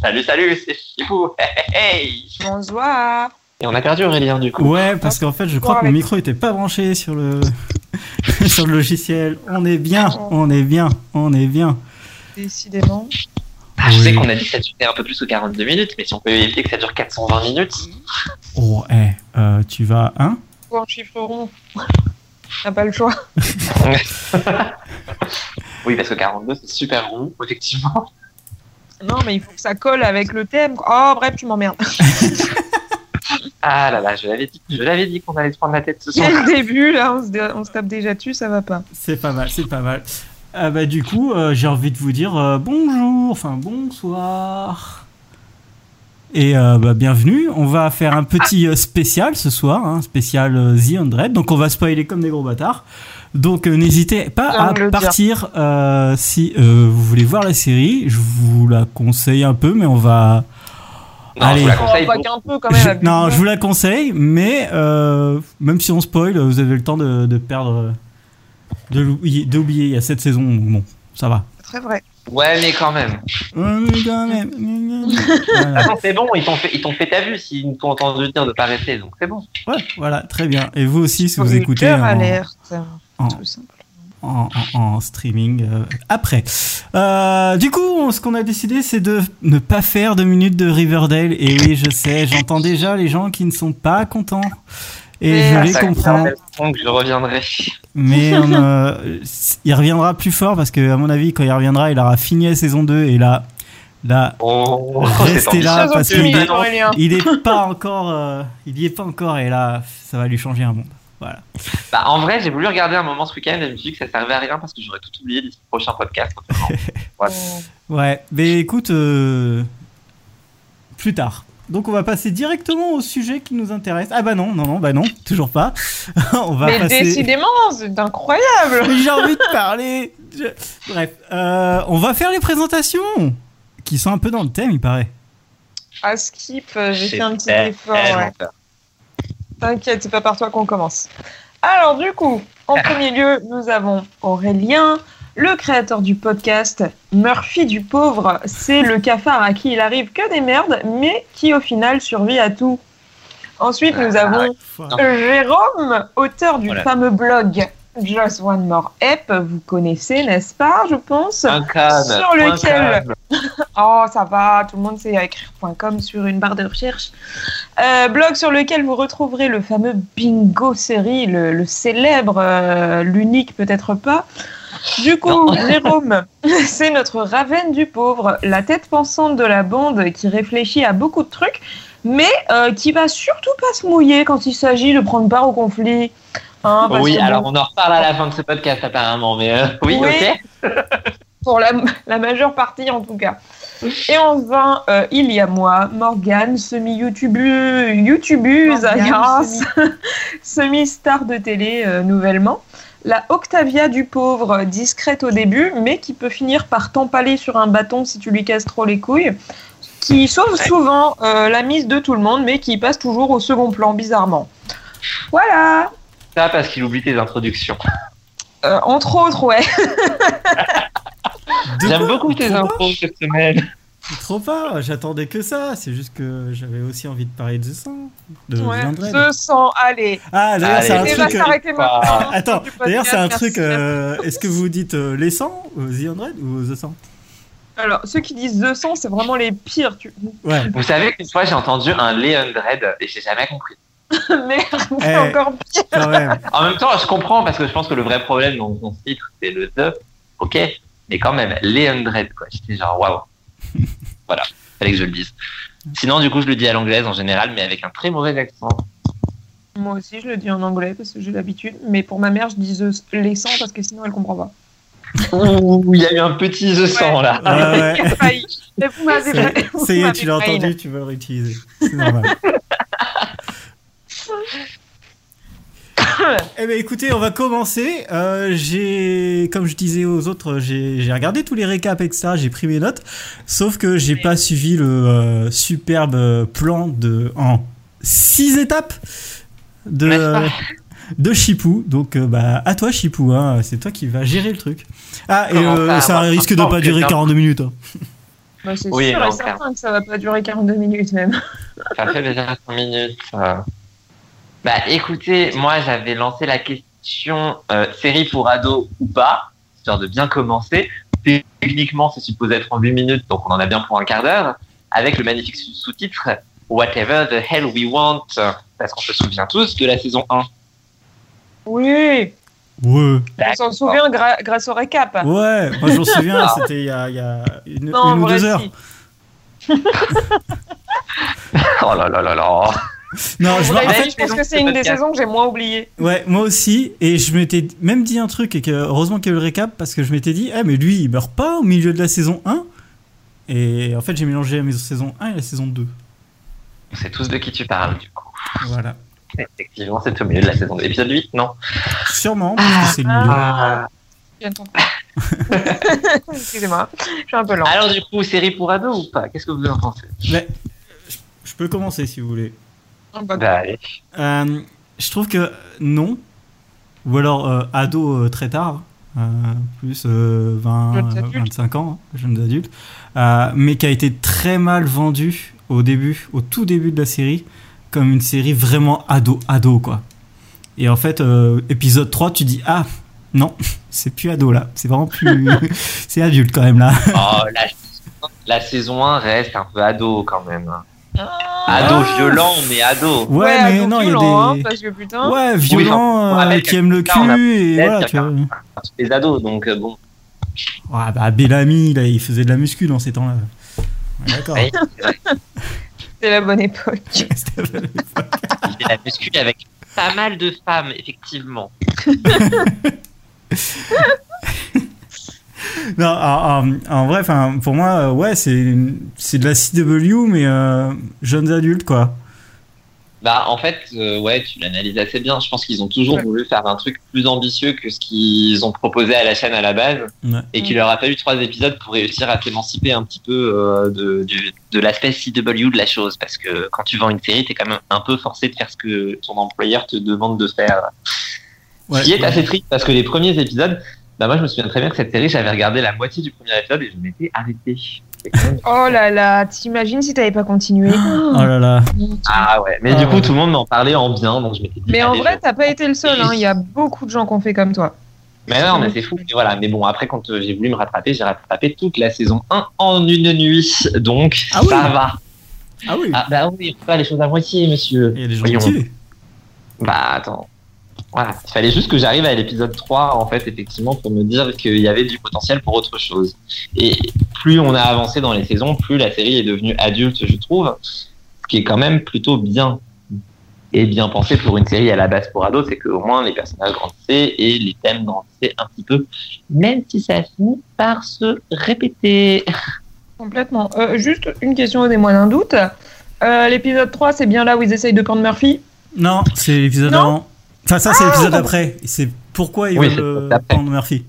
Salut, salut, c'est Chibou. Hey, hey. Bonsoir. Et on a perdu Aurélien du coup. Ouais, parce qu'en fait, je crois que mon micro était pas branché sur le sur le logiciel. On est bien, on est bien, on est bien. Décidément. Ah, je sais qu'on a dit que ça durait un peu plus que 42 minutes, mais si on peut éviter que ça dure 420 minutes. Oh, eh, euh, tu vas hein Ou en chiffre rond. T'as pas le choix. oui, parce que 42 c'est super rond, effectivement. Non, mais il faut que ça colle avec le thème. quoi. Oh, bref, tu m'emmerdes. Ah là là, je l'avais dit, je l'avais dit qu'on allait se prendre la tête ce soir. Dès le début, là, on se, dé- on se tape déjà dessus, ça va pas. C'est pas mal, c'est pas mal. Ah bah du coup, euh, j'ai envie de vous dire euh, bonjour, enfin bonsoir. Et euh, bah, bienvenue, on va faire un petit euh, spécial ce soir, hein, spécial euh, The 100, donc on va spoiler comme des gros bâtards. Donc euh, n'hésitez pas Ça, on à le dira. partir euh, si euh, vous voulez voir la série, je vous la conseille un peu, mais on va... Non, Allez. je vous la Oh, conseille. pas beaucoup. qu'un peu quand même. Je- non, abuse-moi. je vous la conseille, mais euh, même si on spoil, vous avez le temps de, de perdre, de l'oublier, d'oublier. Il y a cette saison, donc bon, ça va. C'est Très vrai. Ouais, mais quand même. Ouais, mais quand même. voilà. Attends, c'est bon, ils t'ont fait, ils t'ont fait ta vue s'ils t'ont entendu dire de pas rester, donc c'est bon. Ouais, voilà, très bien. Et vous aussi, si vous Auditeur écoutez en, alerte. en- Tout simple. en- en- en streaming euh, après. Euh, du coup, on- ce qu'on a décidé, c'est de ne pas faire de minutes de Riverdale. Et oui, je sais, j'entends déjà les gens qui ne sont pas contents. Et Mais- je Ah, les ça comprends. Donc je reviendrai. Mais on, euh, il reviendra plus fort parce que, à mon avis, quand il reviendra, il aura fini la saison 2 et là, là, Oh, Restez c'est Bah, ambitieux. là, parce Très qu'il est- optimiste, Aurélien. il est pas encore, euh, il y est pas encore et là, ça va lui changer un monde. Voilà. Bah, en vrai, j'ai voulu regarder un moment ce week-end et je me suis dit que ça servait à rien parce que j'aurais tout oublié d'ici le prochain podcast. Ouais. Oh. Ouais, mais écoute, euh, plus tard. Donc on va passer directement au sujet qui nous intéresse. Ah bah non, non, non, bah non, toujours pas. on va Mais passer. décidément, c'est incroyable. Mais J'ai envie de parler. Je- Bref, euh, on va faire les présentations qui sont un peu dans le thème, il paraît. À skip, euh, j'ai C'est fait un petit tellement effort. ouais. peur. T'inquiète, c'est pas par toi qu'on commence. Alors du coup, en premier lieu, nous avons Aurélien, le créateur du podcast Murphy du pauvre. C'est le cafard à qui il arrive que des merdes, mais qui au final survit à tout. Ensuite, nous Ah, avons Voilà. Jérôme, auteur du Voilà. fameux blog Just One More App. Vous connaissez, n'est-ce pas, je pense Un câble, Sur un lequel- câble. Oh, ça va, tout le monde sait à écrire.com sur une barre de recherche. Euh, blog sur lequel vous retrouverez le fameux bingo série, le, le célèbre, euh, l'unique peut-être pas. Du coup, Jérôme, c'est notre Raven du pauvre, la tête pensante de la bande qui réfléchit à beaucoup de trucs, mais euh, qui va surtout pas se mouiller quand il s'agit de prendre part au conflit. Hein, parce oui, que alors bon, on en reparle à la fin de ce podcast apparemment, mais euh, oui, Oui. ok. pour la, la majeure partie en tout cas. Et enfin, euh, il y a moi, Morgane, semi-youtubeu- youtubeuse, Morgane, alias, semi-star de télé euh, nouvellement. La Octavia du pauvre, discrète au début, mais qui peut finir par t'empaler sur un bâton si tu lui casses trop les couilles. Qui sauve souvent euh, la mise de tout le monde, mais qui passe toujours au second plan, bizarrement. Voilà Ça parce qu'il oublie tes introductions. Euh, Entre autres, ouais. De J'aime quoi beaucoup tes Trop pas, infos cette semaine. Trop pas, j'attendais que ça. C'est juste que j'avais aussi envie de parler de ça. De ouais. The Hundred. Se sent, Euh, allez. Ah, d'ailleurs, Allez, c'est Et un va truc. euh, s'arrêter maintenant. Ah. Attends, du podcast, d'ailleurs, c'est un truc. merci. euh, Est-ce que vous dites euh, les 100 euh, The 100 ou The 100 Alors, ceux qui disent 200, c'est vraiment les pires. Tu... Ouais. Vous savez qu'une fois j'ai entendu un Leon Dread et j'ai jamais compris. Merde, c'est Eh. encore pire. Quand même. En même temps, je comprends parce que je pense que le vrai problème dans son titre c'est le The, ok, mais quand même, Leon Dread quoi. J'étais genre waouh. voilà, fallait que je le dise. Sinon, du coup, je le dis à l'anglaise en général, mais avec un très mauvais accent. Moi aussi, je le dis en anglais parce que j'ai l'habitude. Mais pour ma mère, je dis the- les 100 parce que sinon, elle comprend pas. Ouh, il y a eu un petit je sens là. Ah ouais. J'ai failli. Mais vous m'avez C'est- vous C'est, m'avez tu l'as failli, là. entendu, tu veux le réutiliser. C'est normal. eh ben écoutez, on va commencer. Euh, j'ai, comme je disais aux autres, j'ai, j'ai regardé tous les récaps et que ça, j'ai pris mes notes. Sauf que j'ai pas suivi le euh, superbe plan de en six étapes N'est-ce de pas de Chipou. Donc euh, bah à toi Chipou, hein, c'est toi qui vas gérer le truc. Ah et Comment euh, ça, ça avoir risque de un plan, pas durer putain. 42 minutes. hein. Bah, c'est Oui, sûr non, et certain que ça va pas durer 42 minutes même. Ça fait déjà 5 minutes. euh. Bah écoutez, moi j'avais lancé la question euh, série pour ados ou pas, histoire de bien commencer. Techniquement, c'est supposé être en 8 minutes, donc on en a bien pour un quart d'heure, avec le magnifique sous- sous-titre Whatever the Hell We Want, parce qu'on se souvient tous de la saison 1. Oui, Ouais. on s'en souvient gra- grâce au récap. Ouais, moi je m'en souviens, c'était il y a, il y a une, Non, en une ou vrai, deux heures. si. Oh là là là là. Non, En Ah, je me vrai, rappelle- si, je pense que c'est une des saisons que j'ai moins oubliée. Ouais, moi aussi, et je m'étais même dit un truc, et que, heureusement qu'il y a eu le récap, parce que je m'étais dit, eh, mais lui, il meurt pas au milieu de la saison 1. Et en fait, j'ai mélangé la saison 1 et la saison 2. On sait tous de qui tu parles, du coup. Voilà. Effectivement, c'est au milieu de la saison 2. Épisode 8, non Sûrement, parce que c'est le Euh, milieu. Ah. Je viens de comprendre. Excusez-moi, je suis un peu lent. Alors du coup, série pour ados ou pas Qu'est-ce que vous en pensez Mais, je- je peux commencer si vous voulez. Bah allez. Euh, je trouve que non. Ou alors euh, ado euh, très tard, euh, plus euh, 20, Jeunes euh, adultes. 25 ans, hein, jeunes adultes, euh, mais qui a été très mal vendu au début, au tout début de la série, comme une série vraiment ado, ado quoi. Et en fait, euh, épisode 3, tu dis ah non, c'est plus ado là, c'est vraiment plus, c'est adulte quand même là. Oh, la, la saison 1 reste un peu ado quand même. Ah. Ado Ah. violent, mais ado. Ouais, mais ado non, il y a violent, hein, des, parce que putain. ouais, enfin, violents on euh, rappelle qui aiment le que là, on a cul et peut-être voilà, tu quelqu'un- vois. Enfin, c'est des ados, donc euh, bon. Ah bah Bellamy, là, il faisait de la muscu dans ces temps-là. Ouais, D'accord. Ouais. C'était la bonne époque. Il fait la muscu avec pas mal de femmes, effectivement. non, en, en- en vrai, 'fin, pour moi, euh, ouais, c'est une- c'est de la CW, mais euh, jeunes adultes, quoi. Bah, en fait, euh, ouais, tu l'analyses assez bien. Je pense qu'ils ont toujours voulu faire un truc plus ambitieux que ce qu'ils ont proposé à la chaîne à la base Ouais. et qu'il leur a fallu trois épisodes pour réussir à s'émanciper un petit peu euh, de, du- de l'aspect CW de la chose. Parce que quand tu vends une série, t'es quand même un peu forcé de faire ce que ton employeur te demande de faire. Ouais, qui est assez triste parce que les premiers épisodes, bah moi je me souviens très bien que cette série, j'avais regardé la moitié du premier épisode et je m'étais arrêté. C'est quand même- Oh là là, t'imagines si t'avais pas continué. Oh là là. Ah ouais, mais Ah du coup ouais. tout le monde m'en parlait en bien, donc je m'étais dit. Mais en allez, vrai, je- t'as pas été le seul. hein, Il y a beaucoup de gens qui ont fait comme toi. Mais non, mais c'est fou. Mais voilà, mais bon, après quand euh, j'ai voulu me rattraper, j'ai rattrapé toute la saison 1 en une nuit, donc Ah oui. ça va. Ah oui. Ah bah oui, on fait pas les choses à moitié, monsieur. Il y a des gens Voyons. qui Bah attends. Voilà, il fallait juste que j'arrive à l'épisode 3, en fait, effectivement, pour me dire qu'il y avait du potentiel pour autre chose. Et plus on a avancé dans les saisons, plus la série est devenue adulte, je trouve, ce qui est quand même plutôt bien. Et bien pensé pour une série à la base pour ados, c'est qu'au moins les personnages grandissaient et les thèmes grandissaient un petit peu, même si ça finit par se répéter. Complètement. Euh, juste une question des moines d'un doute. Euh, L'épisode 3, c'est bien là où ils essayent de prendre Murphy Non, c'est l'épisode Non. avant. Enfin, ça, c'est l'épisode après. C'est pourquoi ils Oui, c'est veulent euh, après. prendre Murphy.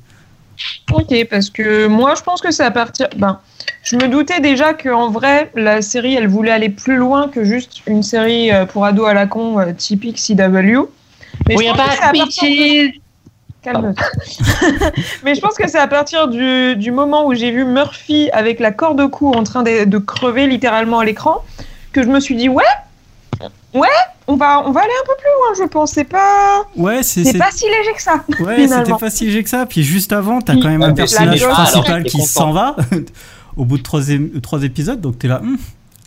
Ok, parce que moi, je pense que c'est à partir. Ben, je me doutais déjà qu'en vrai, la série, elle voulait aller plus loin que juste une série euh, pour ados à la con euh, typique CW. Mais je pense que c'est à partir de- Calme-toi. Mais je pense que c'est à partir du, du moment où j'ai vu Murphy avec la corde au cou en train de, de crever littéralement à l'écran que je me suis dit ouais, ouais, on va, on va aller un peu plus loin, je pense. C'est pas, Ouais, c'est c'est c'est- pas si léger que ça. ouais, c'était finalement. pas si léger que ça. Puis juste avant, t'as Oui. quand même Ouais, un mais personnage la- alors, principal t'es qui content. s'en va au bout de trois, é- trois épisodes. Donc t'es là. hum,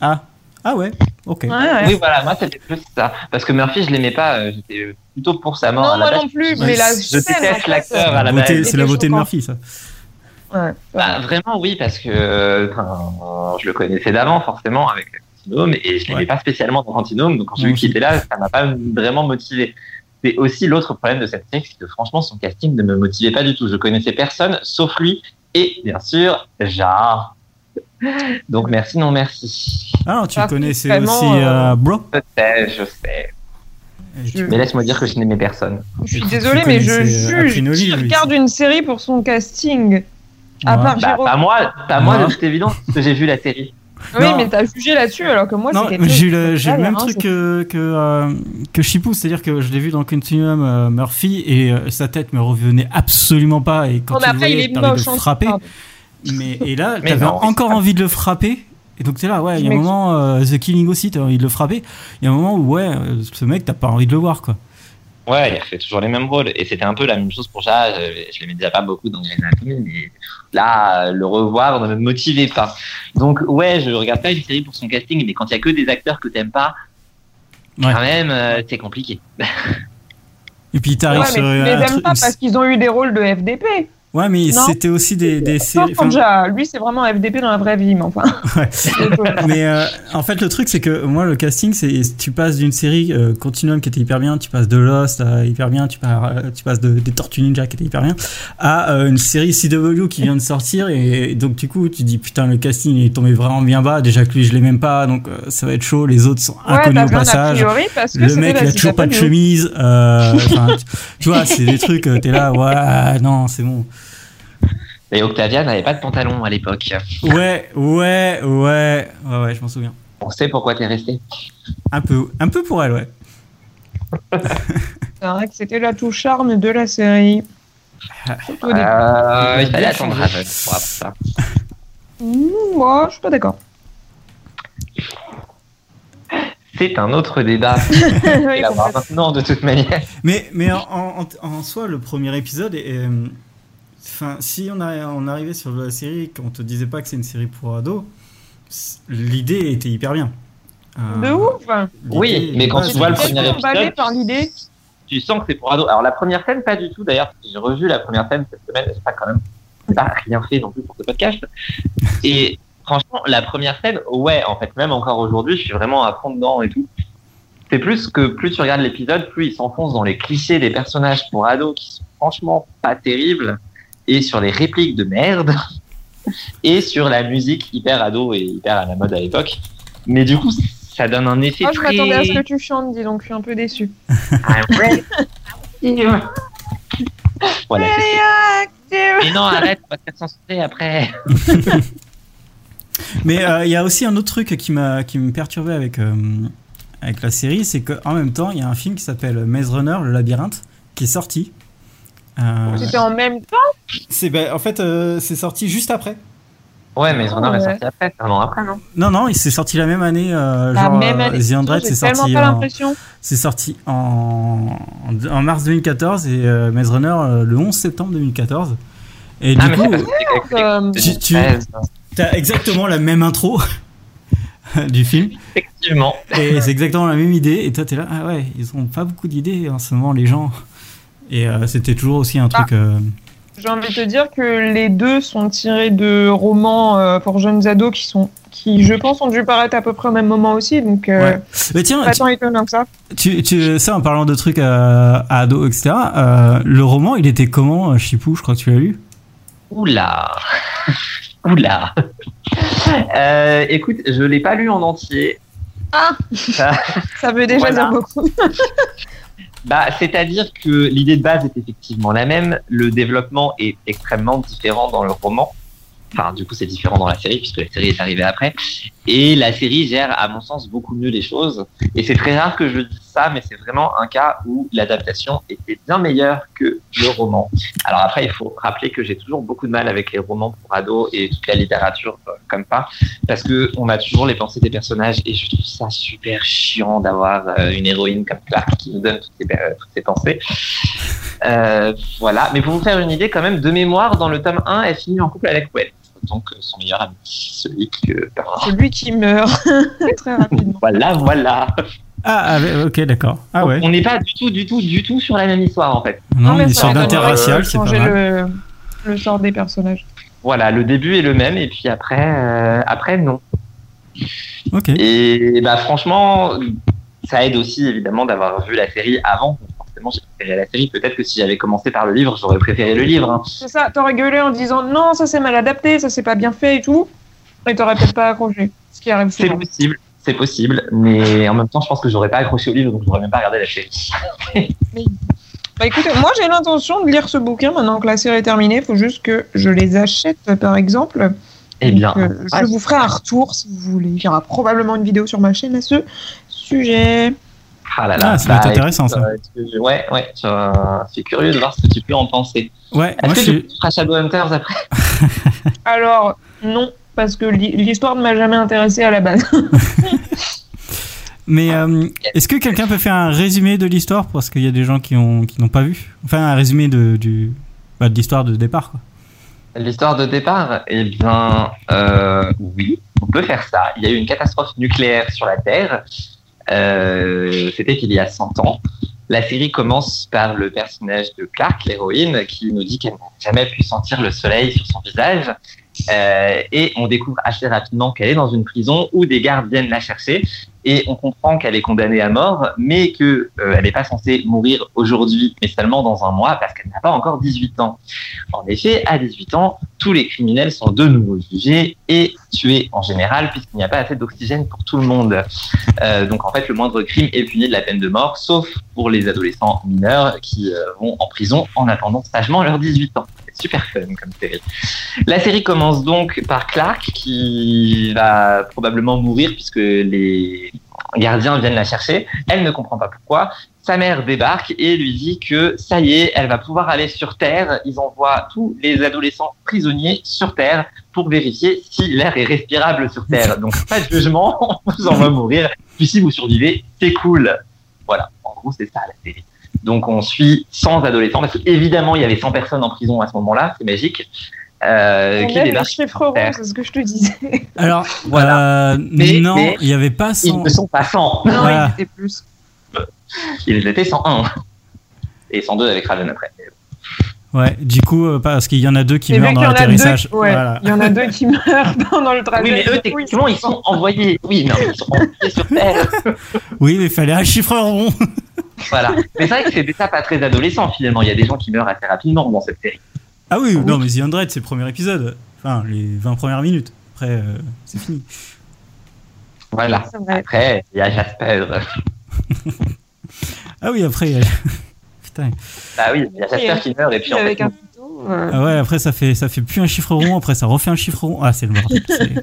ah, ah ouais, ok. Ouais, ouais. Oui, voilà, moi c'était plus ça. Parce que Murphy, je l'aimais pas, euh, j'étais plutôt pour sa mort. à la non, moi base. non plus, Ouais, mais la je déteste scène, en fait, l'acteur. euh, à la Beauté- base. C'est la beauté de Choquant. Murphy, ça. ouais. Bah, vraiment, oui, parce que euh, enfin, je le connaissais d'avant, forcément, avec Antinome, et je l'aimais Ouais. pas spécialement dans Antinome, donc quand j'ai Moi vu qu'il était là, ça m'a pas vraiment motivé. C'est aussi l'autre problème de cette série, c'est que franchement, son casting ne me motivait pas du tout. Je connaissais personne, sauf lui, et bien sûr, Jar. Donc merci, non merci. Ah, tu Ah, connaissais vraiment, aussi euh, euh, Bro Je sais, je sais. Je- Mais laisse-moi dire que je n'aimais personne. Je suis Tu désolée, mais je connaissais, euh, juge. Acrinoline, Qui oui. regarde une série pour son casting À Ouais. part Bah, Jérôme. pas moi, pas moi, Non. de toute évidence, parce que j'ai vu la série. Oui, Non. mais t'as jugé là-dessus alors que moi, Non, c'était. j'ai eu le, j'ai eu le Voilà, même hein, truc c'est- que, que, euh, que Chipou, c'est-à-dire que je l'ai vu dans Continuum euh, Murphy et euh, sa tête me revenait absolument pas. Et quand Non, mais tu le après, voyais, il est t'as envie moche. de hein, le frapper. pardon. Mais, et là, Mais t'avais non, encore c'est pas- envie de le frapper. Et donc t'es là, ouais, il y a Je un m'ex- moment, euh, The Killing aussi, t'as envie de le frapper. Il y a un moment où, ouais, euh, ce mec, t'as pas envie de le voir, quoi. Ouais, il fait toujours les mêmes rôles. Et c'était un peu la même chose pour Jara. Je, je l'aimais déjà pas beaucoup dans Grey's Anatomy, mais là, euh, le revoir ne me motivait pas. Donc, ouais, je regarde pas une série pour son casting, mais quand il y a que des acteurs que t'aimes pas, Ouais. quand même, euh, c'est compliqué. Et puis Ouais, t'arrives mais tu sur un les aimes truc- pas parce qu'ils ont eu des rôles de FDP. Ouais, mais Non. c'était aussi des, des séries. Sauf enfin, Anja, lui c'est vraiment un FDP dans la vraie vie, mais enfin. Ouais. C'est cool. mais euh, en fait, le truc, c'est que moi, le casting, c'est tu passes d'une série euh, Continuum qui était hyper bien, tu passes de Lost à hyper bien, tu, pars, euh, tu passes de, des Tortues Ninja qui était hyper bien, à euh, une série CW qui vient de sortir. Et, donc, du coup, tu dis putain, le casting il est tombé vraiment bien bas. Déjà que lui, je l'aime même pas, donc euh, ça va être chaud. Les autres sont ouais, inconnus t'as au bien a passage. priori parce que Le c'était mec, la il a toujours pas de citadelle. chemise. euh, enfin, tu, tu vois, c'est des trucs, euh, t'es là, ouais, ah, non, c'est bon. Et Octavia n'avait pas de pantalon à l'époque. Ouais, ouais, ouais, ouais, ouais, je m'en souviens. On sait pourquoi t'es resté. Un peu, un peu pour elle, ouais. C'est vrai que c'était la tout charme de la série. Surtout au début. Euh, il Il a fallait bien attendre changé. Raven pour avoir ça. Mmh, moi, je suis pas d'accord. C'est un autre débat. Oui, à voir complètement. maintenant, de toute manière. Mais, mais en, en, en soi, le premier épisode est. est, euh, Enfin, si on, a, on arrivait sur la série, qu'on te disait pas que c'est une série pour ados, c- l'idée était hyper bien. Euh, de ouf. l'idée Oui, mais de quand base tu vois le était J'étais premier super. épisode- emballée par l'idée. tu sens que c'est pour ados. Alors la première scène, pas du tout. D'ailleurs, j'ai revu la première scène cette semaine. J'ai pas quand même j'ai pas rien fait non plus pour ce podcast. Et franchement, la première scène, ouais, en fait, même encore aujourd'hui, je suis vraiment à fond dedans et tout. C'est plus que plus tu regardes l'épisode, plus il s'enfonce dans les clichés des personnages pour ados qui sont franchement pas terribles et sur les répliques de merde et sur la musique hyper ado et hyper à la mode à l'époque. Mais du coup, ça donne un effet Moi, je très m'attendais à ce que tu chantes, dis donc, je suis un peu déçue. I'm ready. voilà, c'est- mais non, arrête, on va se faire censurer après. Mais euh, il y a aussi un autre truc qui m'a qui me perturbait avec euh, avec la série, c'est qu'en même temps, il y a un film qui s'appelle Maze Runner, le labyrinthe, qui est sorti. Euh, C'était en même temps. c'est ben, en fait euh, c'est sorti juste après. Ouais, mais Runner Ouais. est sorti après, c'est un an après. Non non, il s'est sorti la même année. euh, La genre, même euh, année. The Andred, J'ai c'est tellement sorti pas en, l'impression. c'est sorti en, en, en mars 2014 et euh, Maze Runner euh, le 11 septembre 2014. Et Ah, du mais coup, c'est pas Euh, c'est- Tu- tu- Ouais, c'est- t'as exactement la même intro du film. Effectivement. Et c'est exactement la même idée. Et toi, t'es là, ah ouais, ils ont pas beaucoup d'idées en ce moment, les gens. Et euh, c'était toujours aussi un Ah. truc. euh, J'ai envie de te dire que les deux sont tirés de romans euh, pour jeunes ados qui sont, qui je pense ont dû paraître à peu près au même moment aussi, donc euh, Ouais. Mais tiens, pas tant étonnant que ça. tu, tu, tu- ça, en parlant de trucs euh, à ados, etc., euh, le roman, il était comment, euh, Chipou Je crois que tu l'as lu. Oula. Oula. Euh, écoute, je l'ai pas lu en entier. Ah, Ça- ça veut déjà Voilà. dire beaucoup. Bah, c'est-à-dire que l'idée de base est effectivement la même. Le développement est extrêmement différent dans le roman. Enfin, du coup, c'est différent dans la série puisque la série est arrivée après. Et la série gère, à mon sens, beaucoup mieux les choses. Et c'est très rare que je dise ça, mais c'est vraiment un cas où l'adaptation était bien meilleure que le roman. Alors après, il faut rappeler que j'ai toujours beaucoup de mal avec les romans pour ados et toute la littérature euh, comme ça, parce que on a toujours les pensées des personnages et je trouve ça super chiant d'avoir euh, une héroïne comme Clark qui nous donne toutes ses, euh, toutes ses pensées. Euh, voilà. Mais pour vous faire une idée, quand même, de mémoire, dans le tome 1, elle finit en couple avec Wes, donc euh, son meilleur ami, celui que. C'est lui qui meurt très rapidement. Voilà, voilà. Ah, ah, ouais, ok, d'accord. Ah ouais. On n'est pas du tout, du tout, du tout sur la même histoire en fait. Non, mais une ça histoire aurait d'interracial, c'est pas changé mal. le, le sort des personnages. Voilà, le début est le même et puis après, euh, après non. Ok. Et bah franchement, ça aide aussi évidemment d'avoir vu la série avant. Forcément, j'ai préféré la série. Peut-être que si j'avais commencé par le livre, j'aurais préféré le livre. hein. C'est ça, t'aurais gueulé en disant non, ça c'est mal adapté, ça c'est pas bien fait et tout, et t'aurais peut-être pas accroché. Ce qui arrive C'est souvent. possible, c'est possible. Mais en même temps, je pense que j'aurais pas accroché au livre, donc j'aurais même pas regardé la série. Bah écoutez, moi j'ai l'intention de lire ce bouquin maintenant que la série est terminée. Faut juste que je les achète par exemple. Eh bien, Donc, euh, ouais. je vous ferai un retour si vous voulez. Il y aura probablement une vidéo sur ma chaîne à ce sujet. ah là là. Ah, ça va être Bah, intéressant, écoute, ça. euh, est-ce que je- euh, Ouais, ouais. Je je suis curieux de voir ce que tu peux en penser. Ouais, moi, Est-ce je que tu suis. feras Shadowhunters après Alors, non, parce que l'hi- l'histoire ne m'a jamais intéressée à la base. Mais Ah, euh, est-ce que quelqu'un peut faire un résumé de l'histoire Parce qu'il y a des gens qui ont- qui n'ont pas vu. Enfin, un résumé de, du, bah, de l'histoire de départ. Quoi. L'histoire de départ, eh bien, euh, oui, on peut faire ça. Il y a eu une catastrophe nucléaire sur la Terre. Euh, C'était il y a 100 ans. La série commence par le personnage de Clark, l'héroïne, qui nous dit qu'elle n'a jamais pu sentir le soleil sur son visage. Euh, et on découvre assez rapidement qu'elle est dans une prison où des gardes viennent la chercher. Et on comprend qu'elle est condamnée à mort, mais qu'elle n'est pas censée mourir aujourd'hui, mais seulement dans un mois, parce qu'elle n'a pas encore 18 ans. En effet, à 18 ans, tous les criminels sont de nouveau jugés et tués en général, puisqu'il n'y a pas assez d'oxygène pour tout le monde. Euh, donc en fait, le moindre crime est puni de la peine de mort, sauf pour les adolescents mineurs qui euh, vont en prison en attendant sagement leurs 18 ans. C'est super fun comme série. La série commence donc par Clark, qui va probablement mourir puisque les gardiens viennent la chercher. Elle ne comprend pas pourquoi sa mère débarque et lui dit que ça y est, elle va pouvoir aller sur Terre. Ils envoient tous les adolescents prisonniers sur Terre pour vérifier si l'air est respirable sur Terre. Donc pas de jugement, on vous envoie mourir. Puis si vous survivez, c'est cool. Voilà, en gros c'est ça la série. Donc on suit 100 adolescents, parce qu'évidemment il y avait 100 personnes en prison à ce moment-là, c'est magique. Euh, On qui aime les débarquent. chiffres ronds, c'est ce que je te disais. Alors, euh, Mais- non, mais- il n'y avait pas Ils 100. ne sont pas 100, Non, Voilà. il était plus. ils étaient 101. Et 102 avec Raven après. Ouais, du coup, euh, parce qu'il y en a deux qui Et vu meurent qu'il dans y en a deux- l'atterrissage. ouais, Voilà. Il y en a deux qui meurent pendant le trajet. Oui, mais eux, donc techniquement, ils sont envoyés. Oui, non, mais ils sont envoyés sur Terre. Oui, mais il fallait un chiffre rond. Voilà. Mais c'est vrai que c'est des tas pas très adolescents, finalement. Il y a des gens qui meurent assez rapidement dans cette série. Ah oui, non, mais The Hundred, c'est le premier épisode. Enfin, les 20 premières minutes. Après, euh, c'est fini. Voilà. C'est vrai. Après, il y a Jasper. Ah oui, après. euh, Putain. Bah oui, il y a Il y a Jasper qui meurt et puis en avec fait, un couteau. euh, Ah ouais, après, ça fait, ça fait plus un chiffre rond. Après, ça refait un chiffre rond. Ah, c'est le bordel. c'est-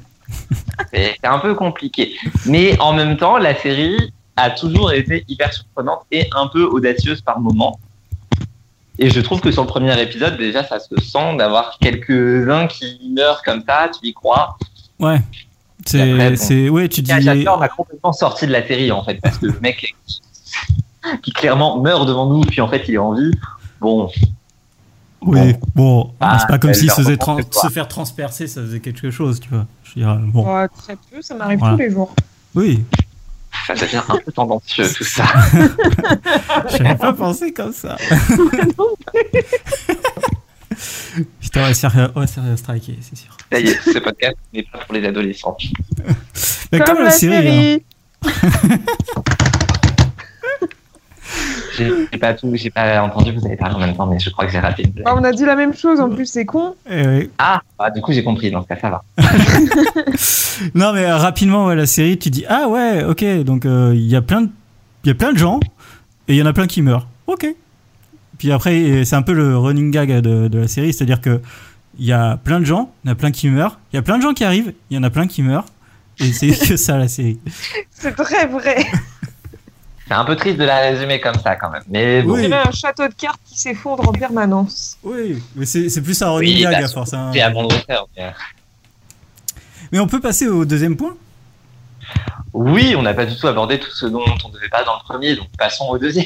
c'est c'est un peu compliqué. Mais en même temps, la série a toujours été hyper surprenante et un peu audacieuse par moments. Et je trouve que sur le premier épisode, déjà, ça se sent d'avoir quelques-uns qui meurent comme ça, tu y crois. Ouais. Et après, bon. C'est. c'est- Ouais, tu dis. Pierre Jasper m'a complètement sorti de la série en fait parce que le mec qui clairement meurt devant nous puis en fait il est en vie bon Oui, bon, Ah, c'est pas comme elle s'il leur se faisait reprend tran- cette fois. se faire transpercer, ça faisait quelque chose, tu vois. Je veux dire, bon, ouais, oh, très peu, ça m'arrive Voilà. tous les jours. oui, ça devient un peu tendancieux tout ça j'avais pas pensé comme ça. Putain, on va se faire, on va se faire striker, c'est sûr. ça y est ce podcast n'est pas pour les adolescents Mais comme, la série, hein. j'ai j'ai pas tout j'ai pas entendu vous avez parlé en même temps mais je crois que j'ai raté une blague. Bah, on a dit la même chose, Euh. en plus, c'est con. Eh oui. ah bah, du coup j'ai compris dans ce cas ça va Non, mais euh, rapidement, ouais, la série, tu dis Ah ouais, ok, donc euh, il y a plein de- il y a plein de gens et il y en a plein qui meurent. Ok. Puis après, euh, c'est un peu le running gag de, de la série, c'est-à-dire que il y a plein de gens, il y en a plein qui meurent, il y a plein de gens qui arrivent, il y en a plein qui meurent. Et c'est que ça la série. C'est très vrai. c'est un peu triste de la résumer comme ça quand même mais bon Oui. Il y a un château de cartes qui s'effondre en permanence. Oui, mais c'est c'est plus un running Oui, gag bah, à force. hein. j'ai abandonné ça, mais- euh, Mais on peut passer au deuxième point oui on n'a pas du tout abordé tout ce dont on ne devait pas dans le premier donc passons au deuxième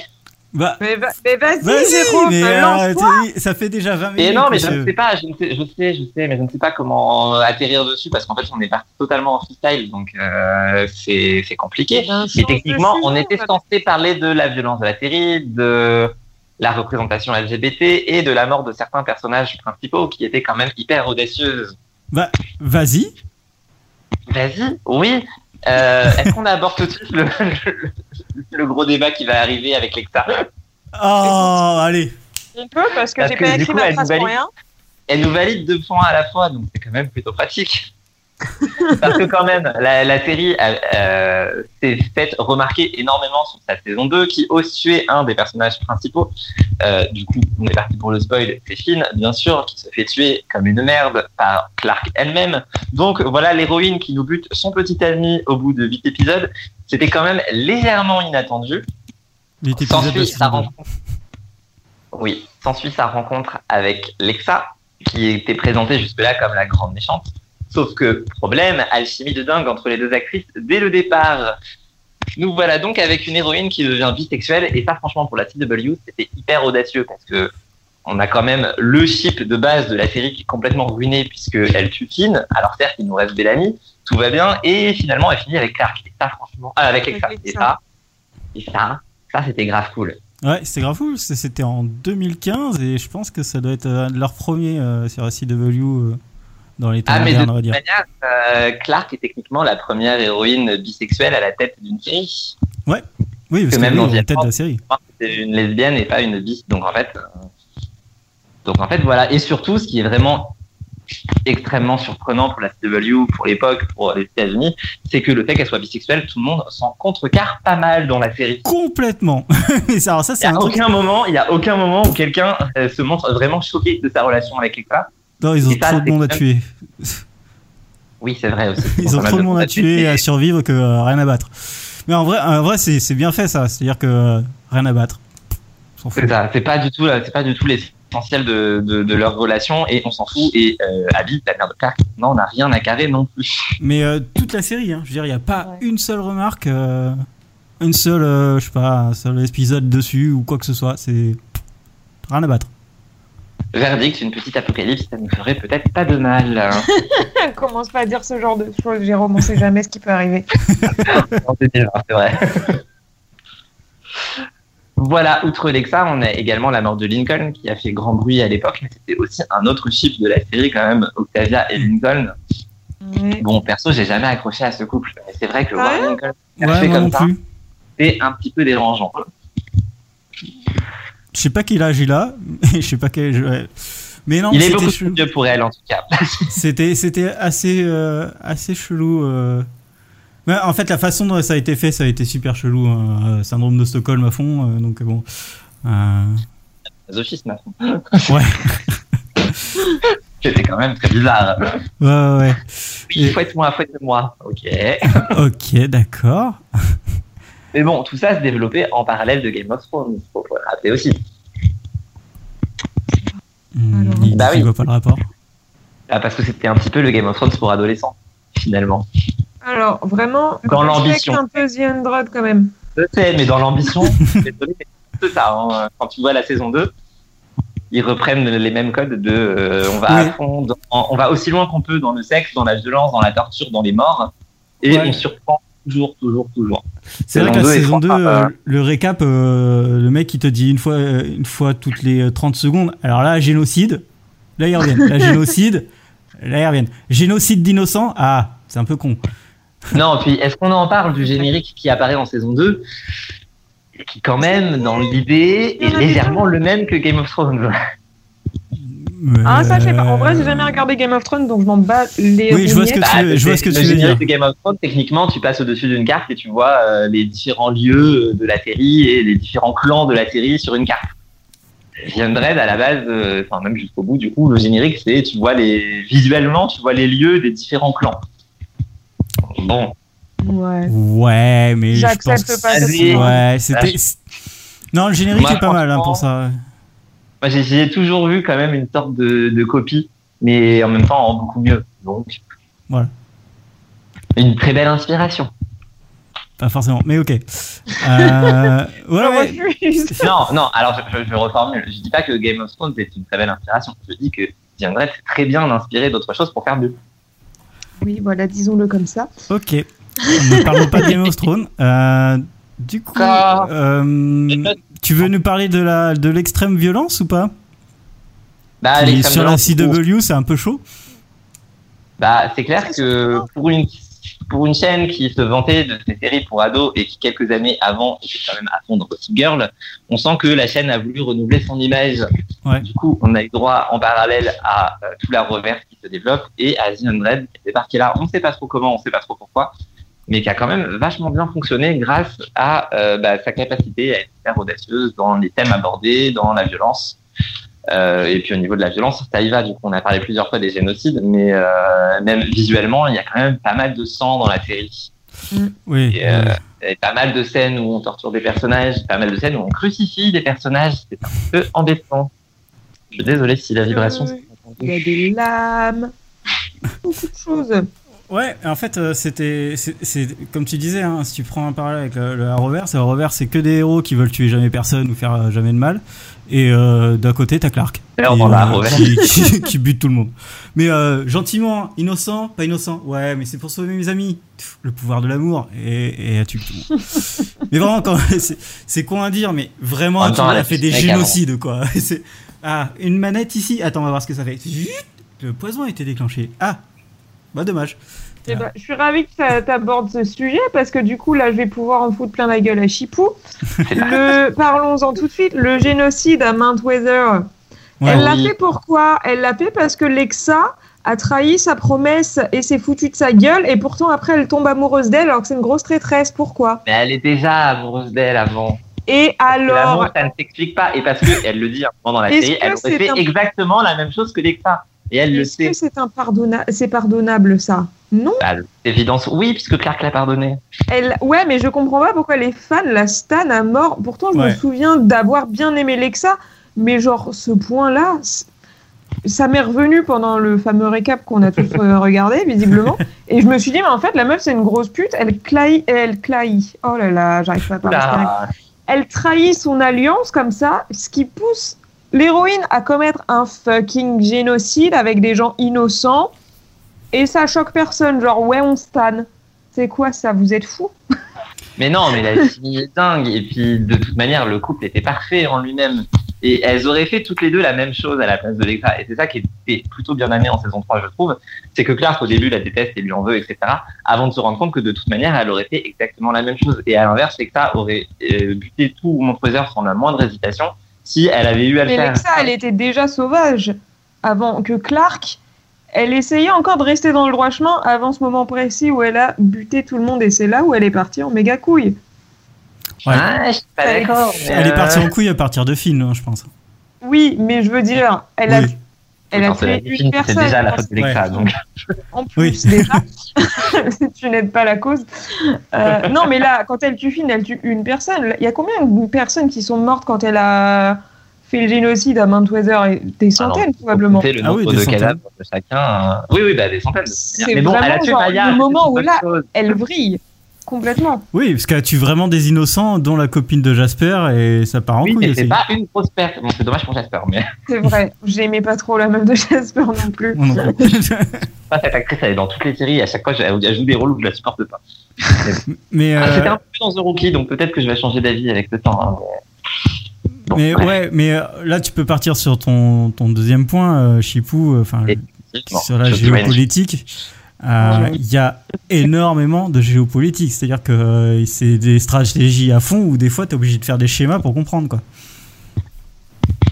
Bah, Mais, va- mais vas-y, vas-y, Jérôme, mais euh, lance-toi. t'as dit, ça fait déjà 20 minutes. Et non, mais que je ne sais pas, je ne sais, je sais, je sais, mais je ne sais pas comment euh, atterrir dessus parce qu'en fait, on est parti totalement en freestyle, donc euh, c'est c'est compliqué. Ben, Mais change techniquement, de on sujet, était va- censé parler de la violence de la série, de la représentation LGBT et de la mort de certains personnages principaux qui étaient quand même hyper audacieuses. Vas-y. Vas-y, oui. Euh, Est-ce qu'on aborde tout de suite le, le- le gros débat qui va arriver avec l'Ecta Oh, allez. On peut, parce que Parce j'ai que pas du écrit coup, ma elle phrase nous pour valide. rien. elle nous valide deux points à la fois, donc c'est quand même plutôt pratique. Parce que quand même, la, la série euh, euh, s'est faite remarquer énormément sur sa saison 2, qui ose tuer un des personnages principaux. Euh, du coup, on est parti pour le spoil, c'est Finn, bien sûr, qui se fait tuer comme une merde par Clark elle-même. Donc voilà l'héroïne qui nous bute son petit ami au bout de 8 épisodes. C'était quand même légèrement inattendu. Huit épisodes de S'ensuit saison sa deux. rencontre. Oui, s'ensuit sa rencontre avec Lexa, qui était présentée jusque-là comme la grande méchante. Sauf que, problème, alchimie de dingue entre les deux actrices dès le départ. Nous voilà donc avec une héroïne qui devient bisexuelle, et ça, franchement, pour la CW, c'était hyper audacieux parce que on a quand même le chip de base de la série qui est complètement ruiné puisqu'elle tue Finn. Alors, certes, il nous reste Bellamy, tout va bien, et finalement, elle finit avec Clark. Et ça, franchement, ah, avec Lexa. Et ça, et ça, ça c'était grave cool. Ouais, c'était grave cool. C'était en 2015 et je pense que ça doit être euh, leur premier euh, sur la CW euh, dans les temps Ah, mais de modernes, on va toute dire. manière, euh, Clark est techniquement la première héroïne bisexuelle à la tête d'une série. Oui, parce que que même oui, dans on est The en tête de la série. Enfin, C'est une lesbienne et pas une bis. Donc en fait, euh, donc en fait voilà. Et surtout, ce qui est vraiment extrêmement surprenant pour la CW, pour l'époque, pour les États-Unis, c'est que le fait qu'elle soit bisexuelle, tout le monde s'en contrecarre pas mal dans la série. Complètement. mais ça, alors ça, c'est Il n'y a un truc. aucun moment, il y a aucun moment où quelqu'un euh, se montre vraiment choqué de sa relation avec Lexa. Non, ils ont Et ça, trop de c'est monde à quand tuer. Oui, c'est vrai aussi. Ils ont Pas mal trop de monde à tuer et à Mais- survivre que euh, rien à battre. Mais en vrai, en vrai c'est c'est bien fait ça. C'est-à-dire que euh, rien à battre. On s'en fout. C'est ça, c'est pas du tout, la- c'est pas du tout l'essentiel de, de, de leur relation et on s'en fout. Et euh, Abby, la mère de Clark, non, on n'a rien à carrer non plus. Mais euh, toute la série, hein, je veux dire, il n'y a pas Ouais. une seule remarque, euh, une seule, euh, je sais pas, un seul épisode dessus ou quoi que ce soit. C'est rien à battre. Verdict, une petite apocalypse, ça ne ferait peut-être pas de mal. hein. Commence pas à dire ce genre de choses, Jérôme. On sait jamais ce qui peut arriver. Non, c'est bien, c'est vrai. Voilà, outre Lexa, on a également la mort de Lincoln qui a fait grand bruit à l'époque, mais c'était aussi un autre chiffre de la série quand même, Octavia et Lincoln. Ouais. Bon, perso, j'ai jamais accroché à ce couple, mais c'est vrai que Ah voir ouais Lincoln Ouais, fait moi comme non ça. plus. c'est un petit peu dérangeant. Je sais pas quel âge il a, et je sais pas quel. je- ouais. Mais non, Il est c'était beaucoup trop chelou. vieux pour elle en tout cas. C'était c'était assez euh, assez chelou. euh. Mais en fait, la façon dont ça a été fait, ça a été super chelou. hein. Euh, Syndrome de Stockholm à fond, euh, donc euh, bon. Euh, Masochisme. Ouais. C'était quand même très bizarre. ouais, ouais. Oui, Et- fouette-moi, fouette-moi. Ok. Ok, d'accord. Mais bon, tout ça se développait en parallèle de Game of Thrones, faut faut le rappeler aussi. Hmm, Alors. il Bah il oui. voit pas le rapport. Ah, parce que c'était un petit peu le Game of Thrones pour adolescents, finalement. Alors, vraiment, Dans je l'ambition. respecte un peu The Android quand même. Je sais, mais dans l'ambition, c'est c'est ça. hein. Quand tu vois la saison 2, ils reprennent les mêmes codes de euh, on va Oui. à fond, dans- on va aussi loin qu'on peut dans le sexe, dans la violence, dans la torture, dans les morts, et Ouais. on surprend toujours, toujours, toujours. C'est vrai que Saison la deux et saison 2, trois, euh, le récap, euh, le mec il te dit une fois, euh, une fois toutes les euh, 30 secondes. Alors là, génocide, là ils reviennent. Là, génocide, là ils reviennent. Génocide d'innocents, ah, c'est un peu con. Non, puis est-ce qu'on en parle du générique qui apparaît en saison 2 et qui quand même, dans l'idée, est légèrement le même que Game of Thrones. Ah, ça, je sais Euh, pas. En vrai, j'ai jamais regardé Game of Thrones, donc je m'en bats les. Oui, je vois ce que tu rognettes. veux- je vois ce que Bah, le tu veux dire. générique de Game of Thrones, techniquement, tu passes au-dessus d'une carte et tu vois euh, les différents lieux de la série et les différents clans de la série sur une carte. Viendred, à la base, euh, enfin même jusqu'au bout, du coup, le générique, c'est tu vois les visuellement, tu vois les lieux des différents clans. Bon, Ouais. Ouais, mais je J'accepte pense que pas cette c'est- saison. Ouais, c'était. Là, Non, le générique Moi, est pas mal hein, pour ça. ouais. Moi, j'ai- j'ai toujours vu quand même une sorte de, de copie, mais en même temps en beaucoup mieux. Donc, Voilà. Une très belle inspiration. Pas forcément, mais ok. Euh, ouais, Je ouais. refuse. non, non, alors je, je- je reformule. Je dis pas que Game of Thrones est une très belle inspiration. Je dis que The André c'est très bien d'inspirer d'autres choses pour faire mieux. Oui, voilà, disons-le comme ça. Ok. Ne parlons pas de Game of Thrones. Euh, du coup, Ah. euh, tu veux nous parler de la de l'extrême violence ou pas Bah, Qui est Alexandre Sur la Blanc, CW, c'est un peu chaud. Bah, c'est clair que pour une, pour une chaîne qui se vantait de ses séries pour ados et qui quelques années avant était quand même à fond dans Gossip Girl, on sent que la chaîne a voulu renouveler son image. Ouais. Du coup, on a eu droit en parallèle à euh, tout la reverse qui se développe et à The Red qui est débarqué là. On sait pas trop comment, on sait pas trop pourquoi, mais qui a quand même vachement bien fonctionné grâce à euh, bah, sa capacité à être hyper audacieuse dans les thèmes abordés, dans la violence. Euh, et puis au niveau de la violence, ça y va. Du coup, on a parlé plusieurs fois des génocides, mais euh, même visuellement, il y a quand même pas mal de sang dans la série. Oui. Et, euh, Et pas mal de scènes où on torture des personnages, pas mal de scènes où on crucifie des personnages. C'est un peu embêtant. Je suis désolé si la vibration. Euh, c'est il y a des lames, beaucoup de choses. Ouais, en fait, euh, c'était, c'est- c'est comme tu disais, hein, si tu prends un parallèle avec euh, le, le Arrowverse, le Arrowverse, c'est que des héros qui veulent tuer jamais personne ou faire euh, jamais de mal, et euh, d'un côté t'as Clark, D'ailleurs, qui, dans le euh, Arrowverse. qui, qui- qui bute tout le monde. Mais euh, gentiment, innocent, pas innocent, ouais, mais c'est pour sauver mes amis, Pff, le pouvoir de l'amour, et, et elle tue tout le monde. mais vraiment, quand, c'est, c'est con à dire, mais En vraiment, même tu temps, vois, elle elle a a fait fait des mec avant. génocides, quoi. C'est- ah, une manette ici, attends, on va voir ce que ça fait. Zut, Le poison a été déclenché. Ah, bah dommage. Eh ben, je suis ravie que tu abordes ce sujet parce que du coup, là, je vais pouvoir en foutre plein la gueule à Chipou. Le, parlons-en tout de suite. Le génocide à Mount Weather, Ouais. elle l'a oui. fait pourquoi Elle l'a fait parce que Lexa a trahi sa promesse et s'est foutue de sa gueule et pourtant après elle tombe amoureuse d'elle alors que c'est une grosse traîtresse. Pourquoi Mais elle est déjà amoureuse d'elle avant. Et alors, L'amour, ça ne s'explique pas. Et parce que elle le dit à un moment dans la Est-ce série, que elle aurait c'est fait un- exactement la même chose que Lexa. Et elle le est-ce sait. que c'est impardonna- c'est pardonnable ça Non Bah, évidence, oui, puisque Clark l'a pardonné. Elle, ouais, mais je comprends pas pourquoi les fans la stan à mort. Pourtant, je me Ouais. souviens d'avoir bien aimé Lexa, mais genre ce point-là, c- ça m'est revenu pendant le fameux récap qu'on a tous euh, regardé, visiblement. Et je me suis dit, mais en fait, la meuf, c'est une grosse pute. Elle claille, elle claille. Oh là là, j'arrive pas à parler. c'est terrible. Oula. Elle trahit son alliance comme ça, ce qui pousse l'héroïne à commettre un fucking génocide avec des gens innocents. Et ça choque personne. Genre, ouais, on stan. C'est quoi ça Vous êtes fous Mais non, mais la fille est dingue. Et puis, de toute manière, le couple était parfait en lui-même. Et elles auraient fait toutes les deux la même chose à la place de Lexa. Et c'est ça qui était plutôt bien amené en saison 3, je trouve. C'est que Clark, au début, la déteste et lui en veut, etc. Avant de se rendre compte que de toute manière, elle aurait fait exactement la même chose. Et à l'inverse, Lexa aurait euh, buté tout Montrezer sans la moindre hésitation si elle avait eu à le Mais faire. Lexa, elle était déjà sauvage avant que Clark. Elle essayait encore de rester dans le droit chemin avant ce moment précis où elle a buté tout le monde et c'est là où elle est partie en méga couille. Ouais. Ah, je suis pas Elle est- d'accord. mais, Elle est partie euh, en couille à partir de Finn, hein, je pense. Oui, mais je veux dire, elle a, Oui. elle a quand tué elle a dit, une personne. C'est déjà la faute de Lexa. Ouais. Donc, En plus, déjà, si tu n'aides pas la cause. Euh, non, mais là, quand elle tue Finn, elle tue une personne. Il y a combien de personnes qui sont mortes quand elle a fait le génocide à Mount Weather et Des Alors, centaines, faut probablement. compter le Ah nombre oui, des de centaines. cadavres de chacun. euh, Oui, oui, bah, des centaines. de C'est manière. Mais bon, elle a vraiment tué genre Maya. le c'est moment une où bonne là- chose. Elle vrille complètement. Oui, parce qu'elle tue vraiment des innocents, dont la copine de Jasper, et ça part en Oui, couille mais c'est aussi. pas une grosse perte. Bon, c'est dommage pour Jasper, mais C'est vrai, j'aimais pas trop la meuf de Jasper non plus. Oh non. pas cette actrice, elle est dans toutes les séries. et À chaque fois, je- elle joue des rôles où je la supporte pas. mais, euh, Ah, C'était un peu dans The Rookie, donc peut-être que je vais changer d'avis avec le temps. hein, mais- Bon, mais bref, ouais, mais euh, là tu peux partir sur ton, ton deuxième point, euh, Chipou, euh, enfin Et- effectivement, sur la je suis Wayne. géopolitique. euh, Ouais. Il y a énormément de géopolitique, c'est-à-dire que euh, c'est des stratégies à fond où des fois t'es obligé de faire des schémas pour comprendre quoi.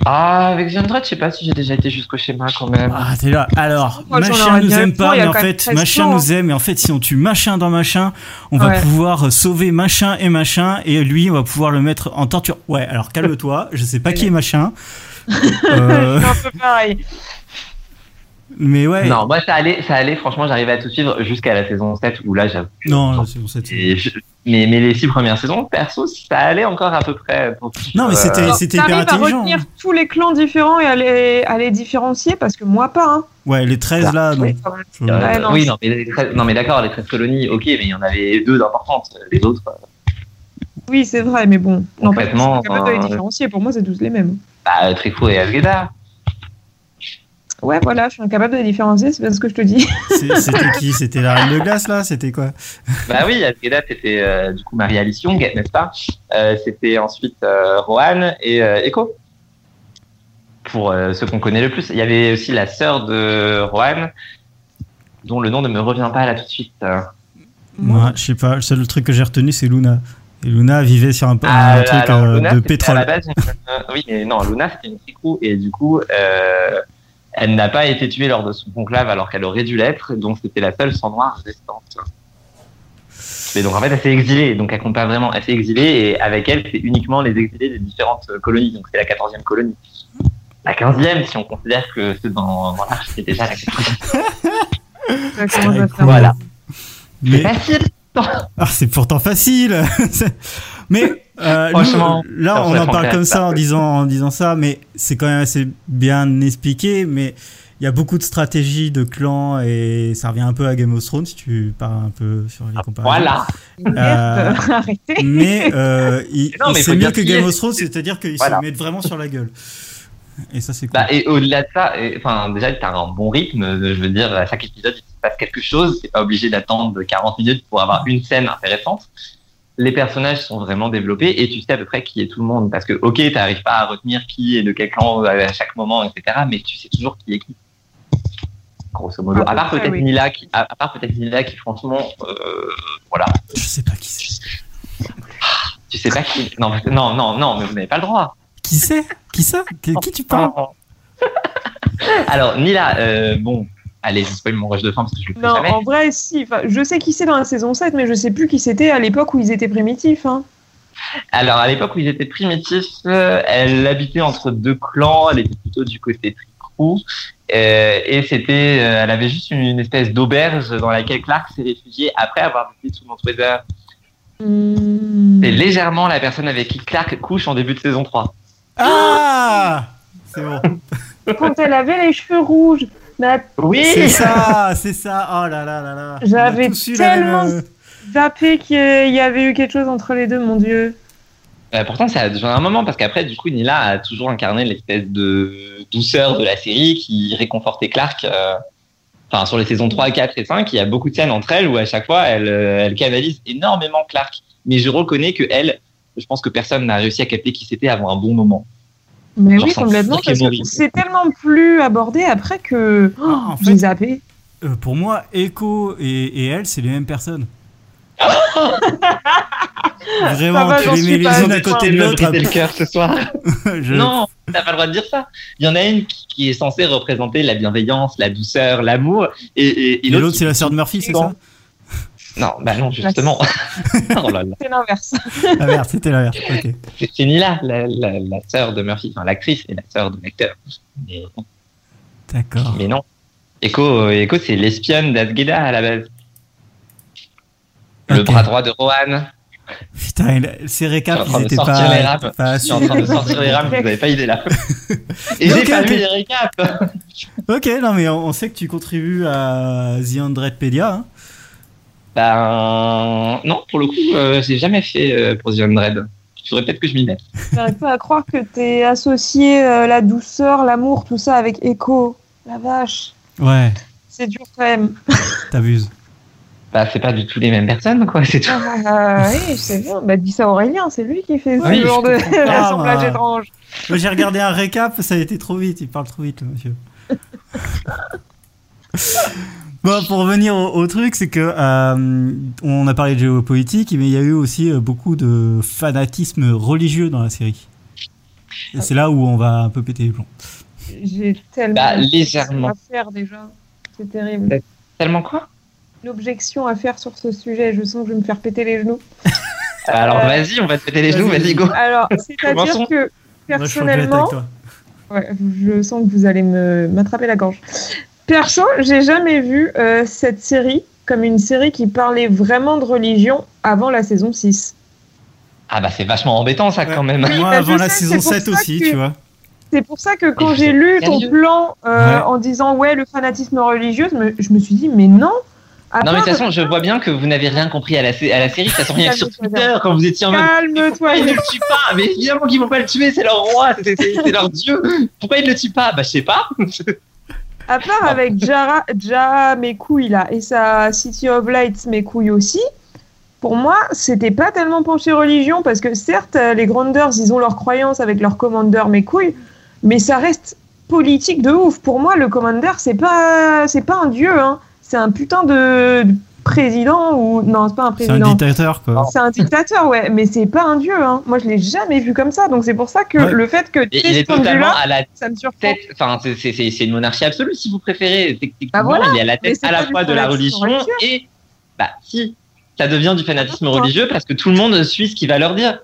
Ah, avec The Android, je sais pas si j'ai déjà été jusqu'au schéma quand même. Ah, t'es là. Alors, Moi, j'en machin aurais nous bien aime eu pour, pas, il y mais a en quand même fait, 13 machin plans, nous aime, mais en fait, si on tue machin dans machin, on va Ouais. pouvoir euh, sauver machin et machin, et lui, on va pouvoir le mettre en torture. Ouais, alors calme-toi, je sais pas qui est machin. Euh, C'est un peu pareil. mais ouais. Non, moi ça allait, ça allait. Franchement, j'arrivais à tout suivre jusqu'à la saison 7 où là, j'avoue. que- Non, là, c'est bon, c'est- Et je- mais, mais les six premières saisons, perso, ça allait encore à peu près. pour- Non, mais euh, c'était- Alors, c'était t'arrives hyper intelligent. hein. à retenir tous les clans différents et à les, à les différencier parce que moi pas. Hein. Ouais, les Bah, 13 là, non. Oui, quand même. Je- Euh, Ouais, non. oui, non, mais, les treize- non, mais d'accord, les 13 colonies, ok, mais il y en avait deux d'importantes. Les autres, euh, Oui, c'est vrai, mais bon. Non, parce que je suis Complètement, pas capable de les euh, différencier. Pour moi, c'est tous les mêmes. bah, Trifo et Asgeda. Ouais, voilà, je suis incapable de les différencier, c'est parce que je te dis. C'est- C'était qui C'était la reine de glace là C'était quoi bah oui, Asgeda, c'était euh, du coup Marie-Alice Young, n'est-ce pas Euh, C'était ensuite euh, Rohan et euh, Echo. Pour euh, ceux qu'on connaît le plus. Il y avait aussi la sœur de Rohan, dont le nom ne me revient pas là tout de suite. euh. Moi, je sais pas. Le seul truc que j'ai retenu, c'est Luna. Et Luna vivait sur un, un Ah, truc alors, euh, Luna, de c'était À la pétrole. base, une- euh, oui, mais non, Luna, c'était une tricou et du coup, euh, elle n'a pas été tuée lors de son conclave alors qu'elle aurait dû l'être, donc c'était la seule sang noir restante. Mais donc en fait, elle s'est exilée, donc elle compte pas vraiment. Elle s'est exilée et avec elle, c'est uniquement les exilés des différentes euh, colonies, donc c'est la 14e colonie. La 15e, si on considère que c'est dans, dans l'arche, c'est déjà la 14e. Ça commence à faire Voilà. mal. Mais Facile Ah, c'est pourtant facile. C'est- mais euh, Franchement, nous, là, ça on serait en parle fantastique. comme ça en disant en disant ça, mais c'est quand même assez bien expliqué. Mais Il y a beaucoup de stratégies de clans et ça revient un peu à Game of Thrones si tu parles un peu sur les comparaisons. Ah, Voilà. Merde, Euh. euh, arrêtez. Mais, euh, il- Mais non, mais faut c'est mieux dire que qui Game est. of Thrones, c'est-à-dire qu'ils Voilà. se mettent vraiment sur la gueule. Et ça, c'est cool. Bah, et au-delà de ça, et, enfin, déjà, t'as un bon rythme. euh, Je veux dire, à chaque épisode, il se passe quelque chose. T'es pas obligé d'attendre 40 minutes pour avoir une scène intéressante. Les personnages sont vraiment développés et tu sais à peu près qui est tout le monde. Parce que, ok, t'arrives pas à retenir qui est de quel clan à à chaque moment, etc. Mais tu sais toujours qui est qui. Grosso modo. À À peu part près, peut-être oui. Mila, qui, à, à part peut-être Mila qui, franchement, euh, voilà. Je sais pas qui c'est. Tu sais pas qui. Non, parce que- non, non, non, mais vous n'avez pas le droit. Qui c'est Qui ça Qui qui tu Oh. parles Ah, Alors, Mila, euh, bon, allez, je spoil mon rush de fin parce que je le fais Non, jamais. en vrai, si. Enfin, je sais qui c'est dans la saison 7, mais je sais plus qui c'était à l'époque où ils étaient primitifs. hein. Alors, à l'époque où ils étaient primitifs, euh, elle habitait entre deux clans, elle était plutôt du côté tricrou. euh, et c'était, euh, elle avait juste une, une espèce d'auberge dans laquelle Clark s'est réfugié après avoir vécu sous Mount Hmm. C'est légèrement la personne avec qui Clark couche en début de saison 3. Ah C'est bon. Quand elle avait les cheveux rouges. Mais C'est Oui ça, c'est ça. Oh là là là là. J'avais On a tous eu la tellement- même, euh, zappé qu'il y avait eu quelque chose entre les deux, mon dieu. Euh, Pourtant, ça a duré un moment parce qu'après, du coup, Nila a toujours incarné l'espèce de douceur de la série qui réconfortait Clark. euh, Enfin, sur les saisons 3, 4 et 5, il y a beaucoup de scènes entre elles où à chaque fois, elle, euh, elle canalise énormément Clark. Mais je reconnais que elle, je pense que personne n'a réussi à capter qui c'était avant un bon moment. Mais Genre, oui, ça me complètement. fout Parce les que morilles. c'est tellement plus abordé après que oh, Ah, en fait- j'ai zappé. euh, pour moi, Echo et, et elle, c'est les mêmes personnes. Ça Vraiment, va, tu Ah bah, j'en les suis mets les pas unes à assez côté de me l'autre. briser le cœur ce soir. Je- Non, t'as pas le droit de dire ça. Il y en a une qui, qui est censée représenter la bienveillance, la douceur, l'amour. Et, et- et Et l'autre, c'est la sœur de Murphy, c'est ça Non, bah non, justement. oh là là. C'est l'inverse. Ah merde, c'était la merde. Ok. C'est c'est Nila, la, la, la sœur de Murphy, enfin l'actrice et la sœur de l'acteur. Mais, D'accord. mais non. Echo, euh, Echo c'est l'espionne d'Asgeda à la base. Le Ok. bras droit de Rohan. Putain, et la- ces Je récaps, suis en train ils de étaient sortir les pas. rames. pas Je suis en train de sortir les rames, vous avez pas idée là. Et j'ai Ok, pas ok. lu les récaps. Ok, non, mais on, on sait que tu contribues à The Andredpedia. Hein. Ben non, pour le coup, euh, j'ai jamais fait euh, pour The Undread. Il faudrait peut-être que je m'y mette. J'arrive pas à croire que t'es associé euh, la douceur, l'amour, tout ça avec Echo. La vache. Ouais, C'est dur quand même. t'abuses. Bah c'est pas du tout les mêmes personnes quoi, c'est tout. Ah, oui, c'est bien. Bah, dis ça à Aurélien, c'est lui qui fait ce Oui, je genre de comprends Ah. pas, rassemblage moi. étrange. Moi, j'ai regardé un récap, ça a été trop vite. Il parle trop vite, le monsieur. Bon, pour revenir au, au truc, c'est que euh, on a parlé de géopolitique, mais il y a eu aussi euh, beaucoup de fanatisme religieux dans la série. Ah. Et c'est là où on va un peu péter les plombs. J'ai tellement. Bah, d'objections légèrement. À faire déjà. C'est terrible. Tellement quoi Une objection à faire sur ce sujet. Je sens que je vais me faire péter les genoux. Alors Euh, vas-y, on va te péter les genoux, vas-y. vas-y go. Alors, c'est-à-dire Commençons. que Moi, je suis en duel avec personnellement, toi. Ouais, je sens que vous allez me m'attraper la gorge. Perso, j'ai jamais vu euh, cette série comme une série qui parlait vraiment de religion avant la saison 6. Ah bah c'est vachement embêtant ça quand même. Moi, bah, avant je la sais, saison c'est pour 7 ça aussi, que- tu vois. C'est pour ça que quand Mais j'ai c'est lu ton sérieux. plan euh, Ouais. en disant ouais le fanatisme religieux, je me, je me suis dit mais non. à Non mais de part- toute façon, je vois bien que vous n'avez rien compris à la, sé- à la série, ça sent rien que sur Ah, Twitter quand vous étiez en mode calme-toi. pourquoi ils ne Yann. le tuent pas Mais évidemment qu'ils vont pas le tuer, c'est leur roi, c'est- c'est c'est leur dieu. Pourquoi ils ne le tuent pas Bah je sais pas. À part Ah. avec Jara, Ja mes couilles là et sa City of Lights mes couilles aussi. Pour moi, c'était pas tellement penché religion parce que certes, euh, les Granders, ils ont leurs croyances avec leur Commander mes couilles, mais ça reste politique de ouf. Pour moi, le Commander, c'est pas c'est pas un dieu, hein. C'est un putain de de président ou non, c'est pas un C'est un président. dictateur, quoi. C'est un dictateur, ouais, mais c'est pas un dieu. Hein. Moi, je l'ai jamais vu comme ça, donc c'est pour ça que Ouais. le fait que Et tu il aies est ce point de totalement vue-là, à la ça me surprend. tête, enfin c'est- c'est c'est- c'est une monarchie absolue si vous préférez. Techniquement, Bah voilà, il est à la mais tête c'est à pas la du fois de la fanatisme religion et... Bah si, ça devient du fanatisme religieux parce que tout le monde suit ce qu'il va leur dire.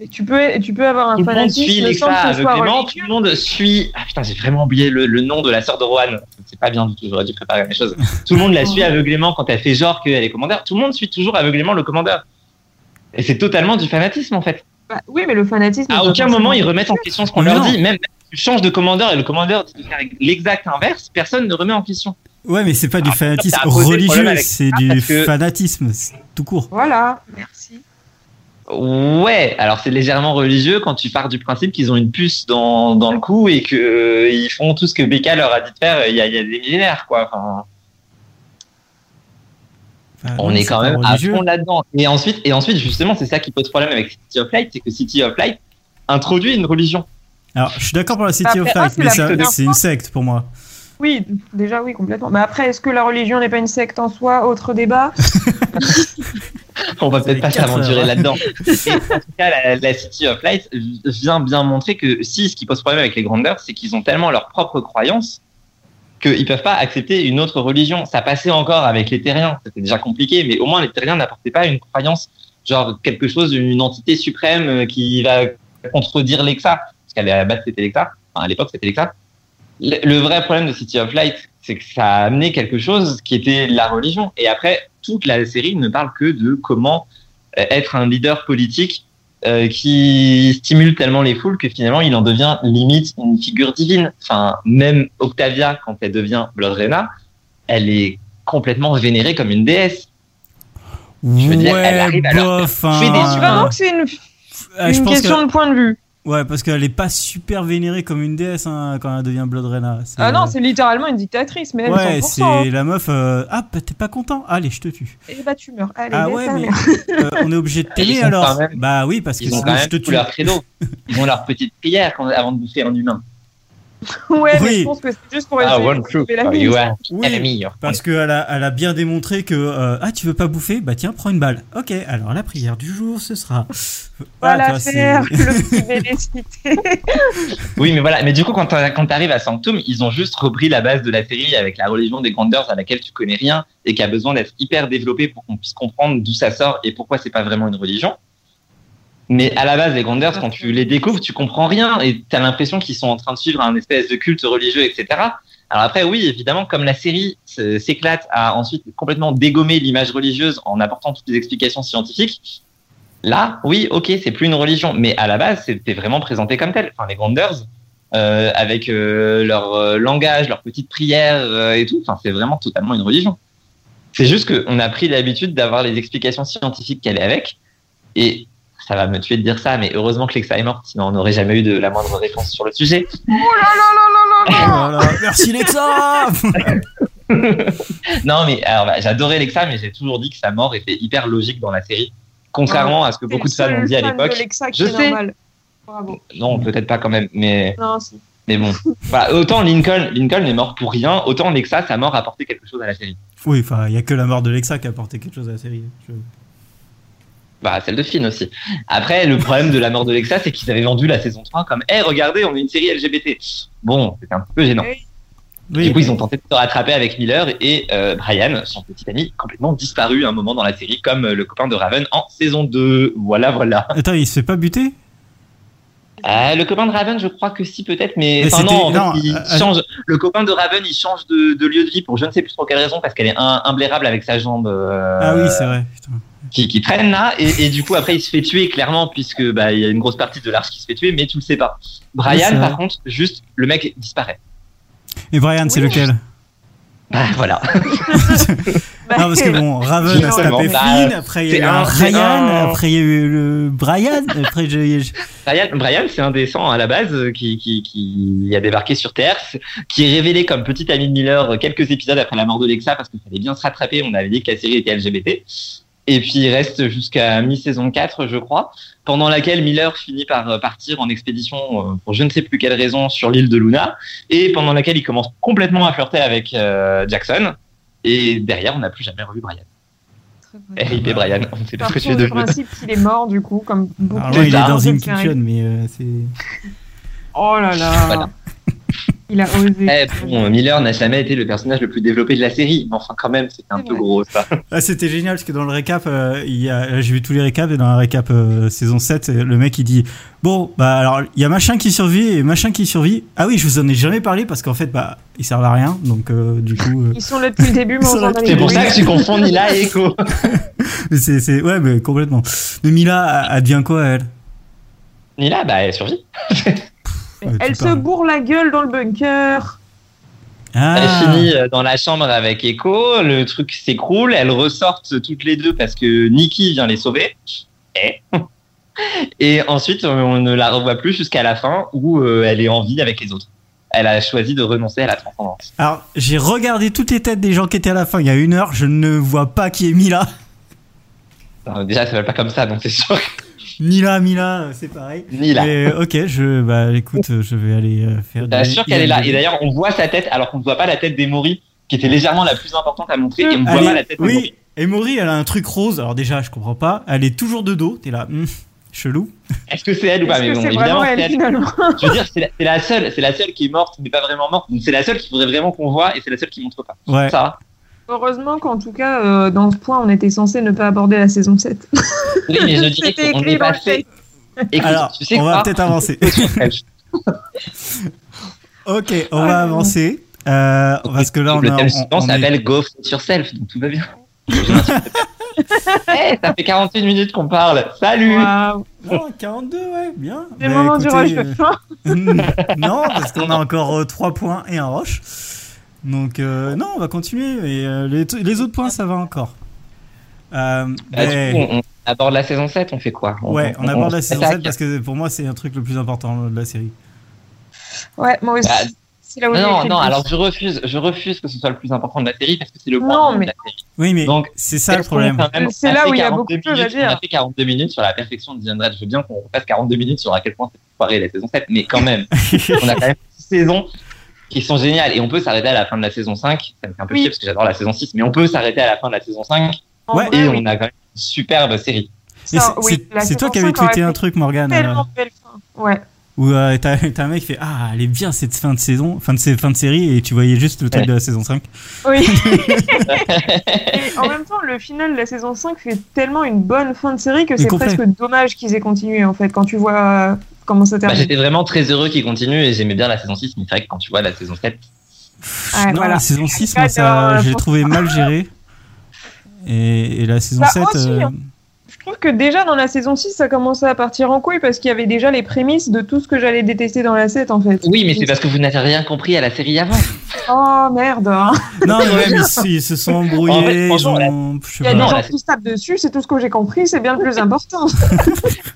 Mais tu peux, tu peux avoir un Tout le monde suit fanatisme sans l'Exa que ce soit aveuglément, tout religieux. le monde suit. Ah putain, j'ai vraiment oublié le, le nom de la sœur de Rohan. C'est pas bien du tout, j'aurais dû préparer mes choses. Tout le monde la suit aveuglément quand elle fait genre qu'elle est commandeur. Tout le monde suit toujours aveuglément le commandeur. Et c'est totalement du fanatisme en fait. Bah oui, mais le fanatisme. À c'est aucun forcément- moment ils remettent en question ce qu'on Mais leur non. dit, même tu changes de commandeur et le commandeur dit de faire l'exact inverse, personne ne remet en question. Ouais, mais c'est pas du Alors, fanatisme t'as posé le problème religieux, avec c'est ça, du parce que- fanatisme c'est tout court. Voilà, merci. Ouais, alors c'est légèrement religieux quand tu pars du principe qu'ils ont une puce dans, dans le cou et que euh, ils font tout ce que Becca leur a dit de faire euh, il y a, il y a des millénaires, quoi. Enfin, Enfin, on Ah non, est c'est quand pas même religieux. à fond là-dedans. Et ensuite, et ensuite, justement, c'est ça qui pose problème avec City of Light, c'est que City of Light introduit une religion. Alors, je suis d'accord pour la City Après, of ah, Light, c'est mais la ça- première c'est une secte pour moi. Oui, déjà oui, complètement. Mais après, est-ce que la religion n'est pas une secte en soi Autre débat. On va Ça fait peut-être pas quatre s'aventurer heures. là-dedans. Et en tout cas, la, la City of Light vient bien montrer que si ce qui pose problème avec les grandeurs, c'est qu'ils ont tellement leurs propres croyances qu'ils peuvent pas accepter une autre religion. Ça passait encore avec les terriens, c'était déjà compliqué, mais au moins les terriens n'apportaient pas une croyance, genre quelque chose, une entité suprême euh, qui va contredire l'Exa, parce qu'à la base c'était l'Exa, enfin à l'époque c'était l'Exa. Le, le vrai problème de City of Light, c'est que ça a amené quelque chose qui était la religion. Et après, toute la série ne parle que de comment euh, être un leader politique euh, qui stimule tellement les foules que finalement il en devient limite une figure divine. Enfin, même Octavia, quand elle devient Bloodrena, elle est complètement vénérée comme une déesse. veux dire, elle Ouais, arrive à leur- bof. Je suis hein. Tu vois, donc c'est une, Ah, je une pense que- question de point de vue. Ouais, parce qu'elle est pas super vénérée comme une déesse hein, quand elle devient Blood Rena. C'est- euh, Ah non, c'est littéralement une dictatrice, mais elle Ouais, 100%. c'est la meuf. euh, Ah, bah, t'es pas content Allez, je te tue. Et bah tu meurs. Allez, ah laisse ouais, ça, mais merde. euh, on est obligé de Ils t'aimer sont alors. quand même- Bah oui, parce que Ils ont sinon quand je même te tout tue. leur credo. Ils ont leur petite prière quand- avant de bouffer un humain. Ouais, mais Oui. je pense que c'est juste pour Ah, essayer de sauver la vie. You are Oui, enemy. parce qu'elle a, elle a bien démontré que euh, ah tu veux pas bouffer bah tiens prends une balle ok alors la prière du jour ce sera Voilà, Ah, toi, c'est- faire que le petit vénécité. Oui, mais voilà. Mais du coup, quand t'as- quand t'arrives à Sanctum, ils ont juste repris la base de la série avec la religion des Grandeurs à laquelle tu connais rien et qui a besoin d'être hyper développée pour qu'on puisse comprendre d'où ça sort et pourquoi c'est pas vraiment une religion. Mais à la base, les Grandeurs, quand tu les découvres, tu comprends rien et t'as l'impression qu'ils sont en train de suivre un espèce de culte religieux, etc. Alors après, oui, évidemment, comme la série se- s'éclate à ensuite complètement dégommer l'image religieuse en apportant toutes les explications scientifiques, là, oui, ok, c'est plus une religion, mais à la base, c'était vraiment présenté comme tel. Enfin, les Grandeurs, euh, avec euh, leur euh, langage, leurs petites prières euh, et tout, enfin, c'est vraiment totalement une religion. C'est juste qu'on a pris l'habitude d'avoir les explications scientifiques qu'elle est avec, et ça va me tuer de dire ça, mais heureusement que Lexa est morte, sinon on n'aurait jamais eu de la moindre réponse sur le sujet. Voilà. Oh merci Lexa Non, mais alors, bah, j'adorais Lexa, mais j'ai toujours dit que sa mort était hyper logique dans la série. Contrairement à ce que beaucoup de C'est le fans ont dit à seul fan de l'époque. Lexa qui Je est sais. Eh, normal. Bravo. Non, peut-être pas quand même, mais, Non, c'est- mais bon. Voilà, autant Lincoln, Lincoln est mort pour rien, autant Lexa, sa mort a apporté quelque chose à la série. oui enfin il y a que la mort de Lexa qui a apporté quelque chose à la série Je- Bah, celle de Finn aussi. Après, le problème de la mort de Lexa, c'est qu'ils avaient vendu la saison 3 comme, hé, regardez, on est une série LGBT. Bon, c'était un petit peu gênant. oui Du coup, ils ont tenté de se rattraper avec Miller et euh, Brian, son petit ami, complètement disparu à un moment dans la série, comme euh, le copain de Raven en saison 2. Voilà, voilà. attends il se fait pas buter Euh, le copain de Raven, je crois que si peut-être, mais, Mais enfin, non, en c'était- fait, non, il euh, euh, change. Le copain de Raven, il change de, de lieu de vie pour je ne sais plus pour quelle raison, parce qu'elle est un- imblairable avec sa jambe euh, ah oui c'est vrai putain. qui, qui traîne là, et, et du coup après il se fait tuer clairement puisque bah il y a une grosse partie de l'arche qui se fait tuer, mais tu le sais pas. Oui, c'est Brian, vrai. par contre, juste le mec disparaît. et Brian c'est Oui. lequel Bah, voilà. Bah, Non, parce que bon, Raven a Justement, tapé bah, Flynn, après il y a c'est eu un- un c'est un- Ryan, après il y a eu le Brian, après j'ai- j'ai- Brian, Brian c'est un des 100 à la base euh, qui, qui, qui a débarqué sur Terre, qui est révélé comme petit ami de Miller euh, quelques épisodes après la mort de Lexa parce qu'il fallait bien se rattraper. On avait dit que la série était LGBT. Et puis il reste jusqu'à mi-saison 4, je crois, pendant laquelle Miller finit par euh, partir en expédition euh, pour je ne sais plus quelle raison sur l'île de Luna, et pendant laquelle il commence complètement à flirter avec euh, Jackson. Et derrière, on n'a plus jamais revu Brian. RIP Brian, on ne sait pas ce que tu es Partons du devenu. principe qu'il est mort, du coup, comme beaucoup Alors là, C'est il est ça. dans une C'est vrai. kitchen, mais euh, c'est. Oh là là. Voilà. Il a osé. Eh, bon, Miller n'a jamais été le personnage le plus développé de la série, mais enfin quand même, c'était un C'est peu vrai. gros ça. Ah, c'était génial parce que dans le récap, euh, il y a- j'ai vu tous les récaps et dans la récap euh, saison 7, euh, le mec il dit Bon, bah alors il y a machin qui survit et machin qui survit. Ah oui, je vous en ai jamais parlé parce qu'en fait, bah ils servent à rien donc euh, du coup. euh, Ils sont là depuis le début, mais on C'est s'en vrai. C'est pour ça que tu confonds Nila et Echo. mais c'est, c'est- Ouais, mais complètement. Mais Mila, elle devient quoi elle Nila, bah, elle survit. Ouais, tu Elle se parles. bourre la gueule dans le bunker. Elle Ah. finit euh, dans la chambre avec Echo, le truc s'écroule, elles ressortent toutes les deux parce que Nikki vient les sauver. Eh. Et ensuite, on ne la revoit plus jusqu'à la fin où euh, elle est en vie avec les autres. Elle a choisi de renoncer à la transcendance. Alors, j'ai regardé toutes les têtes des gens qui étaient à la fin il y a une heure, je ne vois pas qui est Mila. Enfin, Euh, déjà, ça s'appelle pas comme ça, donc c'est sûr. Mila, Mila, euh, c'est pareil. Ni là. Mais, euh, ok, je, bah, écoute, euh, je vais aller euh, faire. T'es des- sûr qu'elle est là. Et des- d'ailleurs, on voit sa tête alors qu'on ne voit pas la tête d'Emory, qui était légèrement la plus importante à montrer. Et on ne voit Allez, pas la tête d'Emory. oui, Emory, elle a un truc rose. Alors déjà, je comprends pas. Elle est toujours de dos. T'es là, hum, chelou. Est-ce que c'est elle ou pas Est-ce que bah, bon, c'est évidemment, vraiment c'est elle elle. finalement Je veux dire, c'est la, c'est la seule, c'est la seule qui est morte, mais pas vraiment morte. Donc c'est la seule qu'il faudrait vraiment qu'on voit et c'est la seule qui montre pas. Ouais. Ça va. Heureusement qu'en tout cas, euh, dans ce point, on était censé ne pas aborder la saison 7. Oui, mais je dirais C'était qu'on écrit est dans le passé. Écoute, Alors, tu sais on va quoi peut-être avancer. ok, on va Ah. avancer. Euh, parce que là, on le a. thème on- suivant on est- s'appelle Go Fuck Yourself, donc tout va bien. Eh, ça fait 41 minutes qu'on parle. Salut Waouh. Oh, 42, ouais, bien. C'est le Bah, moment écoutez, du rush euh, hmm. de fin. non, parce qu'on a encore 3 points et un roche. Donc, euh, non, on va continuer. Et, euh, les, les autres points, ça va encore. Euh, Bah, mais- du coup, on, on aborde la saison 7, on fait quoi ouais, on aborde la saison 7 s'attaque parce que pour moi, c'est un truc le plus important de la série. Ouais, moi aussi. Bah, Ah c'est là où j'ai Non, écrit le non, plus. alors je refuse, je refuse que ce soit le plus important de la série parce que c'est le point Non, fort mais- de la série. Oui, mais Donc, c'est ça le Est-ce qu'on est problème. quand même- C'est on là fait où il y a 42 beaucoup de choses à minutes- dire. On a fait 42 minutes sur la perfection de The Undead. Je veux bien qu'on repasse 42 minutes sur à quel point c'est foiré la saison 7, mais quand même, on a quand même 6 saisons qui sont géniales et on peut s'arrêter à la fin de la saison 5. Ça me fait un peu Oui. chier parce que j'adore la saison 6, mais on peut s'arrêter à la fin de la saison 5 En Ouais, vrai, et Ah oui. on a quand même une superbe série. Mais Ça, c'est- oui, c'est- la c'est toi saison qui avais 5 aurait tweeté un fait truc, Morgane. euh, Tellement belle fin. Ouais. Où euh, t'as t'as un mec qui fait Ah, elle est bien cette fin de saison, fin de, sé- fin de série, et tu voyais juste le truc Ouais. de la saison 5. Oui. Et en même temps, le final de la saison 5 fait tellement une bonne fin de série que Mais c'est complet. presque dommage qu'ils aient continué en fait quand tu vois euh, comment ça Bah, termine. J'étais vraiment très heureux qu'ils continuent et j'aimais bien la saison 6, mais c'est vrai que quand tu vois la saison 7, Ouais, non, voilà. la saison 6, moi, ça, J'adore, euh, je l'ai pour- trouvé mal gérée. Et, et la saison euh, Bah, 7. aussi, hein. Bah, Je trouve que déjà dans la saison 6, ça commençait à partir en couille parce qu'il y avait déjà les prémices de tout ce que j'allais détester dans la 7 en fait. oui, mais c'est parce que vous n'avez rien compris à la série avant. Oh merde. hein. Non, mais même ils, ils se sont embrouillés. En fait, ils franchement, ont... je sais Il y a pas. des Non, gens la- qui se tapent dessus, c'est tout ce que j'ai compris, c'est bien le plus important.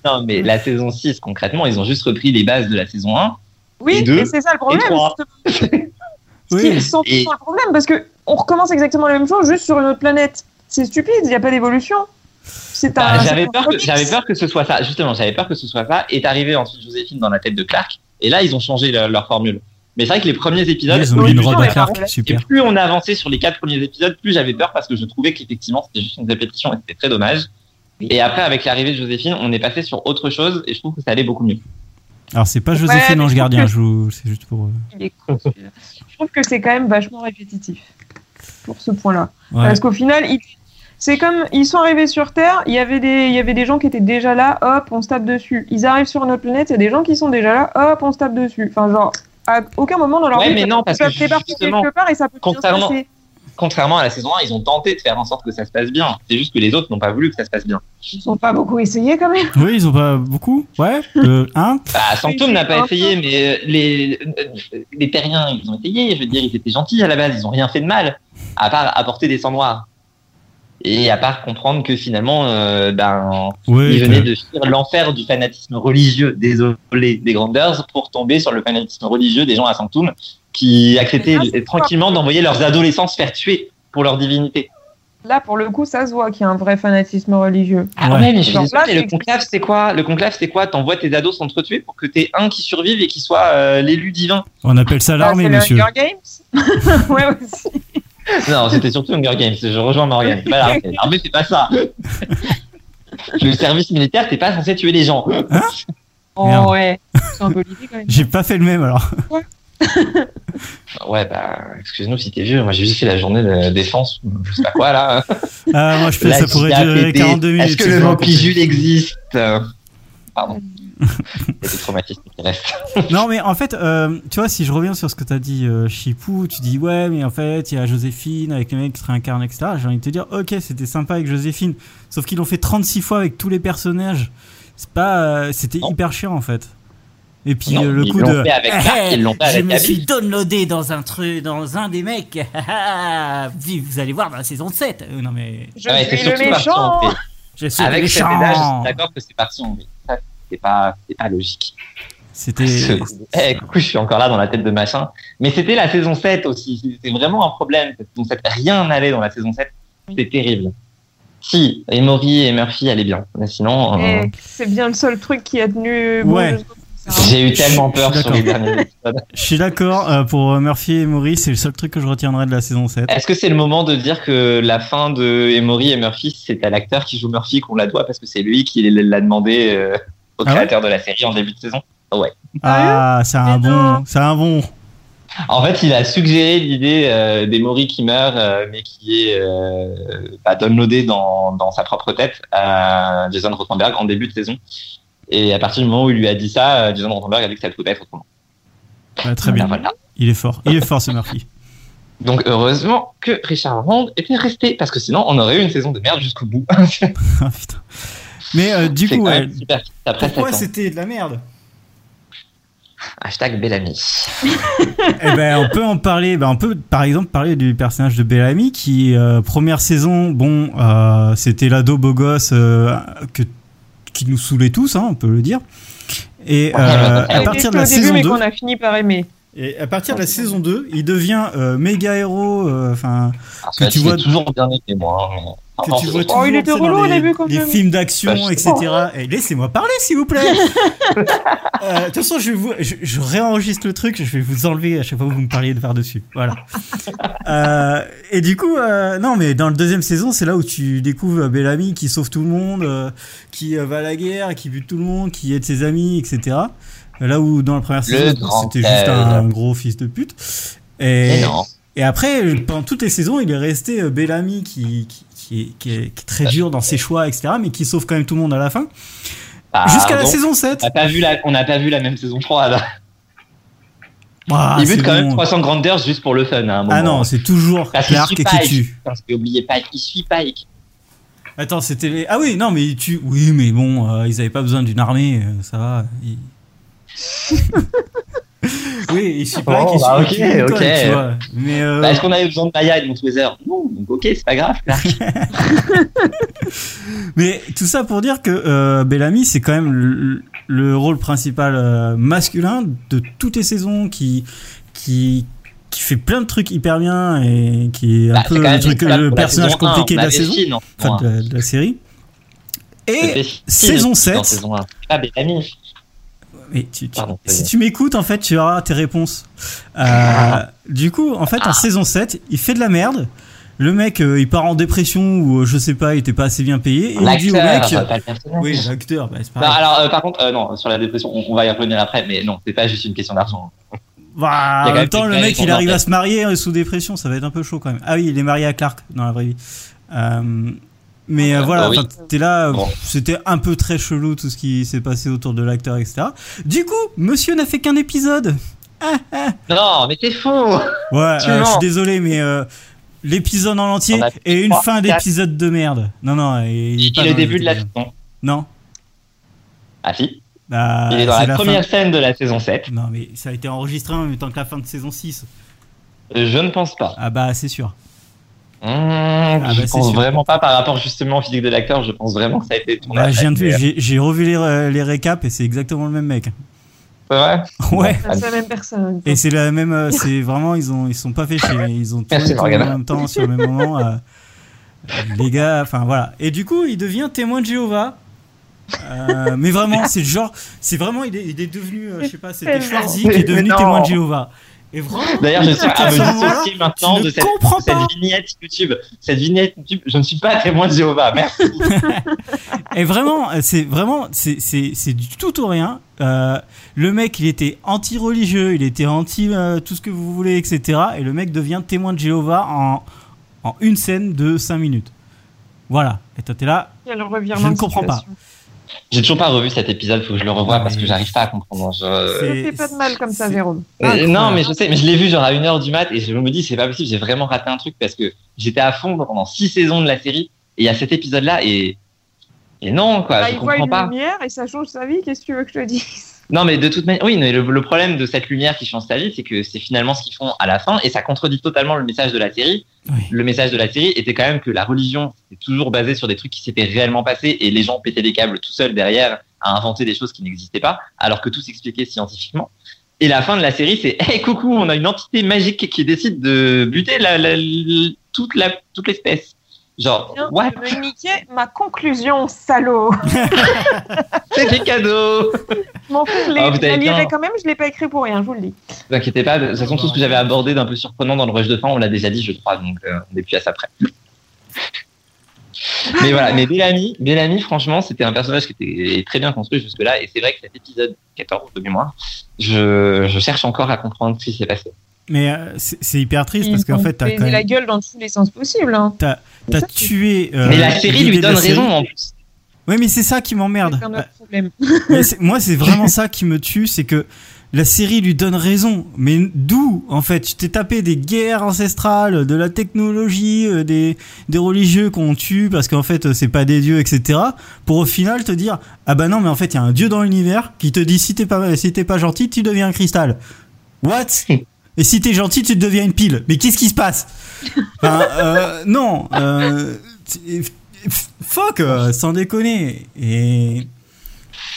Non, mais la saison 6, concrètement, ils ont juste repris les bases de la saison 1. Oui, Et deux, et c'est ça le problème. trois. C'est Oui. sans doute Et- le problème parce que on recommence exactement la même chose juste sur une autre planète. C'est stupide, il n'y a pas d'évolution. C'est Bah, un- j'avais c'est un peur, que, comics. j'avais peur que ce soit ça. Justement, j'avais peur que ce soit ça. Est arrivé ensuite Joséphine dans la tête de Clark. Et là, ils ont changé leur, leur formule. Mais c'est vrai que les premiers épisodes. Ils ont mis Oui, une les gens, robe à les Clark, gens, Et super. plus on avançait sur les quatre premiers épisodes, plus j'avais peur parce que je trouvais qu'effectivement c'était juste une répétition et c'était très dommage. Et après, avec l'arrivée de Joséphine, on est passé sur autre chose et je trouve que ça allait beaucoup mieux. Alors, c'est pas mais Joséphine je Ange trouve Gardien, que- je vous- c'est juste pour. euh, Il est cool, celui-là. Je trouve que c'est quand même vachement répétitif pour ce point-là. Ouais. Parce qu'au final, ils- c'est comme ils sont arrivés sur Terre, il y avait des il y avait des gens qui étaient déjà là, hop, on se tape dessus. Ils arrivent sur notre planète, il y a des gens qui sont déjà là, hop, on se tape dessus. Enfin genre à aucun moment dans leur Ouais, vie, mais non, parce que ils peuvent débarquer justement, quelque part et ça peut bien se contrairement- passer. Contrairement à la saison 1, ils ont tenté de faire en sorte que ça se passe bien. C'est juste que les autres n'ont pas voulu que ça se passe bien. Ils ont pas beaucoup essayé quand même. Oui, ils ont pas beaucoup Ouais, euh, un Bah, Sanctum Oui, n'a c'est pas un essayé, mais euh, les, euh, les terriens, ils ont essayé. Je veux dire, ils étaient gentils à la base, ils ont rien fait de mal, à part apporter des sangs noirs. Et à part comprendre que finalement, euh, ben, Oui, ils venaient de fuir l'enfer du fanatisme religieux, désolé, des Grandeurs, pour tomber sur le fanatisme religieux des gens à Sanctum, qui acceptaient Mais là, c'est tranquillement d'envoyer leurs adolescents se faire tuer pour leur divinité. Là pour le coup, ça se voit qu'il y a un vrai fanatisme religieux. Ah Ouais. ouais, mais je suis Alors là, désolé, le c'est- conclave, c'est quoi Le conclave, c'est quoi T'envoies tes ados s'entretuer pour que t'aies un qui survive et qui soit euh, l'élu divin. on appelle ça Ah, l'armée, c'est monsieur. le Hunger Games Ouais aussi. Non, c'était surtout Hunger Games. Je rejoins Morgan. C'est pas l'armée. L'armée, c'est pas ça. Le service militaire, t'es pas censé tuer les gens. Merde. Oh ouais, c'est un peu l'idée quand même. J'ai pas fait le même alors. Ouais, bah, excuse-nous si t'es vieux. Moi, j'ai juste fait la journée de défense, ou je sais pas quoi, là. Ah, moi je pense Là, que ça pourrait j'ai durer pété. 42 minutes. Est-ce que c'est le vraiment mot complet. pijule existe Pardon. C'est des traumatismes qui restent. Non, mais en fait, euh, tu vois, si je reviens sur ce que t'as dit, euh, Chipou, tu dis ouais, mais en fait, il y a Joséphine avec les mecs qui se réincarnent, etc. J'ai envie de te dire, ok, c'était sympa avec Joséphine, sauf qu'ils l'ont fait 36 fois avec tous les personnages. C'est pas, euh, c'était Non. hyper chiant en fait. Et puis Non, euh, le ils coup l'ont de. fait avec ça, Eh, ils l'ont fait je avec me Abby. suis downloadé dans un truc, dans un des mecs. Vive, vous allez voir dans la saison 7. Euh, Non mais Je Ouais, c'est suis le Ah, surtout parti en méchant. paix. je suis Avec cet méchant. âge, je suis d'accord que c'est parti en paix. Ça, C'est pas, c'est pas logique. C'était. Eh, coucou, je suis encore là dans la tête de machin. Mais c'était la saison 7 aussi. C'était vraiment un problème, cette saison 7. Rien n'allait dans la saison 7. C'était terrible. Si, Emory et Murphy allaient bien. Mais sinon, euh, hein, Et C'est bien le seul truc qui a tenu. Oh. Ouais. bon, je sais pas. j'ai eu tellement Je suis peur sur d'accord. les derniers épisodes. Je suis d'accord euh, pour euh, Murphy et Maurice, c'est le seul truc que je retiendrai de la saison 7. Est-ce que c'est le moment de dire que la fin de Emory et Murphy, c'est à l'acteur qui joue Murphy qu'on la doit parce que c'est lui qui l'a demandé euh, au Ah ouais créateur de la série en début de saison Ah, c'est un Mais bon, non. c'est un bon. En fait, il a suggéré l'idée euh, des Maury qui meurent, euh, mais qui est euh, bah, downloadée dans, dans sa propre tête à Jason Rothenberg en début de saison. Et à partir du moment où il lui a dit ça, euh, Jason Rothenberg a dit que ça pouvait être autrement. Ouais, très bien. Voilà. Il est fort, il est fort ce Murphy. Donc heureusement que Richard Rand était resté, parce que sinon on aurait eu une saison de merde jusqu'au bout. C'est Ah, putain. Mais euh, du quand coup, même ouais, super. Après pourquoi 7 ans. c'était de la merde Hashtag Bellamy. Eh ben, on peut en parler. Ben, on peut, par exemple, parler du personnage de Bellamy qui, euh, première saison, bon, euh, c'était l'ado beau gosse euh, que, qui nous saoulait tous, hein, on peut le dire. Et Ah, euh, à Elle Détesté partir de la au début, saison mais 2, qu'on a fini par aimer. et à partir de la saison 2, il devient euh, méga héros. euh, Enfin, Parce Que que, tu tu vois- toujours bien aimé, moi. hein. que Enfin, tu saison vois trois. Oh, il toujours, était tu sais, dans relou au les- début, quand Les même. films d'action, Bah, je etc. Eh, Laissez-moi parler, s'il vous plaît. Euh, De toute façon, je, vais vous, je, je réenregistre le truc, je vais vous enlever à chaque fois que vous me parliez de par-dessus. Voilà. Euh, et du coup, euh, non, mais dans le deuxième saison, c'est là où tu découvres euh, Bellamy qui sauve tout le monde, euh, qui euh, va à la guerre, qui bute tout le monde, qui aide ses amis, etc. Là où dans la première saison, grand c'était juste aide. un gros fils de pute. Mais non. Et après, euh, pendant toutes les saisons, il est resté euh, Bellamy qui, qui, qui, est, qui est- qui est très dur dans ses choix, etc., mais qui sauve quand même tout le monde à la fin. Ah, Jusqu'à la Pardon. saison 7. On n'a pas vu la- On n'a pas vu la même saison 3 là. Ah, il bute c'est quand même bon. 300 grandeurs juste pour le fun. hein, À un moment. Ah non, c'est toujours Parce qu'il Clark suit qui Pike. tue. Parce que oubliez pas, il suit Pike. Euh. Attends, c'était. les- Ah oui, non, mais il tue. Oui, mais bon, euh, ils n'avaient pas besoin d'une armée, euh, ça va. ils- oui, il suit pas Bon, qu'il bah, suit ok, Lincoln, ok. tu vois. Mais euh, Bah, Est-ce qu'on avait besoin de Maya et de Montweather Non, donc ok, c'est pas grave. Clark. Mais tout ça pour dire que euh, Bellamy, c'est quand même le, le rôle principal euh, masculin de toutes les saisons qui, qui, qui fait plein de trucs hyper bien et qui est un Bah, c'est peu quand même le, truc- une le saison personnage un, bah, compliqué on de la avait saison, Finn, en saison enfin un. de la, de la série. Et C'était Finn saison dans 7. saison un. C'est pas Bellamy. mais tu- tu- Pardon, si vas-y. tu m'écoutes, en fait, tu auras tes réponses. Euh, Ah. Du coup, en fait, en saison 7, il fait de la merde. Le mec, euh, il part en dépression ou euh, je sais pas, il était pas assez bien payé. Et il dit au mec. L'acteur, pas le personnage. Oui, l'acteur, bah, c'est Non, pareil. alors euh, par contre, euh, non, sur la dépression, on, on va y revenir après, mais non, c'est pas juste une question d'argent. Bah, Il y a en quand même même temps, des le clés mec, qu'on il arrive en fait. à se marier euh, sous dépression, ça va être un peu chaud quand même. Ah oui, il est marié à Clark dans la vraie vie. Euh, mais euh, Ah, voilà, bah oui. enfin, t'es là, euh, Bon. pff, c'était un peu très chelou tout ce qui s'est passé autour de l'acteur, etc. Du coup, monsieur n'a fait qu'un épisode. Non, mais c'est faux. Ouais, Tu euh, je suis mens. désolé, mais euh, l'épisode en entier On a et une trois, fin quatre. d'épisode de merde. Non, non, il, il est Il pas est dans au les début de la épisodes. saison. Non, Ah si, bah, il est dans c'est la première scène de la saison 7. Fin... Non, mais ça a été enregistré en même temps que la fin de saison 6. Euh, Je ne pense pas. Ah bah, c'est sûr. Mmh, bah, je c'est pense sûr. vraiment pas par rapport justement au physique de l'acteur, je pense vraiment que ça a été tourné. Bah, à je viens de la- j'ai- j'ai revu les, euh, les récaps et c'est exactement le même mec. C'est vrai Ah, Ouais. C'est la même personne. Et c'est la même, euh, c'est vraiment ils ont ils sont pas fait chier, ils ont Merci, tourné tout en Morgane. même temps sur le même moment. euh, euh, les gars, enfin voilà. Et du coup, il devient témoin de Jéhovah. Euh, mais vraiment, c'est le genre, c'est vraiment il est, il est devenu, euh, je sais pas, c'était Schwarzy qui est devenu Mais non. témoin de Jéhovah. Et vraiment, D'ailleurs, je suis à À me ce moment-là, dissocier maintenant tu ne de cette, comprends de cette pas. vignette YouTube. Cette vignette YouTube, je ne suis pas témoin de Jéhovah. Merci. Et vraiment, euh, c'est vraiment, c'est- c'est c'est du tout ou rien. Euh, le mec, il était anti-religieux, il était anti euh, tout ce que vous voulez, etc. Et le mec devient témoin de Jéhovah en, en une scène de 5 minutes. Voilà. Et toi, t'es là. Quel revirement Je ne de comprends pas. situation. J'ai toujours pas revu cet épisode, faut que je le revoie Ouais. parce que j'arrive pas à comprendre. Je- C'est- Ne fais pas de mal comme ça, c'est- Jérôme. Ah, Euh, incroyable. Non, mais je sais, mais je l'ai vu genre à 1h du mat et je me dis, c'est pas possible, j'ai vraiment raté un truc parce que j'étais à fond pendant 6 saisons de la série et il y a cet épisode-là et. Et non, quoi, Là, je Bah, il voit comprends une pas. lumière et ça change sa vie. Qu'est-ce que tu veux que je te dise Non, mais de toute manière, oui, mais le, le problème de cette lumière qui change sa vie, c'est que c'est finalement ce qu'ils font à la fin, et ça contredit totalement le message de la série. Oui. Le message de la série était quand même que la religion est toujours basée sur des trucs qui s'étaient réellement passés, et les gens pétaient des câbles tout seuls derrière à inventer des choses qui n'existaient pas, alors que tout s'expliquait scientifiquement. Et la fin de la série, c'est hey, coucou, on a une entité magique qui décide de buter la, la- la- toute la toute l'espèce. Genre, Tiens, what tu me niquais ma conclusion, salaud. C'est des cadeaux Mon frère, Ah, les- vous je avez la bien- lirai quand même, je l'ai pas écrit pour rien, je vous le dis. Ne vous inquiétez pas, de toute façon, tout ce que j'avais abordé d'un peu surprenant dans le rush de fin, on l'a déjà dit, je crois, donc euh, on est plus à ça près. Ah. mais voilà, mais Bellamy, Bellamy franchement, c'était un personnage qui était très bien construit jusque-là, et c'est vrai que cet épisode 14 de mémoire, je, je cherche encore à comprendre ce qui s'est passé. Mais euh, c'est c'est hyper triste parce Ils qu'en ont fait, t'as baisé quand la même- gueule dans tous les sens possibles. hein. t'as- C'est t'as ça qui- tué. euh, mais la série l'idée lui de la donne série. raison en plus. Oui, mais c'est ça qui m'emmerde. Euh, C'est un autre problème. Mais c'est- moi, c'est vraiment ça qui me tue, c'est que la série lui donne raison. Mais d'où, en fait Tu t'es tapé des guerres ancestrales, de la technologie, euh, des, des religieux qu'on tue parce qu'en fait, euh, c'est pas des dieux, etc. Pour au final te dire Ah bah non, mais en fait, il y a un dieu dans l'univers qui te dit Si t'es pas, si t'es pas gentil, tu deviens un cristal. What Et si t'es gentil, tu deviens une pile. Mais qu'est-ce qui se passe Enfin, euh, Non euh, t- f- Fuck, euh, sans déconner. Et.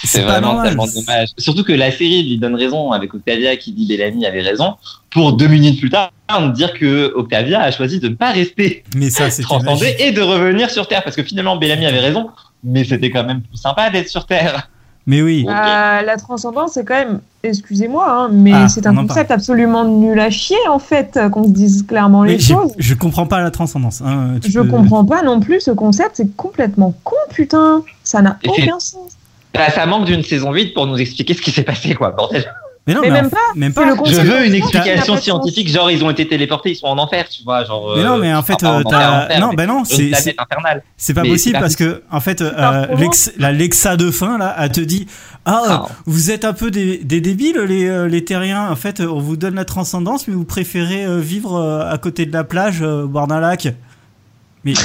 C'est pas vraiment normal. tellement dommage. Surtout que la série lui donne raison avec Octavia qui dit Bellamy avait raison, pour deux minutes plus tard, nous dire que Octavia a choisi de ne pas rester Mais ça, c'est transcender et de revenir sur Terre. Parce que finalement, Bellamy avait raison, mais c'était quand même plus sympa d'être sur Terre. Mais oui. Ok. Euh, la transcendance, c'est quand même, excusez-moi, hein, mais Ah, c'est on un en concept absolument nul à chier, en fait, euh, qu'on se dise clairement Mais les j'ai- choses. je comprends pas la transcendance. hein, tu Je peux- comprends pas non plus ce concept, c'est complètement con, putain. Ça n'a Et c'est- aucun sens. Bah, ça manque d'une saison 8 pour nous expliquer ce qui s'est passé, quoi, bordel. Mais non, Mais mais même en- pas, même C'est pas. le Je concept. veux une Ça n'a pas explication de sens. scientifique, genre ils ont été téléportés, ils sont en enfer, tu vois, genre. Mais non, euh, mais en fait, enfin, euh, en enfer, t'as- enfer, non, mais bah non, sur c'est- une planète infernale. c'est pas mais possible c'est parce que, en fait, un euh, roman. l'ex- la Lexa de fin, là, elle te dit Oh. Ah, euh, vous êtes un peu des, des débiles, les, euh, les terriens. En fait, euh, on vous donne la transcendance, mais vous préférez euh, vivre euh, à côté de la plage, euh, boire d'un lac. Mais. euh,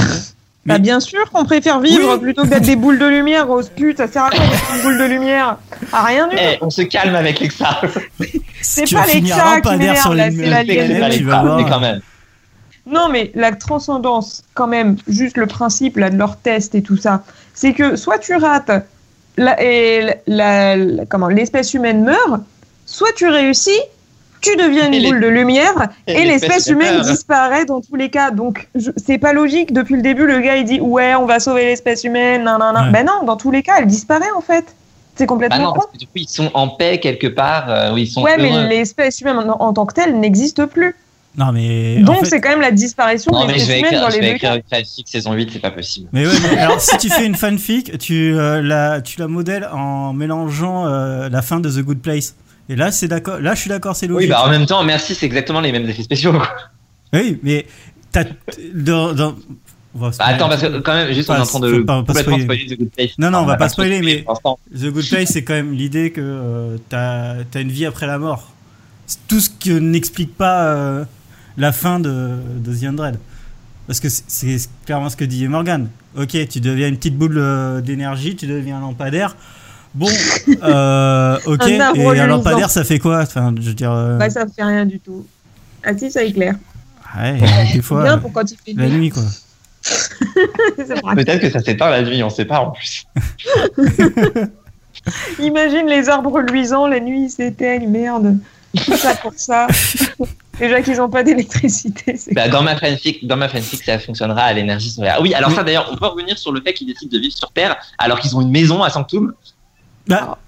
Mais- Bah, bien sûr qu'on préfère vivre Oui. plutôt que d'être des boules de lumière, grosse pute. Ça sert à quoi d'être une boule de lumière À rien du tout. Eh, on se calme avec Lexa. C'est tu pas vas finir Lexa qui lampadaire m'énerve, sur là, une- c'est la une liaison. planète, mais tu vas voir. quand même. Non, mais la transcendance, quand même, juste le principe là, de leur test et tout ça, c'est que soit tu rates la, et la- la- comment l'espèce humaine meurt, soit tu réussis, tu deviens une Et les- boule de lumière et, l'espèce humaine meurt. disparaît dans tous les cas. Donc je- c'est pas logique. Depuis le début, le gars il dit ouais, on va sauver l'espèce humaine, nan nan nan. Ouais. Ben non, dans tous les cas, elle disparaît en fait. C'est Bah complètement non, con. parce que du coup, ils sont en paix quelque part, euh, où ils sont. Ouais, mais heureux. l'espèce humaine en, en tant que telle n'existe plus. Non, mais. en Donc fait- c'est quand même la disparition Non, de mais je vais l'espèce humaine écrire, dans je les vais deux cas. écrire une fanfic saison 8, c'est pas possible. Mais ouais, mais alors si tu fais une fanfic, tu, euh, la, tu la modèles en mélangeant euh, la fin de The Good Place. Et là, c'est d'accord. Là, je suis d'accord, c'est Oui, logique. bah en même temps, merci, c'est exactement les mêmes effets spéciaux, quoi. Oui, mais t'as dans, dans... on va Bah, spoiler. attends, parce Ah, que quand même, juste on Pas- est en train de faut pas- pas complètement spoiler. spoiler The Good Place. Non, non, on va pas trop spoiler, mais- pour l'instant. The Good Place, c'est quand même l'idée que euh, t'as t'as une vie après la mort. C'est tout ce que n'explique pas euh, la fin de, de The Undead. Parce que c'est- c'est clairement ce que dit Morgan. Ok, tu deviens une petite boule euh, d'énergie, tu deviens un lampadaire. Bon, euh, ok, Un arbre et un luisant. lampadaire, ça fait quoi Enfin, je veux dire. euh, Bah, ça fait rien du tout. Ah si, ça éclaire. Ouais, des fois, Bien euh, pour quand il fait la nuit. nuit, quoi. C'est vrai. Peut-être que ça s'éteint la nuit, on sait pas en plus. Imagine les arbres luisants, la nuit ils s'éteignent, merde. Tout ça pour ça. Déjà qu'ils n'ont pas d'électricité. c'est- Bah, dans ma fanfic, dans ma fanfic, ça fonctionnera à l'énergie solaire. Oui, alors ça d'ailleurs, on peut revenir sur le fait qu'ils décident de vivre sur Terre alors qu'ils ont une maison à Sanctum. Bah,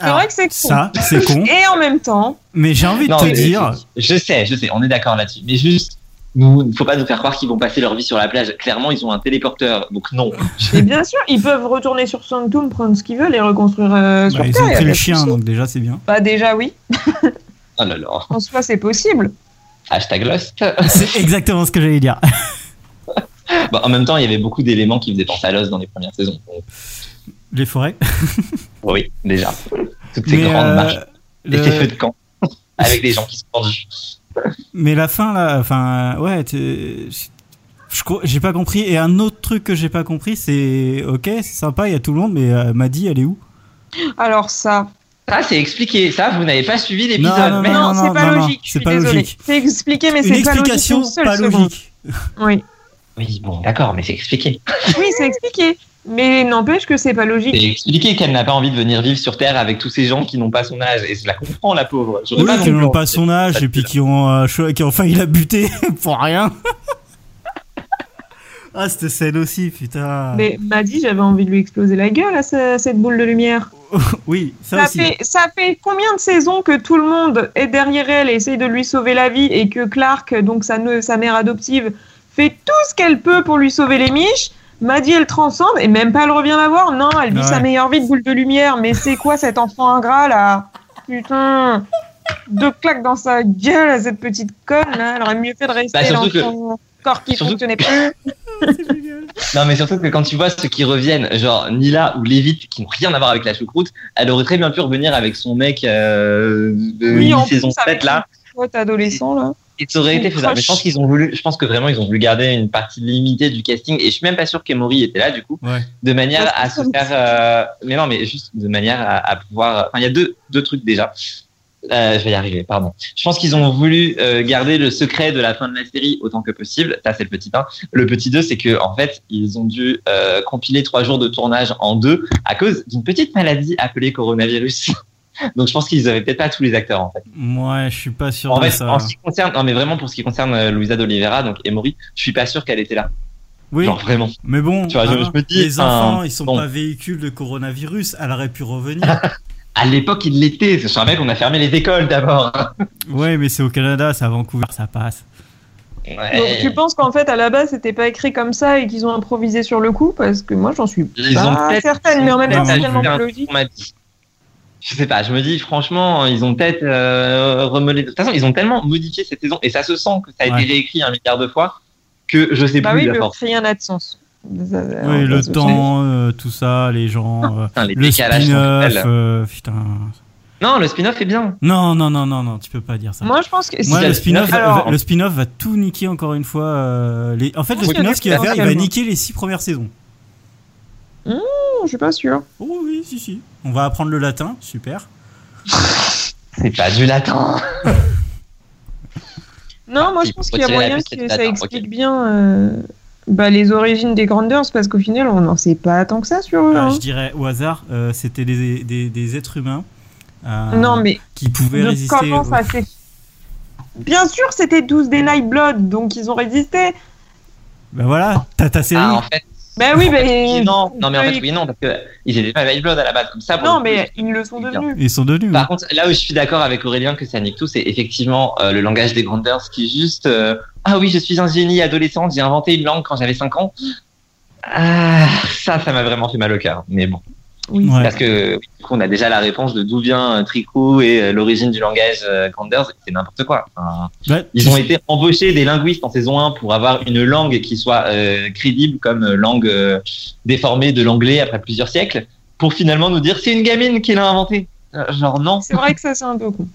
C'est vrai que c'est con. ça, c'est con. Et en même temps, Mais j'ai envie de te mais- dire. Je sais, je sais, on est d'accord là-dessus. Mais juste, nous, faut pas nous faire croire qu'ils vont passer leur vie sur la plage. Clairement, ils ont un téléporteur, donc non. et bien sûr, ils peuvent retourner sur Sanctum, prendre ce qu'ils veulent et reconstruire euh, sur bah, ils Terre. ont y a pris pas le de chien, souci. donc déjà, c'est bien. Bah déjà oui, Oh là là. en soi c'est possible. Hashtag Lost. C'est exactement ce que j'allais dire. Bon, en même temps, il y avait beaucoup d'éléments qui faisaient penser à Lost dans les premières saisons. Donc, Les forêts. oui, déjà. Toutes ces Mais, grandes euh, marches. Et le- ces feux de camp. Avec des gens qui se pendent. Mais la fin, là, enfin, ouais, t'es- je crois- j'ai pas compris. Et un autre truc que j'ai pas compris, c'est ok, c'est sympa, il y a tout le monde, mais euh, Maddy, elle est où Alors ça, Ça, c'est expliqué. Ça, vous n'avez pas suivi non, l'épisode. Mais Mais non, non, c'est pas non, non, logique. je c'est suis pas désolée. logique. C'est expliqué, mais Une c'est pas logique. explication une seule pas seconde. logique. Oui, Oui, bon, d'accord, mais c'est expliqué. oui c'est expliqué. Mais n'empêche que c'est pas C'est logique. expliqué qu'elle n'a pas envie de venir vivre sur Terre avec tous ces gens qui n'ont pas son âge. Et je la comprends, la pauvre. J'aurais Oui, pas non qui plus n'ont envie. pas son âge et puis qui ont, euh, cho- qui ont failli la buter pour rien. ah, cette scène aussi, putain. Mais m'a dit, j'avais envie de lui exploser la gueule à ce- cette boule de lumière. Oui, ça, Ça aussi. fait, ça fait combien de saisons que tout le monde est derrière elle et essaye de lui sauver la vie et que Clark, donc sa, neu- sa mère adoptive, fait tout ce qu'elle peut pour lui sauver les miches Maddy, elle transcende et même pas elle revient la voir. Non, elle vit Ouais. sa meilleure vie de boule de lumière. Mais c'est quoi cet enfant ingrat là Putain Deux claques dans sa gueule à cette petite conne là. Elle aurait mieux fait de rester Bah, dans surtout que- son corps qui surtout- fonctionnait plus. C'est génial. Non, mais surtout que quand tu vois ceux qui reviennent, genre Nila ou Lévite, qui n'ont rien à voir avec la choucroute, elle aurait très bien pu revenir avec son mec euh, de Oui, en saison plus, avec 7 là. son pote adolescent là. Et ça aurait été Une faisable. Mais je crush. pense qu'ils ont voulu, je pense que vraiment ils ont voulu garder une partie limitée du casting. Et je suis même pas sûr qu'Emory était là du coup, Ouais. de manière Ouais, à c'est se ça. faire. euh, mais non, mais juste de manière à, à pouvoir. Enfin, il y a deux deux trucs déjà. Euh, je vais y arriver, pardon. Je pense qu'ils ont voulu euh, garder le secret de la fin de la série autant que possible. Ça, c'est le petit 1. Le petit 2, c'est que en fait, ils ont dû euh, compiler trois jours de tournage en deux à cause d'une petite maladie appelée coronavirus. Donc, je pense qu'ils avaient peut-être pas tous les acteurs en fait. Ouais, je suis pas sûr En de fait, ça. en ce qui concerne, non mais vraiment pour ce qui concerne euh, Luisa d'Oliveira, donc Emory, je suis pas sûr qu'elle était là. Oui, Genre vraiment. mais bon, Tu vois, je- hein, je me dis, les enfants, hein, ils sont bon. pas véhicules de coronavirus, elle aurait pu revenir. À l'époque, il l'était. Je mec on a fermé les écoles d'abord. ouais, mais c'est au Canada, c'est à Vancouver, ça passe. Donc, tu Ouais. penses qu'en fait, à la base, c'était pas écrit comme ça et qu'ils ont improvisé sur le coup Parce que moi, j'en suis Ils ont pas peut-être- certaine, mais en même ils ont temps, c'est peut-être tellement ajouté plus un logique. On m'a dit. Je sais pas. Je me dis franchement, ils ont peut-être euh, remelé. De toute façon, ils ont tellement modifié cette saison et ça se sent que ça a Ouais. été réécrit un milliard de fois que je sais Bah plus oui, la le force. rien n'a de sens. Ça, ça, oui, on le passe au-dessus. temps, euh, tout ça, les gens, euh, Putain, les le décalages sont spin-off, tels. euh, putain. Non, le spin-off est bien. Non, non, non, non, non, tu peux pas dire ça. Moi, je pense que. Moi, Si le la spin-off, spin-off- alors- va- le spin-off va tout niquer encore une fois. euh, les- En fait, le Oui, spin-off, ce qu'il va faire, il va essentiellement. niquer les six premières saisons. Non, je suis pas sûr. Oh oui, si, si. On va apprendre le latin, super. C'est pas du latin. Non, moi, si, je pense faut qu'il y a tirer la moyen piste que et ça attends, explique ok. bien euh, bah, les origines des Grandeurs, parce qu'au final, on n'en sait pas tant que ça sur eux. Euh, hein. je dirais au hasard, euh, c'était des, des, des êtres humains euh, Non, mais qui pouvaient Donc, résister. Comment au- ça s'est- Bien sûr, c'était 12 des Nightblood, donc ils ont résisté. Bah voilà, t'as ta série. Ah, en fait, Ben oui, en fait, oui mais. et non. Non, mais en fait, Oui. oui, et non, parce que ils étaient pas Lifeblood à la base. Comme ça, pour Non, le coup, mais ils le sont Bien. devenus. Ils sont devenus. hein. Par contre, là où je suis d'accord avec Aurélien que ça nique tout, c'est effectivement euh, le langage des grandeurs, qui est juste euh, Ah oui, je suis un génie adolescente, j'ai inventé une langue quand j'avais 5 ans. Ah, ça, ça m'a vraiment fait mal au cœur. Mais bon, Oui. Ouais. parce que du coup, on a déjà la réponse de d'où vient euh, Tricot et euh, l'origine du langage euh, grandeurs, c'est n'importe quoi. Enfin, Bah, ils tu- ont été embauchés des linguistes en saison 1 pour avoir une langue qui soit euh, crédible comme euh, langue euh, déformée de l'anglais après plusieurs siècles, pour finalement nous dire c'est une gamine qui l'a inventée. Euh, Genre non. C'est vrai que ça, c'est un peu con.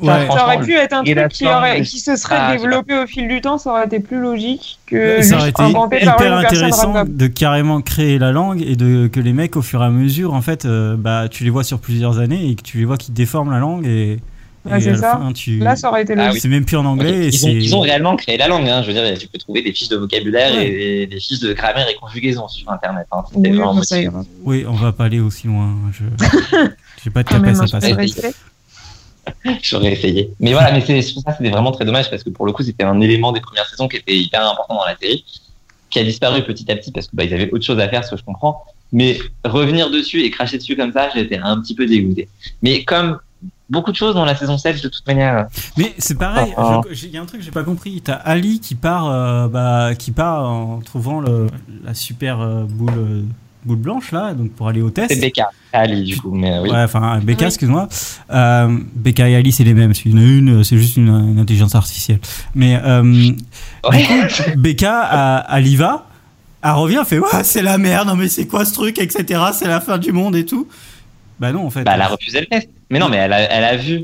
Ouais. Ça aurait Franchement, pu être un et la truc qui, forme, aurait- mais- qui se serait Ah, je sais développé au fil du temps, ça aurait été plus logique que ça aurait Euh, juste été inventé par hyper une personne intéressant random. de carrément créer la langue et de que les mecs au fur et à mesure en fait euh, bah tu les vois sur plusieurs années et que tu les vois qui déforment la langue et, Ouais, et c'est à la ça. fin, tu Là, ça aurait été Ah logique. oui. c'est même plus en anglais ils, et ont, c'est ils ont réellement créé la langue. Hein. Je veux dire, tu peux trouver des fiches de vocabulaire Ouais. et des fiches de grammaire et conjugaison sur Internet. Hein. Oui, C'était vraiment bon, ça motivant. ira. oui on va pas aller aussi loin hein, je j'ai pas de Quand même, capacité un à peu de passer respect. J'aurais essayé. Mais voilà, mais c'est je trouve ça, c'était vraiment très dommage parce que pour le coup, c'était un élément des premières saisons qui était hyper important dans la série, qui a disparu petit à petit parce que bah, ils avaient autre chose à faire, ce que je comprends. Mais revenir dessus et cracher dessus comme ça, j'étais un petit peu dégoûté. Mais comme beaucoup de choses dans la saison 7, de toute Ah, manière, mais c'est pareil Ah. je- j'ai- il y a un truc que j'ai pas compris t'as Ali qui part euh, bah qui part en trouvant le, la super euh, boule euh, boule blanche là donc pour aller au test c'est Becca, Ali du coup. Mais Ah oui. Ouais, enfin, Oui. Becca, excuse-moi. Euh, Becca et Ali, c'est les mêmes. C'est une, une, c'est juste une, une intelligence artificielle. Mais euh, Ouais. Becca, à, à Liva, elle revient, elle fait Ouais, c'est la merde, non mais c'est quoi ce truc, etc. C'est la fin du monde et tout. Bah non, en fait. Bah, elle a refusé le test. Mais non, mais elle a, elle a vu.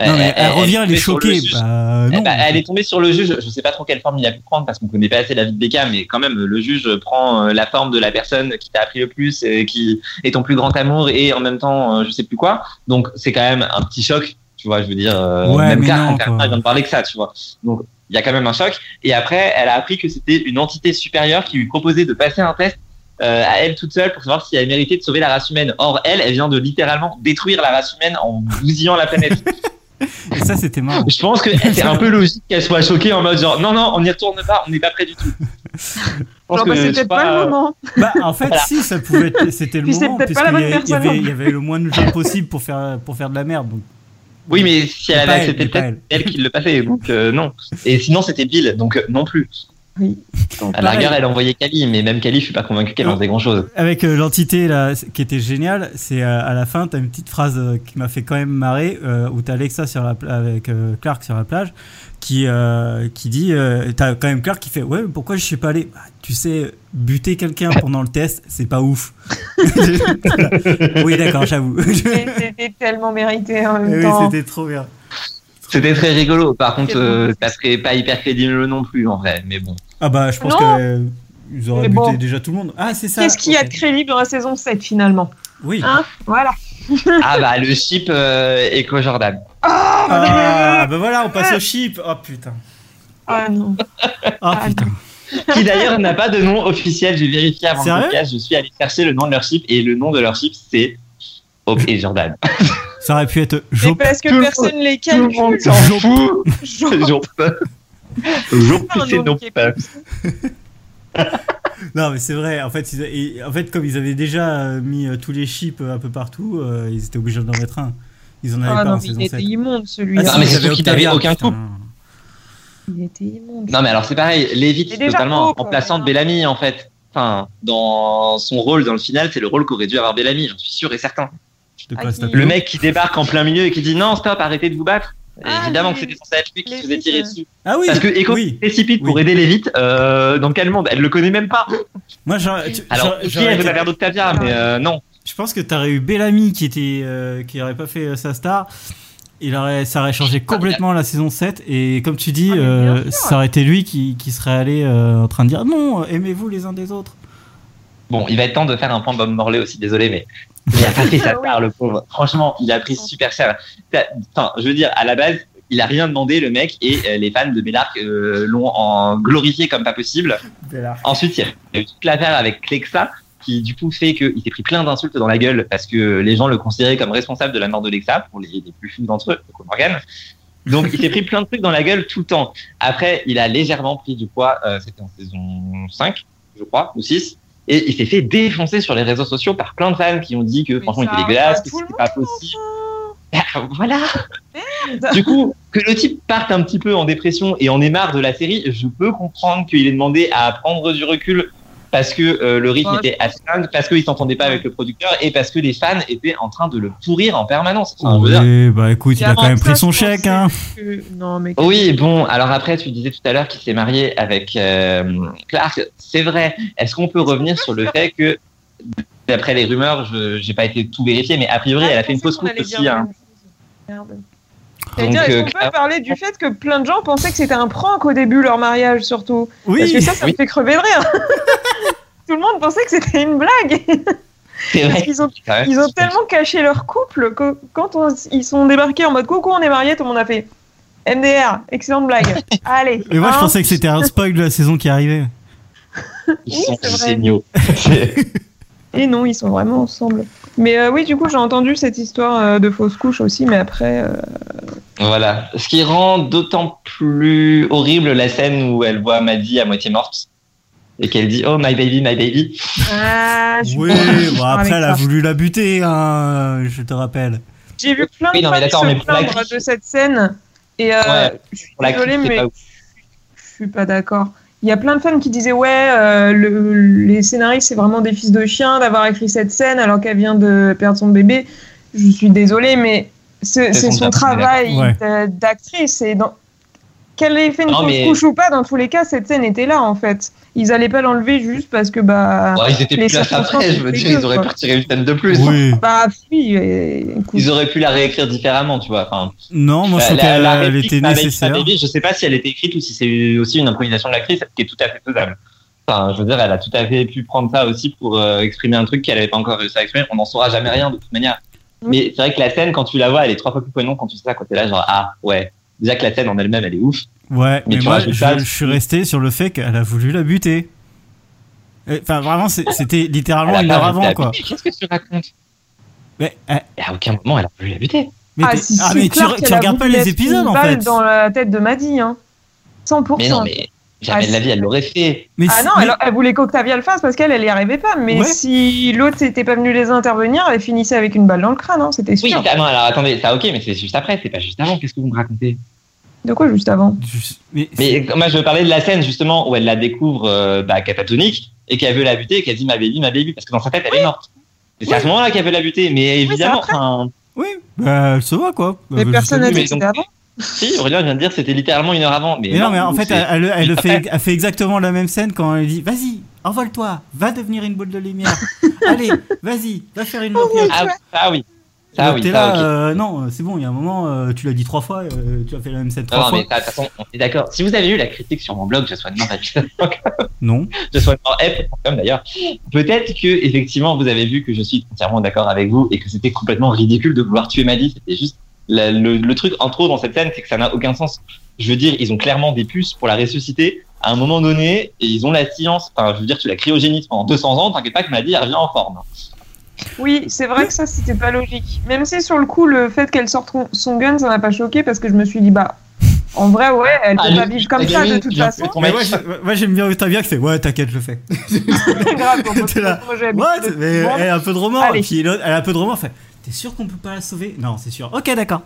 Non, mais elle, revient, elle tombée est sur le choquée. juge. Bah, Eh non. ben, elle est tombée sur le juge. Je sais pas trop quelle forme il a pu prendre parce qu'on connaît pas assez la vie de Becca, mais quand même, le juge prend euh, la forme de la personne qui t'a appris le plus, euh, qui est ton plus grand amour et en même temps, euh, je sais plus quoi. Donc, c'est quand même un petit choc, tu vois. Je veux dire, euh, Ouais, même mais Car- non, Car- quoi. elle vient de parler que ça, tu vois. Donc, il y a quand même un choc. Et après, elle a appris que c'était une entité supérieure qui lui proposait de passer un test euh, à elle toute seule pour savoir si elle méritait de sauver la race humaine. Or, elle, elle vient de littéralement détruire la race humaine en bousillant la planète. Et ça, c'était marrant. Je pense que c'est un peu logique qu'elle soit choquée en mode genre non non on n'y retourne pas on n'est pas prêt du tout. Je pense Genre, bah, que c'est c'est peut-être pas, euh, le moment. Bah, en fait, Voilà. si, ça pouvait être, c'était le Puis c'est moment, peut-être pas la puisqu'il y bonne a- il y, personne hein. avait, non il y avait le moins de gens possible pour faire, pour faire de la merde. Donc. Oui mais si elle avait Pas elle, accepté mais pas peut-être elle. elle qui le passait donc euh, non et sinon c'était Bill donc euh, non plus. Oui. À la Pareil. rigueur elle envoyait Kali mais même Kali je suis pas convaincu qu'elle en faisait grand chose. Avec euh, l'entité là, c- qui était géniale, c'est euh, à la fin, t'as une petite phrase euh, qui m'a fait quand même marrer, euh, où t'as Alexa sur la pla- avec euh, Clark sur la plage, qui euh, qui dit, euh, t'as quand même Clark qui fait, ouais, mais pourquoi je suis pas allé Bah, Tu sais, buter quelqu'un pendant le test, c'est pas ouf. oui, d'accord, j'avoue. Et C'était tellement mérité en Eh même oui, temps. c'était trop bien. C'était très rigolo par contre C'est bon. euh, ça serait pas hyper crédible non plus en vrai mais bon. Ah bah, je pense Non. que euh, ils auraient Mais buté bon. déjà tout le monde. Ah, c'est ça. Qu'est-ce qu'il y a de ok. crédible dans la saison 7 finalement Oui. Hein Voilà. Ah bah le chip euh, Echo Jordan. Ah, bah voilà, on passe au chip. Oh putain. Ah non. Oh Ah, putain. Qui d'ailleurs n'a pas de nom officiel j'ai vérifié avant le Sérieux podcast je suis allé chercher le nom de leur chip et le nom de leur chip c'est Hope et Jordan. Ça aurait pu être Mais Jope. parce tout que le personne les Tout le monde calcule. s'en fout. Genre, J'en peux. J'en un peux, c'est nom non qui est pas. Non, mais c'est vrai. En fait, ils a- et- en fait, comme ils avaient déjà euh, mis euh, tous les chips euh, un peu partout, euh, ils étaient obligés d'en mettre un. Ils en avaient Ah pas non, en mais saison il était 7. immonde celui-là. Ah, mais ils c'est avaient surtout qu'ils n'avaient Octavia, aucun putain. Il était immonde. Non, mais alors c'est pareil, Lévis, Mais c'est déjà totalement trop, en quoi. remplaçant Bellamy en fait. Enfin, dans son rôle dans le final, c'est le rôle qu'aurait dû avoir Bellamy, j'en suis sûr et certain. De Ah, quoi se il- taper. Le mec qui débarque en plein milieu et qui dit non, stop, arrêtez de vous battre. Ah, Évidemment mais- que c'était censé être lui qui se Lévis, faisait tirer euh, dessus. Ah oui. Parce que Echo oui. précipite pour Oui. aider Lévite, euh, dans quel monde Elle le connaît même pas. Moi, j'aurais- tu- Alors, j'aurais- ok, j'aurais elle veut été- la mère d'Octavia, mais euh, non. je pense que t'aurais eu Bellamy qui était, euh, qui aurait pas fait euh, sa star. Il aurait, ça aurait changé complètement la saison 7 et comme tu dis, Ah, mais bien euh, sûr. ça aurait été lui qui, qui serait allé euh, en train de dire non, aimez-vous les uns des autres. Bon, il va être temps de faire un point Bob Morley aussi, désolé, mais il a pas fait sa part, le pauvre. Franchement, il a pris super cher. T'as- Enfin, je veux dire, à la base, il a rien demandé, le mec, et euh, les fans de Bellarc euh, l'ont en glorifié comme pas possible. Ensuite, il y a eu toute l'affaire avec Clexa, qui du coup fait qu'il s'est pris plein d'insultes dans la gueule parce que les gens le considéraient comme responsable de la mort de Lexa, pour les, les plus fous d'entre eux, donc Morgan. Donc, il s'est pris plein de trucs dans la gueule tout le temps. Après, il a légèrement pris du poids, euh, c'était en saison 5, je crois, ou 6. Et il s'est fait défoncer sur les réseaux sociaux par plein de fans qui ont dit que franchement il ça était dégueulasse, arrive à que tout le c'était pas possible. Bah, voilà. Du coup, que le type parte un petit peu en dépression et en ait marre de la série, je peux comprendre qu'il ait demandé à prendre du recul parce que euh, le rythme Ouais, était assez dingue, parce qu'il s'entendait pas avec le producteur et parce que les fans étaient en train de le pourrir en permanence. Enfin, je veux dire, Oui, bah écoute, il a Avant quand même ça, pris je son pensais chèque. Hein. que- Non, mais. Oui, bon, alors après, tu disais tout à l'heure qu'il s'est marié avec euh, Clark. C'est vrai. Est-ce qu'on peut revenir sur le fait que, d'après les rumeurs, je j'ai pas été tout vérifié, mais a priori, Ah, elle je a fait une pensais fausse qu'on coupe allait dire aussi. la hein. même chose. Merde. Donc, C'est-à-dire, est-ce euh, qu'on peut parler du fait que plein de gens pensaient que c'était un prank au début, leur mariage surtout Parce que Oui, ça, ça Oui. me fait crever de rire. Tout le monde pensait que c'était une blague. C'est vrai. Ils ont, quand même. ils ont tellement caché leur couple que quand on- ils sont débarqués en mode coucou, on est mariés, tout le monde a fait MDR, excellente blague. Allez. mais moi je hein. pensais que c'était un spoil de la saison qui arrivait. Ils Oui, sont c'est vrai. géniaux. C'est- Et non, ils sont vraiment ensemble. Mais euh, oui, du coup, j'ai entendu cette histoire euh, de fausse couche aussi, mais après. euh, voilà. Ce qui rend d'autant plus horrible la scène où elle voit Maddie à moitié morte et qu'elle dit Oh, my baby, my baby. Ah, je suis Oui, pas d'accord bon, avec après elle a ça. voulu la buter, hein, je te rappelle. J'ai vu plein Oui, de non, mais fans d'accord, mais se pour la plaindre crise- de cette scène. Et euh, Ouais, je suis Pour la désolée, crise, c'est mais pas ouf. je suis pas d'accord. Il y a plein de fans qui disaient ouais, euh, le- les scénaristes c'est vraiment des fils de chiens d'avoir écrit cette scène alors qu'elle vient de perdre son bébé. Je suis désolée, mais c'est c'est son son travail, travail ouais. d'a- d'actrice et dans- Qu'elle ait fait une Non, fausse mais- couche ou pas, dans tous les cas, cette scène était là en fait. Ils allaient pas l'enlever juste parce que bah. Bon, Oh, ils étaient les plus là circonstances après, je veux étaient dire, ils que, auraient pu quoi. retirer une scène de plus. Oui. Bah oui, et- écoute. Ils auraient pu la réécrire différemment, tu vois. Enfin, Non, Oh, moi je la- trouve Euh, Bah, la- la qu'elle réplique était avec nécessaire. Fabien Lee, je sais pas si elle était écrite ou si c'est aussi une improvisation de l'actrice, ce qui est tout à fait faisable. Enfin, je veux dire, elle a tout à fait pu prendre ça aussi pour euh, exprimer un truc qu'elle avait pas encore réussi à exprimer. On n'en saura jamais rien de toute manière. Mm. Mais c'est vrai que la scène, quand tu la vois, elle est trois fois plus poignante quand tu sais ça, quand t'es là, genre, ah, ouais. Déjà que la scène en elle-même, elle est ouf. Ouais, mais, Mais tu moi je, rajoutes ça, je suis resté sur le fait qu'elle a voulu la buter. Et, Enfin, vraiment, c'est- c'était littéralement Elle a une pas heure réussi à avant la quoi. buter. Qu'est-ce que tu racontes Mais, eh, Et à aucun moment, elle a voulu la buter. mais ah, t'es- si, ah, c'est mais tu, clair re- qu'elle tu a regardes pas voulu les mettre épisodes une en balle fait. dans la tête de Maddy, hein. 100%. Mais non, mais jamais Ah, de la si. vie, elle l'aurait fait. Mais Ah si- non, mais- elle, elle voulait qu'Octavia le fasse parce qu'elle, elle y arrivait pas. Mais Ouais. si l'autre n'était pas venu les intervenir, elle finissait avec une balle dans le crâne, hein, c'était Oui, sûr. ah non, alors attendez, ça ok, mais c'est juste après, c'est pas juste avant, qu'est-ce que vous me racontez de quoi juste avant je- mais- Mais euh, moi je veux parler de la scène justement où elle la découvre euh, bah, catatonique et qu'elle veut la buter et qu'elle dit ma baby, ma baby, parce que dans sa tête elle est morte. Et c'est à ce moment-là qu'elle veut la buter, mais c'est évidemment, après. enfin, Oui, bah, elle se voit quoi. Elle Mais veut juste personne la n'a mais dit que donc- c'était avant. si Aurélien vient de dire c'était littéralement une heure avant, mais, Mais non, mais en fait, c'est- elle, elle- elle le juste fait, après. elle fait exactement la même scène quand elle dit Vas-y, envole-toi, va devenir une boule de lumière. Allez, vas-y, va faire une moquette. ah, oui, ça oui, ça Donc, oui, t'es ça là, ok. euh, non, euh, c'est bon, il y a un moment, euh, tu l'as dit trois fois, euh, tu as fait la même scène Non, trois non, fois. Ah, mais ça, de toute façon, on est d'accord. Si vous avez eu la critique sur mon blog, je sois de mort à Non. je sois mort comme d'ailleurs, peut-être que effectivement vous avez vu que je suis entièrement d'accord avec vous et que c'était complètement ridicule de vouloir tuer Maddy. C'était juste la- le, le truc en trop dans cette scène, c'est que ça n'a aucun sens. Je veux dire, ils ont clairement des puces pour la ressusciter à un moment donné et ils ont la science. Enfin, je veux dire, tu la cryogénises pendant 200 ans, t'inquiète pas que Maddy elle revient en forme. Oui, c'est vrai que ça, c'était pas logique. Même si sur le coup, le fait qu'elle sorte son- son gun, ça m'a pas choqué parce que je me suis dit, bah, en vrai, ouais, elle peut Ah, pas lui, vivre comme la ça de gamine, toute il a façon. fait ton Mais mec. moi, je- moi, j'aime bien Octavia qui fait Ouais, t'inquiète, je le fais. C'est grave, pour moi, T'es là. moi, j'ai What l'habitude de- Mais euh, Bon, elle a un peu de roman. Allez. Puis l'autre, elle a un peu de roman. Fait T'es sûr qu'on peut pas la sauver Non, c'est sûr. Ok, d'accord.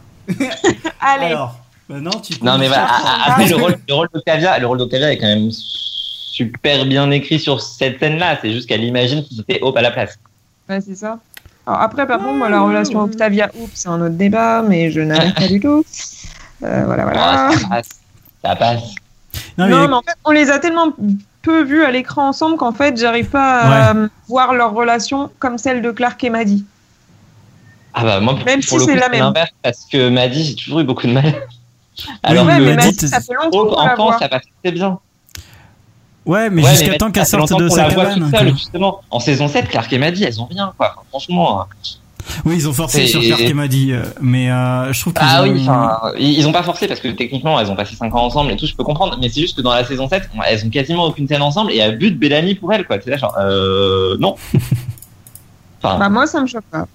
Allez, Alors, maintenant, tu. Non mais bah, voilà, a- a- Ah. après le rôle, le rôle d'Octavia, le rôle d'Octavia est quand même super bien écrit sur cette scène-là. C'est juste qu'elle imagine qu'il était hop à la place. ouais, c'est ça. Alors après, par contre, moi, la relation Octavia, oups, c'est un autre débat, mais je n'arrive pas du tout. Euh, voilà, voilà. Ah, ça passe, ça passe. Non, mais Non, mais en fait, on les a tellement peu vus à l'écran ensemble qu'en fait, j'arrive pas à euh, voir leur relation comme celle de Clark et Maddy. Ah bah moi, pour- Même pour si le c'est coup, la même. l'inverse parce que Maddy, j'ai toujours eu beaucoup de mal. Alors ouais, que mais Maddy, Maddy, ça fait longtemps oh, qu'on la enfant, voit. ça passe très bien. Ouais, mais Ouais, jusqu'à Maddy, temps ça qu'elle fait sorte longtemps de qu'on sa la voit cabane. hein, toute seule, justement. En saison 7, Clark et Maddy, elles ont rien, quoi. Enfin, franchement. euh, Oui, ils ont forcé Et- sur Clark et Maddy, euh, mais euh, je trouve qu'ils Ah ont- oui, enfin, ils ils ont pas forcé parce que techniquement, elles ont passé 5 ans ensemble et tout, je peux comprendre. Mais c'est juste que dans la saison 7, on- elles ont quasiment aucune scène ensemble et à but de Bellamy pour elle, quoi. C'est là, genre, euh, non. Enfin, Bah, moi, ça me choque pas.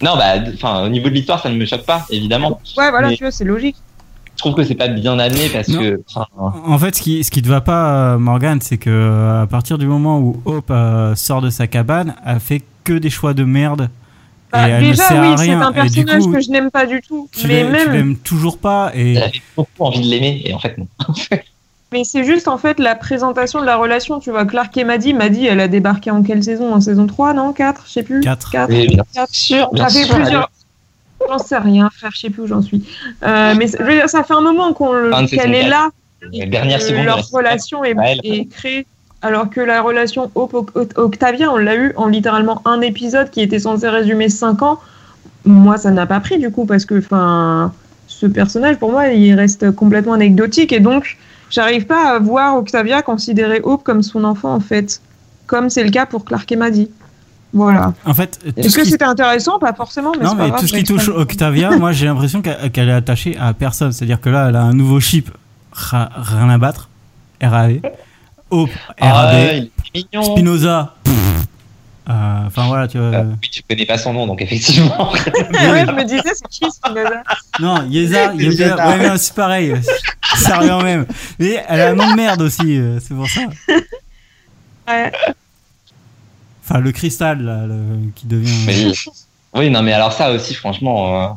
non, bah, d- enfin, au niveau de l'histoire, ça ne me choque pas, évidemment. Ouais, voilà, Mais- tu vois, c'est logique. Je trouve que c'est pas bien amené parce Non. que, enfin, En fait, ce qui, ce qui te va pas, euh, Morgane, c'est que euh, à partir du moment où Hope euh, sort de sa cabane, elle fait que des choix de merde. Bah, et elle déjà, ne sert à oui, c'est rien. un et du personnage coup, que je n'aime pas du tout. tu Mais l'aimes- tu même, l'aimes toujours pas. Et j'avais beaucoup envie de l'aimer et en fait, non. mais c'est juste en fait la présentation de la relation. Tu vois, Clark et Maddy, Maddy, elle a débarqué en quelle saison En saison 3, non 4, je sais plus. 4. Et bien sûr, bien Ça fait sûr, plusieurs. J'en sais rien, frère, je sais plus où j'en suis. Euh, mais je veux dire, ça fait un moment qu'on le- Fin de qu'elle saison est quatre. là. Les dernières que secondes de la Leur saison relation est, à elle. est créée. Alors que la relation Hope- Oct- Octavia, on l'a eu en littéralement un épisode qui était censé résumer 5 ans. Moi, ça n'a pas pris du coup, parce que enfin, ce personnage, pour moi, il reste complètement anecdotique. Et donc, j'arrive pas à voir Octavia considérer Hope comme son enfant, en fait. Comme c'est le cas pour Clark et Maddy. Voilà. En fait, tout Est-ce ce que qui- c'était intéressant Pas forcément, mais non, c'est pas mais grave, tout ce je qui touche l'exprime. Octavia, moi j'ai l'impression qu'elle qu'elle est attachée à personne. C'est-à-dire que là, elle a un nouveau chip, ra- rien à battre, RAV. Hope, Ah, RAB. il est mignon. Spinoza, pff. Euh, Enfin voilà, tu vois. Euh, oui, tu connais pas son nom, donc effectivement. Ouais, je me disais, c'est qui Spinoza Non, Yeza, Yeza. Yeza, ouais, mais non, c'est pareil, ça revient même. Mais elle a un nom de merde aussi, euh, c'est pour ça. Ouais. Enfin, le cristal, là, le- qui devient. euh. Mais oui. oui, non, mais alors ça aussi, franchement. euh,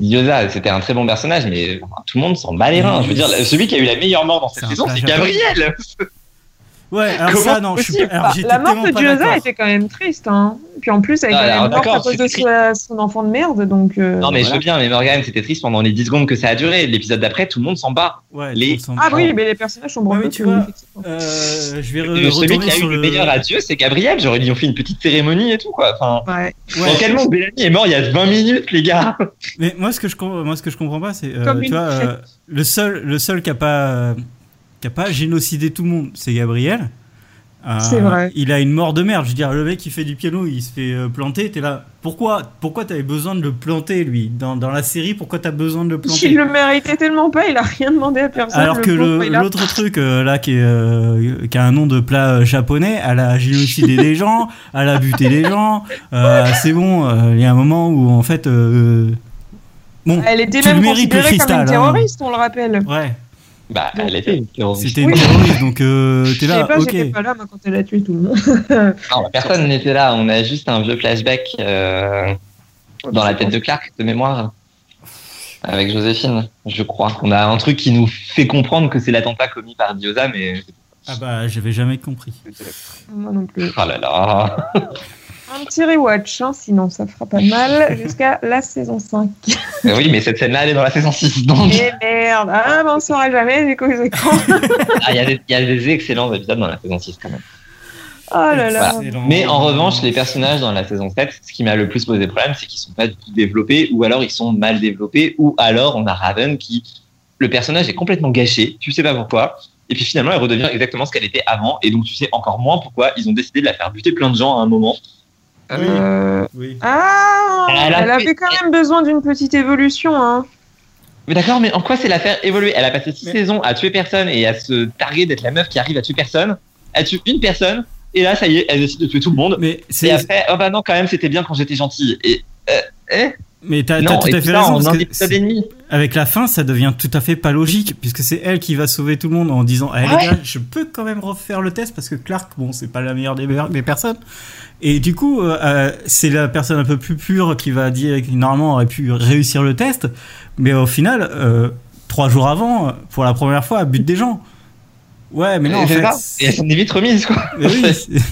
Yoda, c'était un très bon personnage, mais euh, tout le monde s'en bat les reins. Je veux dire, celui qui a eu la meilleure mort dans C'est cette un saison, c'est plagiat. Gabriel. Ouais, alors Comment ça, non, je suis Possible, alors, pas. j'étais bah, La mort tellement de pas Dioza d'accord. était quand même triste. Hein. Puis en plus, avec Ah, la alors, mort à d'accord, cause de c'est son, euh, son enfant de merde. Donc, euh, Non, mais je voilà. veux bien, mais Morgane, c'était triste pendant les 10 secondes que ça a duré. L'épisode d'après, tout le monde s'en bat. Ouais, Les- tout semble- Ah oui, mais les personnages sont Ah oui, branlés. tu vois. effectivement. Euh, je vais re- Le- Celui retourner qui a eu sur le le. meilleur adieu, c'est Gabriel. J'aurais dit, on fait une petite cérémonie et tout, quoi. Enfin, Ouais. Ouais. Dans quel monde Bellamy est mort il y a 20 minutes, les gars Mais moi, ce que je, com- moi, ce que je comprends pas, c'est. euh, Comme tu une vois, euh, le seul, le seul qui a pas, euh, qui a pas génocidé tout le monde, c'est Gabriel. Euh, C'est vrai. Il a une mort de merde. Je veux dire, le mec, il fait du piano, il se fait euh, planter. T'es là. Pourquoi, pourquoi t'avais besoin de le planter, lui Dans, dans la série, pourquoi t'as besoin de le planter Il le méritait tellement pas, il a rien demandé à personne. Alors que pauvre, le- il a- l'autre truc euh, là qui, est, euh, qui a un nom de plat euh, japonais, elle a génocidé des gens, elle a buté des gens. euh, c'est bon, euh, il y a un moment où en fait, euh, bon, Elle était Tu le même mérites, le considérée comme cristal, une hein. terroriste, on le rappelle. ouais, Bah, Donc, elle était une terroriste. c'était une Oui. terroriste, donc euh, Je t'es là, sais pas, j'étais ok. pas là moi, quand elle a tué tout le monde. Non, bah, personne n'était là. On a juste un vieux flashback euh, dans la tête de Clark, de mémoire, avec Joséphine, je crois. On a un truc qui nous fait comprendre que c'est l'attentat commis par Diosa, mais. Ah bah j'avais jamais compris. Oh Moi non plus. Oh là là Un petit rewatch, hein, sinon ça fera pas mal, jusqu'à la saison 5. Mais Oui, mais cette scène-là, elle est dans la saison 6. Donc, Et merde, ah, ben, on saura jamais du coup c'est quand. Ah, il y, a des- il y a des excellents épisodes dans la saison 6 quand même. Oh là là. Excellent. Mais en revanche, les personnages dans la saison 7, ce qui m'a le plus posé problème, c'est qu'ils sont pas du tout développés, ou alors ils sont mal développés, ou alors on a Raven qui, le personnage est complètement gâché, tu sais pas pourquoi, et puis finalement elle redevient exactement ce qu'elle était avant, et donc tu sais encore moins pourquoi ils ont décidé de la faire buter plein de gens à un moment. Ah oui, Euh, oui. Ah, Elle elle, a avait fait- quand même besoin d'une petite évolution. Hein. Mais d'accord, mais en quoi c'est la faire évoluer Elle a passé six Mais- saisons à tuer personne et à se targuer d'être la meuf qui arrive à tuer personne, elle tue une personne, et là ça y est, elle décide de tuer tout le monde. Mais Et c'est, après, oh bah non, quand même, c'était bien quand j'étais gentil. Et euh, eh mais t'as, Euh, t'as non, tout et à tout fait ça raison. en parce un que épisode et demi. avec la fin, ça devient tout à fait pas logique, puisque c'est elle qui va sauver tout le monde en disant Eh les Ouais. gars, je peux quand même refaire le test parce que Clark, bon, c'est pas la meilleure des, meilleures- des personnes. Et du coup, euh, euh, c'est la personne un peu plus pure qui va dire qui normalement aurait pu réussir le test, mais au final, euh, trois jours avant, pour la première fois, elle bute des gens. Ouais, mais non, en C'est fait. ça. Et elle s'en est vite remise, quoi. Mais oui, c'est-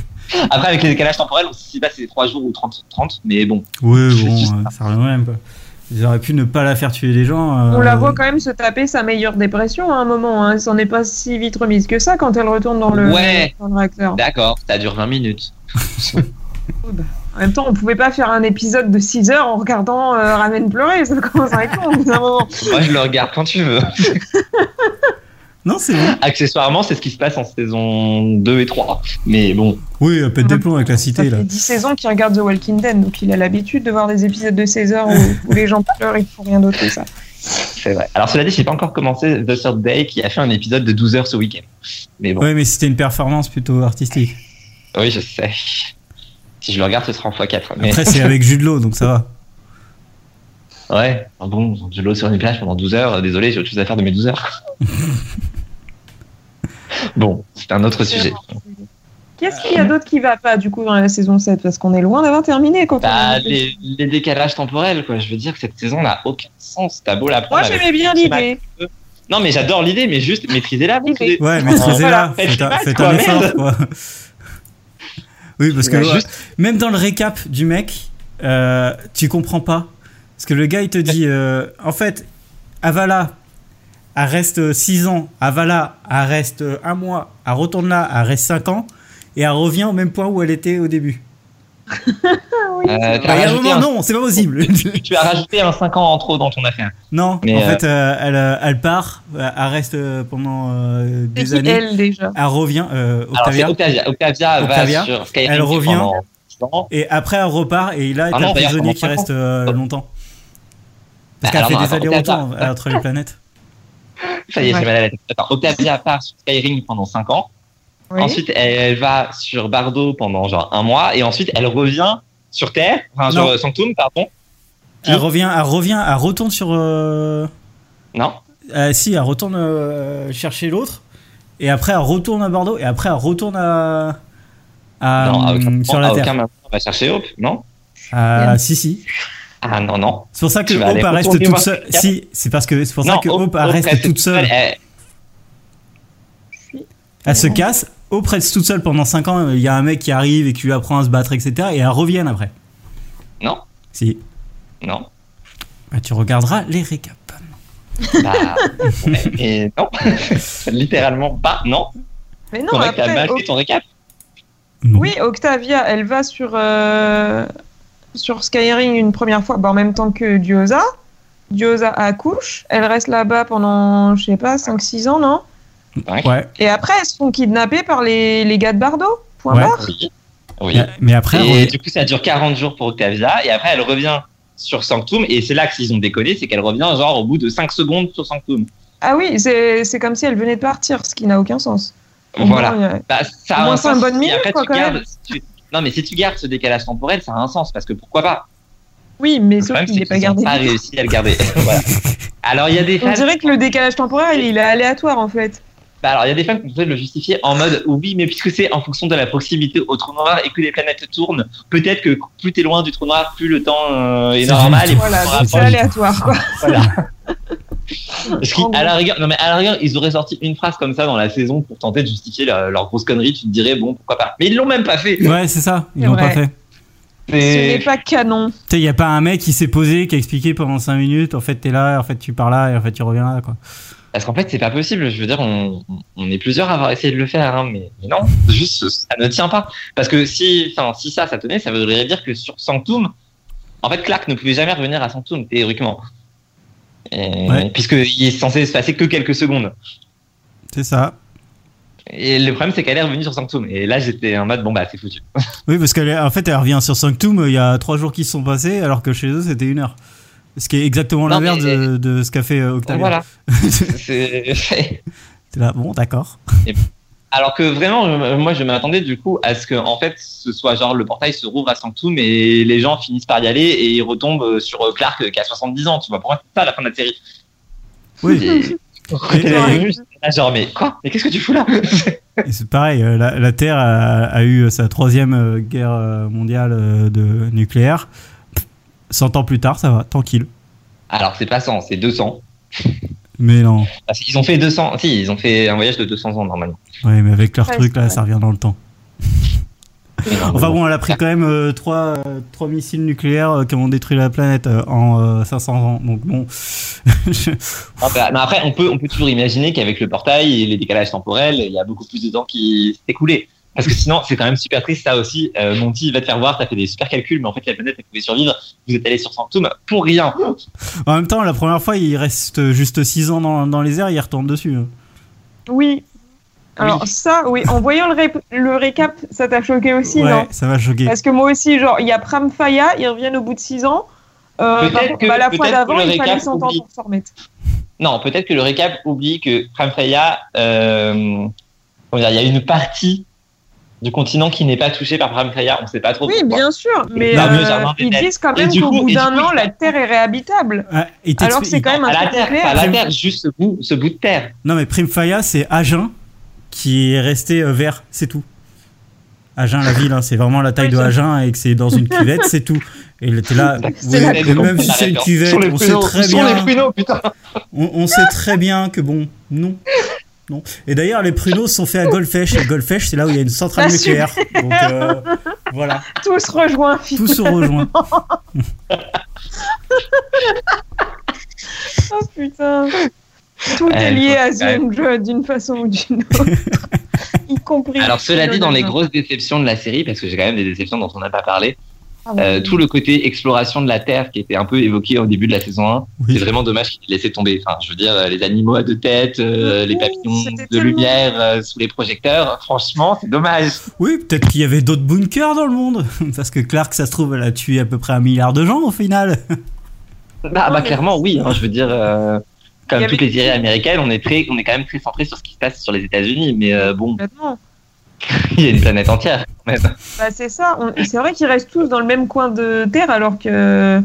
Après, avec les décalages temporels, on sait pas si c'est 3 jours ou 30, 30 mais bon. ouais, Je bon, suis- euh, ça revient même pas. Ils auraient pu ne pas la faire tuer les gens. On euh, la voit quand même se taper sa meilleure dépression à un moment. Hein. Elle s'en est pas si vite remise que ça quand elle retourne dans le, Ouais. dans le réacteur. D'accord, ça dure 20 minutes. En même temps, on pouvait pas faire un épisode de 6 heures en regardant euh, Ramen pleurer. Ça commence à être long au bout d'un moment. Moi, je le regarde quand tu veux. Non, c'est bon. Accessoirement, c'est ce qui se passe en saison 2 et 3. Mais bon, Oui, elle pète des plombs avec la Ça cité, là. fait 10 saisons qu'il regarde The Walking Dead, donc il a l'habitude de voir des épisodes de 16 heures où, où les gens pleurent et font rien d'autre que ça. c'est vrai. Alors, cela dit, j'ai pas encore commencé The Third Day qui a fait un épisode de 12 heures ce week-end. Mais bon, Ouais, mais c'était une performance plutôt artistique. oui, je sais. Si je le regarde, ce sera en x4. Mais Après, c'est avec Jude Law, donc ça va. ouais, Ah bon, je l'eau sur une plage pendant 12 heures. euh, Désolé, j'ai autre chose à faire de mes 12 heures. bon, c'est un autre sujet. Qu'est-ce qu'il y a d'autre qui va pas du coup dans la saison 7 Parce qu'on est loin d'avoir terminé quand on Bah, les, les décalages temporels, quoi. Je veux dire que cette saison n'a aucun sens. T'as beau la prendre. Moi avec- j'aimais bien l'idée. Non, mais j'adore l'idée, mais juste maîtrisez-la. votre L'idée. idée. Ouais, Voilà, maîtrisez-la, faites faites un, les faites maths, un quoi, effort, quoi. Oui, parce que Ouais, ouais, juste- même dans le récap du mec, euh, tu comprends pas. Parce que le gars, il te dit, euh, en fait, Avala, elle reste 6 ans, Avala, elle reste 1 mois, elle retourne là, elle reste 5 ans, et elle revient au même point où elle était au début. Euh, t'as Bah, il y a un rajouté moment, un- non, c'est pas possible. Tu as rajouté un 5 ans en trop dans ton affaire. non, Mais, en euh, fait, euh, elle, euh, elle part, euh, elle reste euh, pendant euh, C'est des qui années. elle déjà Elle revient, euh, Alors, c'est Octavia. Octavia. Octavia, Octavia, va sur Skyrim. elle revient. pendant six ans. Et après, elle repart et là, Ah t'as non, d'ailleurs, le prisonnier pendant qui cinq reste euh, longtemps. Bah, Parce qu'elle alors fait non, des attends, allers-retours entre les planètes. Ça y est, Ouais. j'ai mal à la tête. Attends, Octavia part sur Skyrim pendant 5 ans. Oui. Ensuite, elle va sur Bardo pendant genre un mois. Et ensuite, elle revient sur Terre, enfin, sur Non. euh, Sanctum, pardon. Elle revient, elle revient, elle retourne sur. euh, Non euh, si, elle retourne euh, chercher l'autre. Et après, elle retourne à Bordeaux. Et après, elle retourne à. à, Non, à hum, aucun moment, sur la à Terre. aucun moment, on va chercher Hope, non Ah, si, si. Ah non, non. C'est pour ça que Tu vas aller Hope elle reste retourner toute voir seule. Skyrim. Si, c'est parce que c'est pour ça Non, que Hope elle reste toute seule. Elle- Elle se casse. au presse toute seule pendant 5 ans, euh, il y a un mec qui arrive et qui lui apprend à se battre, etc. Et elles reviennent après. Non. Si. Non. Bah, tu regarderas les récaps. Bah, et non. Littéralement pas. Non. Mais ton non, récap, après, mal Oct- fait ton récap. Non. oui, Octavia, elle va sur, euh, sur Skyrim une première fois, bah, en même temps que Diosa. Diosa accouche, elle reste là-bas pendant, je sais pas, 5-6 ans, non Cinq. Ouais. Et après, elles se font kidnapper par les, les gars de Bardo, point Ouais. barre. Oui. Oui. Mais- Mais après, Et re- du coup, ça dure 40 jours pour Octavia. Et après, elle revient sur Sanctum. Et c'est là que s'ils ont déconné, c'est qu'elle revient genre au bout de 5 secondes sur Sanctum. Ah oui, c'est c'est comme si elle venait de partir, ce qui n'a aucun sens. Voilà. Au moins, euh, Bah, ça a Au moins, un c'est un sens. bonne si minute, après, quoi, tu quand gardes- même. si tu- Non, mais si tu gardes ce décalage temporel, ça a un sens. Parce que pourquoi pas Oui, mais Le sauf problème, qu'il c'est n'est pas qu'ils ont gardé. pas réussi à le garder. Voilà. Alors, il y a des On fans dirait que le décalage temporaire, il il est aléatoire en fait. Bah alors, il y a des fans qui vont peut-être le justifier en mode oui, mais puisque c'est en fonction de la proximité au trou noir et que les planètes tournent, peut-être que plus t'es loin du trou noir, plus le temps euh, est C'est normal. juste- Et plus Voilà, on donc c'est rapproche. aléatoire quoi. Voilà. Parce En qu'à gros. la rigueur, non mais à la rigueur, ils auraient sorti une phrase comme ça dans la saison pour tenter de justifier leur, leur grosse connerie. Tu te dirais bon, pourquoi pas. Mais ils l'ont même pas fait. ouais, c'est ça. Ils C'est l'ont pas vrai. fait. Ce n'est C'est pas canon. Tu sais, il n'y a pas un mec qui s'est posé, qui a expliqué pendant 5 minutes, en fait, t'es là, en fait, tu pars là, et en fait, tu reviens là, quoi. parce qu'en fait, c'est pas possible. Je veux dire, on, on est plusieurs à avoir essayé de le faire, hein, mais, mais non, juste ça ne tient pas. Parce que si, enfin, si ça, ça tenait, ça voudrait dire que sur Sanctum, en fait, Clark ne pouvait jamais revenir à Sanctum théoriquement, Et- Ouais. puisqu'il est censé se passer que quelques secondes. C'est ça. Et le problème, c'est qu'elle est revenue sur Sanctum. Et là, j'étais en mode bon bah c'est foutu. Oui, parce qu'elle est- en fait, elle revient sur Sanctum, euh, il y a 3 jours qui se sont passés, alors que chez eux, c'était une heure. Ce qui est exactement Non, l'inverse mais- de, de ce qu'a fait euh, Octavia. Voilà. C'est- c'est- T'es là, bon, d'accord. Alors que vraiment, je- moi, je m'attendais du coup à ce que, en fait, ce soit genre le portail se rouvre à Sanctum et les gens finissent par y aller et ils retombent sur euh, Clark euh, qui a 70 ans. Tu vois, pour moi, c'est ça la fin de la série. Oui. Et- Et- Et- Là, genre, mais quoi Mais qu'est-ce que tu fous là Et c'est pareil, euh, la, la Terre a, a eu sa troisième euh, guerre euh, mondiale euh, de nucléaire. 100 ans plus tard, ça va, tranquille. Alors, c'est pas 100, c'est 200. Mais non. Parce qu'ils ont fait 200. Si, ils ont fait un voyage de 200 ans normalement. Ouais, mais avec leur Ouais, truc, là, c'est ça revient dans le temps. Mais non, mais Enfin bon. bon, elle a pris quand même euh, trois, euh, trois missiles nucléaires euh, qui ont détruit la planète euh, en euh, 500 ans. Donc bon. Je- Non, bah, non, après, on peut, on peut toujours imaginer qu'avec le portail et les décalages temporels, il y a beaucoup plus de temps qui s'est écoulé. Parce que sinon, c'est quand même super triste, ça aussi. Euh, Monty, va te faire voir, t'as fait des super calculs, mais en fait, la planète, elle pouvait survivre. Vous êtes allé sur Sanctum pour rien. En même temps, la première fois, il reste juste 6 ans dans, dans les airs, il retourne dessus. hein. Oui. Alors ça, oui, en voyant le, ré- le récap, ça t'a choqué aussi, ouais, non ça va choquer. Parce que moi aussi, genre, il y a Pram Faya, ils reviennent au bout de 6 ans. Euh, Peut-être par contre, que- bah, la peut-être fois que d'avant, le il fallait récap 100 ans oublie. pour s'en remettre. Non, peut-être que le récap oublie que Pramfaya, euh, comment dire, il y a une partie du continent qui n'est pas touchée par Pramfaya. On sait pas trop. Oui, pourquoi. bien sûr, mais Non, mais euh, ça va, ils peut-être. disent quand Et même du qu'au coup- bout et du d'un coup, an, ils- la Terre est réhabitable. Ah, il Alors t'explique- que c'est quand même un À la truc terre, nucléaire. à la Prime- terre, juste ce bout, ce bout de terre. Non mais Primfaya, c'est Agen qui est resté euh, vert, c'est tout. Agen, la ville, hein, c'est vraiment la taille de Oui, Agen et que c'est dans une cuvette, c'est tout. Et t'es là, C'est la- ouais, mais même si c'est une cuvette, Sur les on sait pruneaux, très sur les bien. pruneaux, putain. On, on sait très bien que bon, non. non. Et d'ailleurs, les pruneaux sont faits à Golfech. Et Golfech, c'est là où il y a une centrale Ah, nucléaire. Donc euh, voilà, Tous se rejoint. tout se rejoint. Oh putain Tout Ouais, est lié faut- à ouais. Zoom jeu d'une façon ou d'une autre. y compris. Alors cela dit, dans les groupes grosses déceptions de la série, parce que j'ai quand même des déceptions dont on n'a pas parlé, euh, ouais. tout le côté exploration de la Terre qui était un peu évoqué au début de la saison 1, c'est Oui. vraiment dommage qu'ils l'aient laissé tomber. Enfin, je veux dire, euh, les animaux à deux têtes, euh, les Oui, papillons c'était de tellement- lumière euh, sous les projecteurs, franchement, c'est dommage. Oui, peut-être qu'il y avait d'autres bunkers dans le monde. Parce que Clark, ça se trouve, elle a tué à peu près un milliard de gens au final. Bah, bah mais- clairement, oui, hein, je veux dire... euh, Il y Comme avait- toutes les séries américaines, on est, très, on est quand même très centré sur ce qui se passe sur les États-Unis, mais euh, bon, Complètement. il y a une planète entière. quand même. Bah, c'est ça. On- C'est vrai qu'ils restent tous dans le même coin de Terre alors que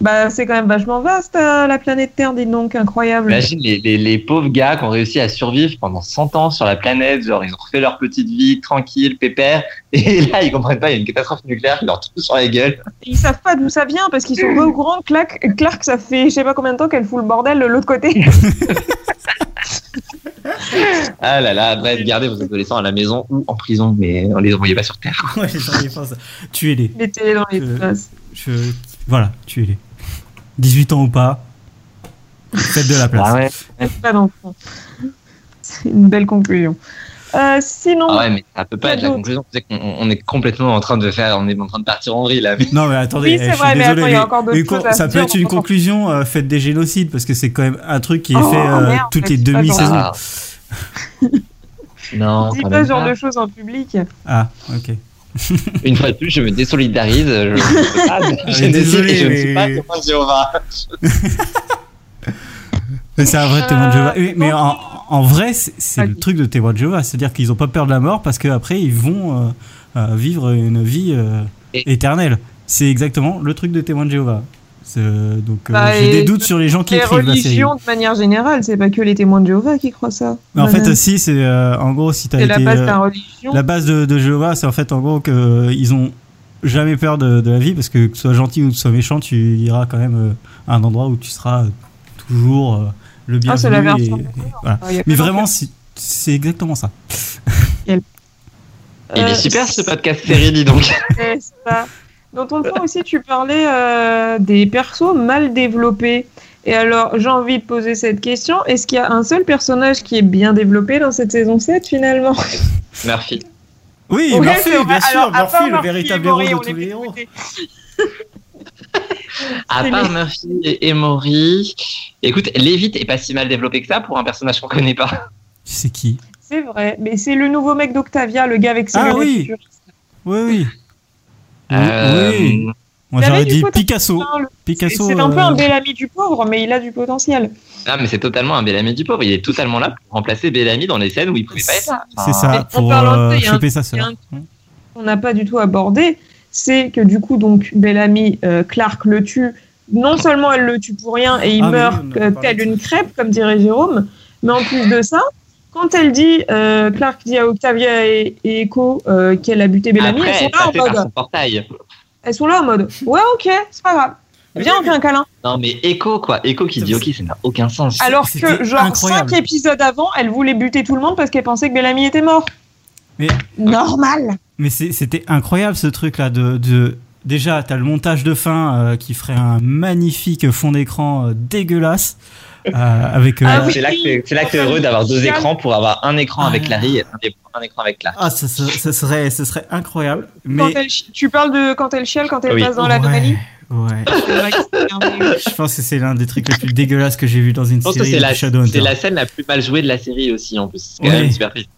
bah, c'est quand même vachement vaste euh, la planète Terre, dis donc, incroyable. Imagine les, les, les pauvres gars qui ont réussi à survivre pendant 100 ans sur la planète, genre ils ont refait leur petite vie tranquille, pépère, et là ils comprennent pas, il y a une catastrophe nucléaire qui leur tombe sur la gueule. Ils savent pas d'où ça vient parce qu'ils sont pas au courant. Clark, Clark, ça fait je sais pas combien de temps qu'elle fout le bordel de l'autre côté. Ah là là, bref, gardez vos adolescents à la maison ou en prison, mais on les envoyait pas sur Terre. Ouais, j'en ai pas ça. Tuez-les. Mettez-les dans les Euh, places. Je... Voilà, tuez-les. 18 ans ou pas, faites de la place. Ah ouais, Pas d'enfants. C'est une belle conclusion. Euh, sinon, ah ouais, mais ça peut pas Pas être la d'autre. conclusion. C'est qu'on on est complètement en train de faire, on est en train de partir en vrille là. mais- Non mais attendez, Oui, eh, c'est je suis vrai, mais désolé, attends, il y a encore d'autres mais con- choses à ça se peut dire, être une on s'en fout. conclusion, euh, faites des génocides, parce que c'est quand même un truc qui est Oh, fait euh, merde, toutes mais les c'est pas demi-saisons. Ah. Non, dis quand pas même ce genre pas. de choses en public. Ah, ok. Une fois de plus, je me désolidarise. Je ne suis pas mais génocide désolé, et je ne suis mais- pas témoin de Euh, Jéhovah. Mais c'est un vrai Euh, témoin de Jéhovah. Oui, mais bon. en, en vrai, c'est- c'est le Vas-y. truc de témoin de Jéhovah, c'est-à-dire qu'ils ont pas peur de la mort parce qu'après ils vont euh, euh, vivre une vie euh, Et- éternelle. C'est exactement le truc de témoin de Jéhovah. C'est- Donc euh, Bah, j'ai et des doutes sur les gens qui Les écrivent bah, la série. religions, de manière générale, c'est pas que les témoins de Jéhovah qui croient ça. Mais en Voilà. fait, euh, si c'est euh, en gros si t'as c'est été la base euh, de la religion. La base de, de Jéhovah, c'est en fait en gros que euh, ils ont jamais peur de, de la vie parce que que tu sois gentil ou que tu sois méchant, tu iras quand même euh, à un endroit où tu seras euh, toujours euh, le bienvenu. Ah, c'est la et- version et d'accord. voilà. Ah, il y a Mais pas vraiment, c'est c'est exactement ça. Il Euh, est super ce podcast série, dis donc. d'enquête, c'est ça. Dans ton point aussi, tu parlais euh, des persos mal développés. Et alors, j'ai envie de poser cette question. Est-ce qu'il y a un seul personnage qui est bien développé dans cette saison 7 finalement Murphy. Oui, Ouais, Murphy, c'est vrai. bien sûr, Alors, à part Murphy, le Murphy véritable et héros Maury, on de tous les les fait héros. écouter. À C'est part les- Murphy et Emory. Écoute, Lévite est pas si mal développé que ça pour un personnage qu'on connaît pas. C'est qui C'est vrai, mais c'est le nouveau mec d'Octavia, le gars avec ses Ah lunettes oui. futuristes. Oui, oui. Oui, Euh, oui. Moi Il j'aurais avait du dit potentiel, Picasso. Hein, le- Picasso. C'est un peu euh, un bel ami du pauvre, mais il a du potentiel. Ah, mais c'est totalement un Bellamy du pauvre. Il est totalement là pour remplacer Bellamy dans les scènes où il pouvait pas être. là. C'est Enfin, ça, Mais en pour parlant de euh, ça, il y a un- choper sa il y a sœur. qu'on n'a pas du tout abordé, c'est que du coup, donc, Bellamy, euh, Clark le tue. Non seulement elle le tue pour rien et il Ah, mais meurt oui, on en a euh, parlé. telle une crêpe, comme dirait Jérôme, mais en plus de ça, quand elle dit, euh, Clark dit à Octavia et, et Echo euh, qu'elle a buté Bellamy, Après, elles elle sont là en passait par mode, son portail. elles sont là en mode, ouais, ok, c'est pas grave. Viens, on fait un câlin. Non, mais Echo, quoi. Echo qui dit OK, ça n'a aucun sens. Alors C'était que, genre, incroyable. cinq épisodes avant, elle voulait buter tout le monde parce qu'elle pensait que Bellamy était mort. Mais- Normal. Mais c'est- c'était incroyable ce truc là de, de- déjà t'as le montage de fin euh, qui ferait un magnifique fond d'écran euh, dégueulasse euh, avec euh, Ah oui. Ah. C'est là que t'es- c'est là que t'es heureux d'avoir deux écrans pour avoir un écran avec Larry et un é- un écran avec Clark. ah, ça, ça- ça serait ce serait incroyable Quand mais elle chi- tu parles de quand elle chiale, quand elle Oui. passe dans la ouais, vanille. ouais. C'est vrai que c'est merveilleux. je pense que c'est l'un des trucs les plus dégueulasses que j'ai vu dans une Je pense que série c'est de la, Shadowhunter c'est la scène la plus mal jouée de la série aussi en plus. C'est quand Oui. même super triste.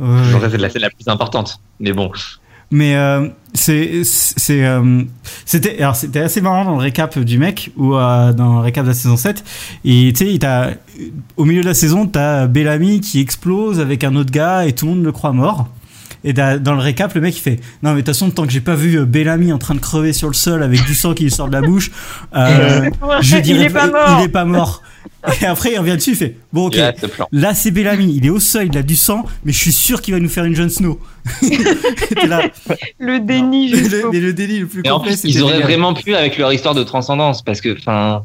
Ouais. Je pense que c'est la scène la plus importante. Mais bon, Mais euh, c'est c'est euh, c'était alors c'était assez marrant dans le récap du mec ou euh, dans le récap de la saison 7 et tu sais il t'a- au milieu de la saison t'as Bellamy qui explose avec un autre gars et tout le monde le croit mort et t'as- dans le récap le mec il fait non mais de toute façon tant que j'ai pas vu euh, Bellamy en train de crever sur le sol avec du sang qui lui sort de la bouche euh, C'est vrai, je il dirais est pas mort. il est pas mort et après il revient dessus il fait bon ok il y a ce plan. Là, c'est Bellamy, il est au sol, il a du sang, mais je suis sûr qu'il va nous faire une Jon Snow. T'es là, Le déni mais jusqu'au le, mais le délit le plus Et en complet, plus, c'était ils auraient Bellamy. vraiment pu avec leur histoire de transcendance parce que, enfin,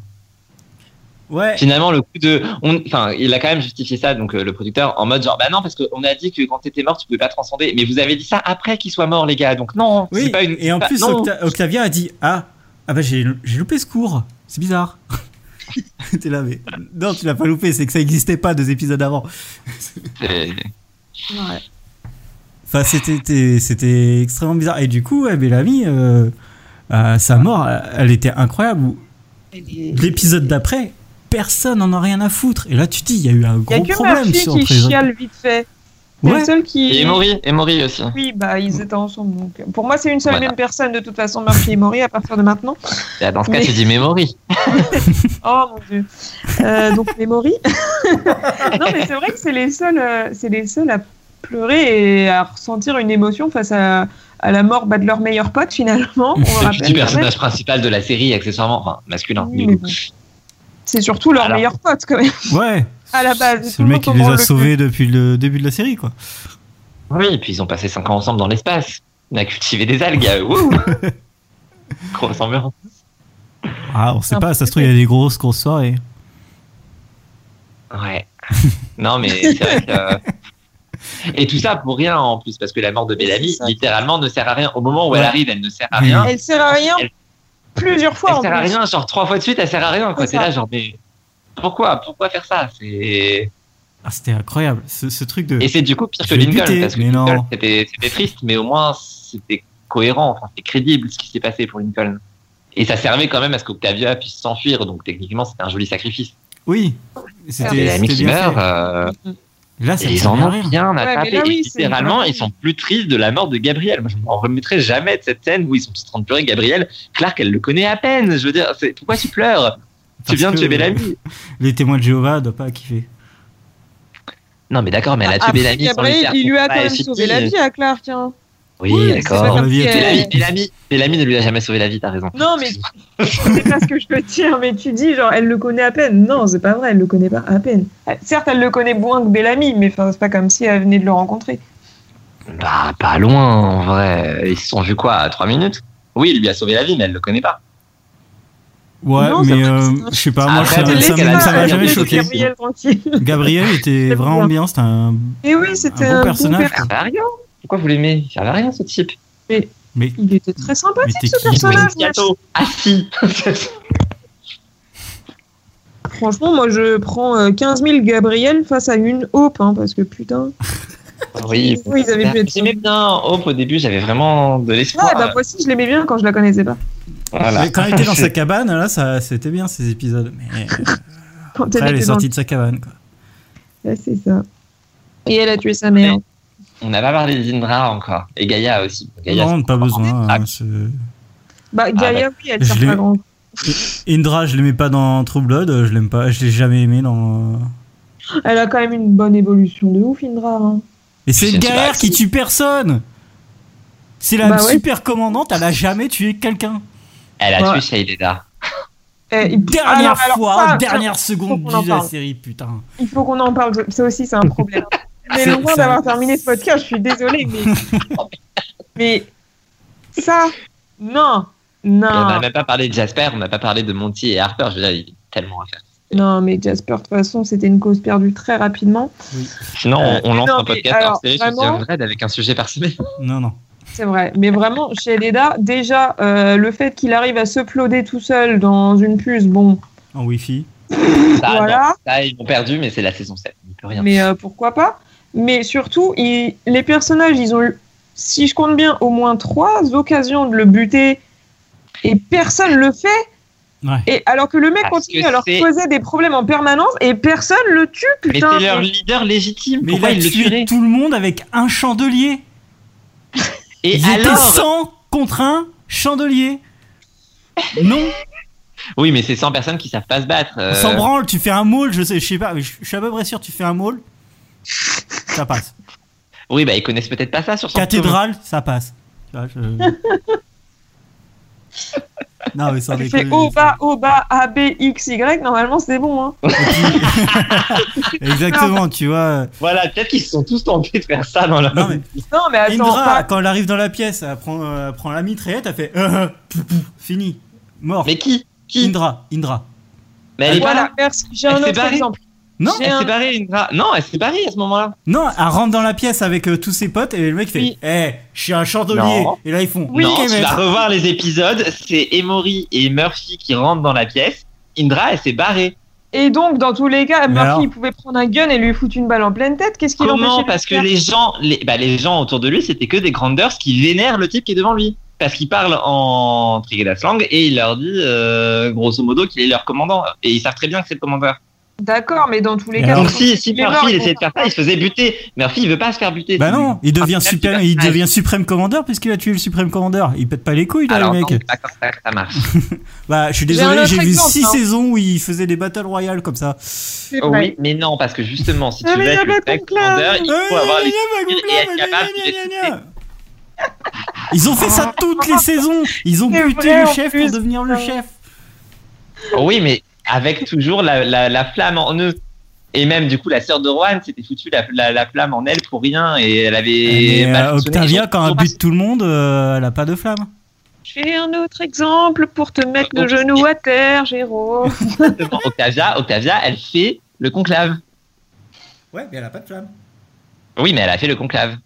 Ouais. finalement, le coup de, on- enfin, il a quand même justifié ça, donc euh, le producteur, en mode genre, bah non, parce qu'on a dit que quand t'étais mort, tu pouvais pas transcender, mais vous avez dit ça après qu'il soit mort, les gars, donc non, Oui. c'est pas une. Et en pas- plus, non. Octa- Octavia a dit Ah, ah bah j'ai j'ai loupé ce cours. C'est bizarre. T'es là, mais non, tu l'as pas loupé, c'est que ça existait pas deux épisodes avant. C'est- Ouais. Enfin, c'était- c'était c'était extrêmement bizarre. Et du coup, ouais, Bellamy, euh, euh, sa mort, elle était incroyable. L'épisode d'après, personne n'en a rien à foutre. Et là, tu te dis, il y a eu un Il y a gros que problème Murphy sur qui Prison. chiale vite fait. C'est Ouais. le seul qui. Et Emory, Emory aussi. Oui, bah ils étaient ensemble. Donc. Pour moi, c'est une seule et Voilà. même personne de toute façon, Murphy et Maury à partir de maintenant. Bah, Dans ce cas, Mais- tu dis Memory. Oh mon dieu. Euh, donc les Maury. non, mais c'est vrai que c'est les seuls, euh, c'est les seuls à pleurer et à ressentir une émotion face à, à la mort bah, de leur meilleur pote finalement. On le C'est rappelle, le personnage principal de la série, accessoirement, enfin, masculin. bah, Oui, du mais coup. bon. C'est surtout leur Alors. meilleur pote quand même. Ouais. À la base, C'est tout le le mec qui monde les comprend a le sauvés depuis le début de la série, quoi. Oui, et puis ils ont passé 5 ans ensemble dans l'espace. On a cultivé des algues. euh, wouh Grosse ambiance. Ah, on sait pas, ça se trouve, il y a des grosses, grosses soirées. Ouais. Non, mais c'est vrai que. euh, Et tout ça pour rien en plus, parce que la mort de Bellamy, C'est ça. littéralement, ne sert à rien. Au moment où elle Ouais. arrive, elle ne sert à Oui. rien. Elle sert à rien Elle- plusieurs fois elle en sert à plus. rien, genre trois fois de suite, elle sert à rien. Quoi, C'est c'est ça. là, genre, mais pourquoi, pourquoi faire ça C'est Ah, c'était incroyable, ce, ce truc de. et c'est du coup pire que Je vais Lincoln buter, parce que mais non. Lincoln c'était c'était triste, mais au moins c'était cohérent, enfin c'était crédible ce qui s'est passé pour Lincoln. Et ça servait quand même à ce qu'Octavia puisse s'enfuir, donc techniquement c'était un joli sacrifice. Oui, Et c'était l'ami c'était qui bien meurt, fait. Mm, euh, Là, ça et ne ils sert en à ont rien. bien à Ouais, mais taper. là, oui, Et c'est littéralement, vraiment- ils sont plus tristes de la mort de Gabriel. Moi, je m'en remettrai jamais de cette scène où ils sont en train de pleurer. Gabriel, Clark, elle le connaît à peine. Je veux dire, c'est- pourquoi tu pleures Tu Parce viens de que tuer Bellamy. Les témoins de Jéhovah ne doivent pas kiffer. Non, mais d'accord, mais elle a tué Après, Bellamy sans lui Ah, Gabriel, faire il lui a quand comprendre à même Effie. sauvé la vie à Clark. hein. euh, Oui, c'est pas d'accord. La vie comme à si tout le elle- Bellamy, Bellamy, Bellamy ne lui a jamais sauvé la vie, t'as raison. Non, mais c'est pas ce que je veux dire, mais tu dis, genre, elle le connaît à peine. Non, c'est pas vrai, elle le connaît pas à peine. Euh, Certes, elle le connaît moins que Bellamy, mais enfin, c'est pas comme si elle venait de le rencontrer. Bah, pas loin, en vrai. Ils se sont vus quoi, à 3 minutes Oui, il lui a sauvé la vie, mais elle le connaît pas. Ouais, Non, c'est mais vrai que euh, c'est un- je sais pas, Ah, moi, Après, ça t'es m'a- ça laissé là, m'a ça m'a elle jamais laissé choqué. Gabriel, tranquille. Gabriel était C'est vraiment bien. bien, c'était un, Et oui, un c'était un, bon bon personnage. père. Il servait à rien. Pourquoi vous l'aimez Il servait à rien, ce type. Mais Il était très Mais t'es sympathique, qui, ce personnage. moi, Gâteau. Assis. je- Franchement, moi, je prends euh, 15 000 Gabriel face à une Hope, hein, parce que putain. oui. Oui, ils avaient pu être- J'aimais bien Hope au début, j'avais vraiment de Ouais, l'espoir. bah, moi aussi, je l'aimais bien quand je la connaissais pas. Voilà. mais quand il était dans sa cabane, là, ça, c'était bien ces épisodes. Mais euh, Quand après, elle elle est était dans sortie de sa cabane. Quoi. le- Ouais, c'est ça. Et elle a tué sa mère. On n'a pas parlé d'Indra encore. Et Gaïa aussi. Gaïa, Non, pas besoin. Ah. hein, ce- Bah, Gaia, oui, elle Ah, je sert l'ai- pas grand. Indra, je l'aimais pas dans True Blood, euh, je l'aime pas, je l'ai jamais aimé dans. euh, Elle a quand même une bonne évolution de ouf, Indra. hein. Et c'est Je une sais pas galère qui si- tue personne. C'est la Bah ouais. super commandante, elle a jamais tué quelqu'un. elle a Ouais. tué Shaileda. Eh, il- Dernière Alors, alors, fois, ça, dernière seconde faut qu'on en de la parle. série, putain. Il faut qu'on en parle, ça aussi c'est un problème. Mais C'est- loin c'est un- d'avoir terminé ce podcast, je suis désolée, mais. mais ça, non, Et On non, n'a même pas parlé de Jasper, on n'a pas parlé de Monty et Harper. Je veux dire, il y a tellement à faire. non, mais Jasper, de toute façon, c'était une cause perdue très rapidement. Sinon, Euh, on, on lance non, un mais podcast alors, hors série vraiment- sur The Red avec un sujet par semaine. Non, non. C'est vrai, mais vraiment, chez Leda, déjà, euh, le fait qu'il arrive à se ploder tout seul dans une puce, bon, En wifi. Ça, Bah, non. voilà. Ça, ils m'ont perdu, mais c'est la saison 7. Il peut rien. Mais euh, pourquoi pas Mais surtout, il- les personnages, ils ont eu, si je compte bien, au moins trois occasions de le buter et personne le fait. Ouais. Et alors que le mec Parce continue que à leur c'est- causer des problèmes en permanence et personne le tue, Mais putain. c'est leur leader légitime. Mais Pourquoi il a ils le tué tueraient tout le monde avec un chandelier. Et Il était alors 100 contre un chandelier. Non, Euh. Oui, mais c'est 100 personnes qui savent pas se battre. euh, on s'en branle, tu fais un maul, je sais, je sais pas, mais je, je suis à peu près sûr, tu fais un maul, ça passe. Oui, bah ils connaissent peut-être pas ça sur 100 Cathédrale, ça passe. Tu vois, je- Non, mais sans Tu fais déconner. O, bas, O, bas, A, B, X, Y, normalement c'est bon. Hein. Exactement, tu vois. Voilà, peut-être qu'ils se sont tous tentés de faire ça dans leur. Non, mais Non, mais attends, Indra, pas- quand elle arrive dans la pièce, elle prend, euh, elle prend la mitraillette, elle fait euh, euh, pouf, pouf, fini, mort. Mais qui Qui Indra, Indra. Mais elle est pas voilà, là. merci. J'ai un Elle s'est autre barrée. exemple. Non, J'ai Elle un- s'est barrée, Indra. Non, elle s'est barrée à ce moment-là. non, elle rentre dans la pièce avec euh, tous ses potes et le mec fait Oui. Eh, je suis un chandelier. Non. Et là, ils font Oui, non, Ok, tu vas maître. revoir les épisodes. C'est Emory et Murphy qui rentrent dans la pièce. Indra, elle s'est barrée. Et donc, dans tous les cas, Mais Murphy, alors il pouvait prendre un gun et lui foutre une balle en pleine tête. Qu'est-ce qu'il empêchait Comment de Parce que faire les gens, les, bah, les gens autour de lui, c'était que des grandeurs qui vénèrent le type qui est devant lui. Parce qu'il parle en Trigedas langue et il leur dit, euh, grosso modo, qu'il est leur commandant. Et ils savent très bien que c'est le commandeur. D'accord, mais dans tous les Mais cas. alors- Donc quand- si, si les Murphy morts, il ils essayait de vont faire faire ça, il se faisait buter. Murphy il veut pas se faire buter. Bah C'est non, lui. il devient Ah, suprême, tu il vas- devient suprême commandeur puisqu'il a tué le suprême commandeur. Il pète pas les couilles là, Alors le non, mec. c'est pas comme ça que ça marche. Bah, je suis J'ai un désolé, autre j'ai vu exemple, 6 hein. saisons où il faisait des battle royales comme ça. C'est Oh vrai. oui, mais non, parce que justement, si Ah, tu veux mais être il y a le pas mec de classe. commandeur, il faut Ouais, avoir gna, les gna, skills gna, et être gna, capable gna, de les gna, shooter. gna, gna. Ils ont fait ça toutes les saisons. Ils ont C'est buté vrai, le en chef pour plus, devenir le putain. chef. Oh Oui, mais avec toujours la, la, la flamme en eux. Et même, du coup, la sœur de Rohan s'était foutue la, la, la flamme en elle pour rien et elle avait. Mais, mal euh, fonctionné. Ils Octavia, ont quand toujours elle bute tout le monde, euh, elle a pas de flamme. J'ai un autre exemple pour te mettre Oh, le genou à terre, Géraud. pas- Octavia, Octavia, elle fait le conclave. Ouais, mais elle a pas de flamme. Oui, mais elle a fait le conclave.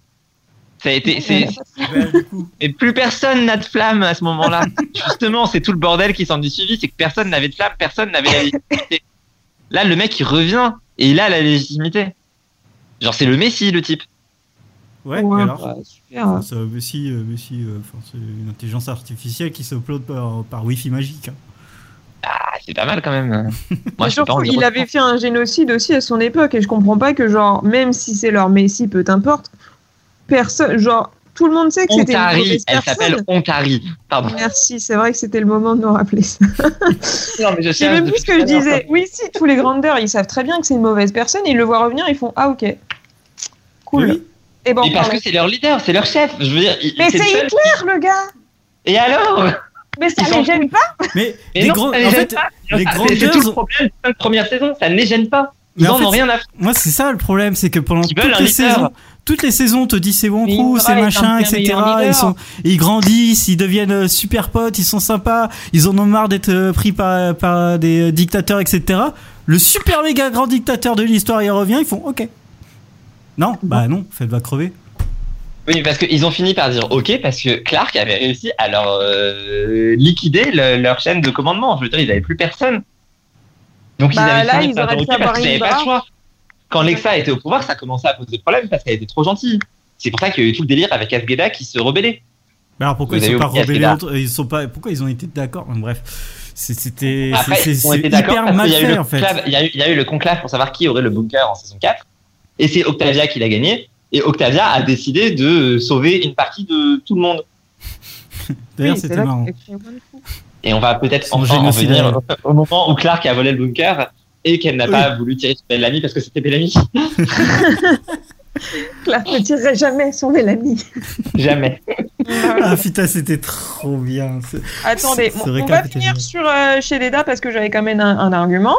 Ça a été, c'est, Ben, du coup, mais plus personne n'a de flamme à ce moment-là. Justement, c'est tout le bordel qui s'en est suivi, c'est que personne n'avait de flamme, personne n'avait la légitimité. Là, le mec, il revient et il a la légitimité. Genre, c'est le Messi, le type. Ouais, Ouais, et alors bah, super. Ça, mais si, euh, mais si, euh, enfin, c'est une intelligence artificielle qui s'upload par, par Wi-Fi magique. hein. Ah, c'est pas mal quand même. Moi, Et je suis pas surtout, en il avait fait un génocide aussi à son époque et je comprends pas que genre même si c'est leur Messi, peu importe, personne, genre tout le monde sait que c'était une Ontari, mauvaise elle s'appelle personne. Ontari. Pardon. Merci, c'est vrai que c'était le moment de nous rappeler ça. Non, mais je J'ai cherche même depuis plus ce que je tout à l'heure, disais. Oui, si, tous les grandeurs, ils savent très bien que c'est une mauvaise personne, ils le voient revenir, ils font Ah, ok. Cool. Oui. Et ben, Mais on parce parle. que c'est leur leader, c'est leur chef. Je veux dire, il- Mais c'est le c'est seul- Hitler, le gars Et alors Mais ça Ils les sont- gêne pas Mais Et les non, grands- ça les en gêne fait, pas. les Ah, grands c'est- C'est tout dieux le ont- problème de la première saison, ça ne les gêne pas. Mais Ils en en fait, ont rien à foutre. moi c'est ça le problème, c'est que pendant Ils toutes veulent un les leader. saisons, toutes les saisons, on te dit c'est bon Mais pro, Indra c'est est un machin, bien etc. meilleur leader. Ils sont, ils grandissent, ils deviennent euh, super potes, ils sont sympas, ils en ont marre d'être euh, pris par, par des euh, dictateurs, etc. Le super méga grand dictateur de l'histoire, il revient, ils font ok. Non, bah non, faites va crever. Oui, parce qu'ils ont fini par dire OK, parce que Clark avait réussi à leur euh, liquider le- leur chaîne de commandement. Je veux dire, ils n'avaient plus personne. Donc Bah, ils avaient là, fini ils par auraient dire OK dû avoir parce qu'ils n'avaient Indra. pas le choix. Quand Lexa était au pouvoir, ça commençait à poser problème parce qu'elle était trop gentille. C'est pour ça qu'il y a eu tout le délire avec Asgeda qui se rebellait. Mais alors pourquoi Vous ils avez sont pas oublié rebellés Asgard. entre- ils sont pas pourquoi ils ont été d'accord Enfin, Bref, C'est- c'était Après, c'est- ils ont c'est été d'accord hyper parce mal qu'il y, a eu fait le en fait. conclave- il y a eu- il y a eu le conclave pour savoir qui aurait le bunker en saison 4. Et c'est Octavia qui l'a gagné. Et Octavia a décidé de sauver une partie de tout le monde. D'ailleurs Oui, c'est c'était là marrant. qu'il a créé One Flew. Et on va peut-être Son enfin en génocide. venir au moment où Clark a volé le bunker et qu'elle n'a Oui. pas voulu tirer sur Bellamy parce que c'était Bellamy. Clark ne tirerait jamais sur Bellamy. Jamais. Ah putain c'était trop bien. Ah, C'est- Euh, Attendez, Ce on- on, va récap était finir génial. sur euh, chez Leda parce que j'avais quand même un, un argument.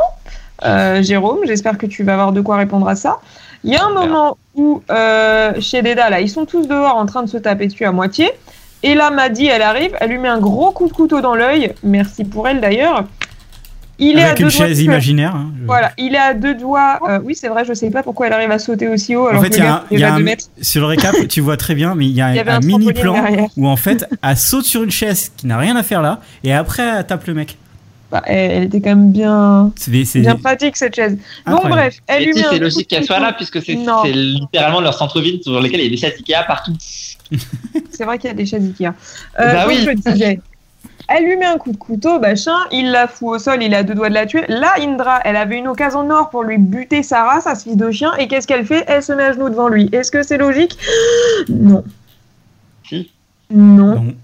Euh, Jérôme, j'espère que tu vas avoir de quoi répondre à ça. Il y a un J'espère. moment où euh, chez Leda, là, ils sont tous dehors en train de se taper dessus à moitié. Et là, Maddy, elle arrive, elle lui met un gros coup de couteau dans l'œil. Merci pour elle d'ailleurs. Il Avec est à une deux doigts chaise de- imaginaire. hein, je- Voilà, il est à deux doigts. euh, oui, c'est vrai, je sais pas pourquoi elle arrive à sauter aussi haut alors fait, que il y le a gars un- il il y a va un- deux mètres. Sur le récap, tu vois très bien, mais il y a Il y un, avait un, mini trampoline plan derrière. où en fait, elle saute sur une chaise qui n'a rien à faire là, et après, elle tape le mec. Bah, elle elle était quand même bien, C'est des- c'est bien pratique cette chaise. Bon incroyable. bref, elle Et lui si met un c'est coup logique de qu'elle soit couteau. là puisque c'est Non. c'est littéralement leur centre-ville sur lequel il y a des chaises Ikea partout. C'est vrai qu'il y a des chaises Ikea. Euh, Bah donc oui. je disais, elle lui met un coup de couteau, machin, il la fout au sol, il a deux doigts de la tuer. Là, Indra, elle avait une occasion en or pour lui buter sa race, à ce fils de chien, et qu'est-ce qu'elle fait Elle se met à genoux devant lui. Est-ce que c'est logique Non. Si. Non. Bon.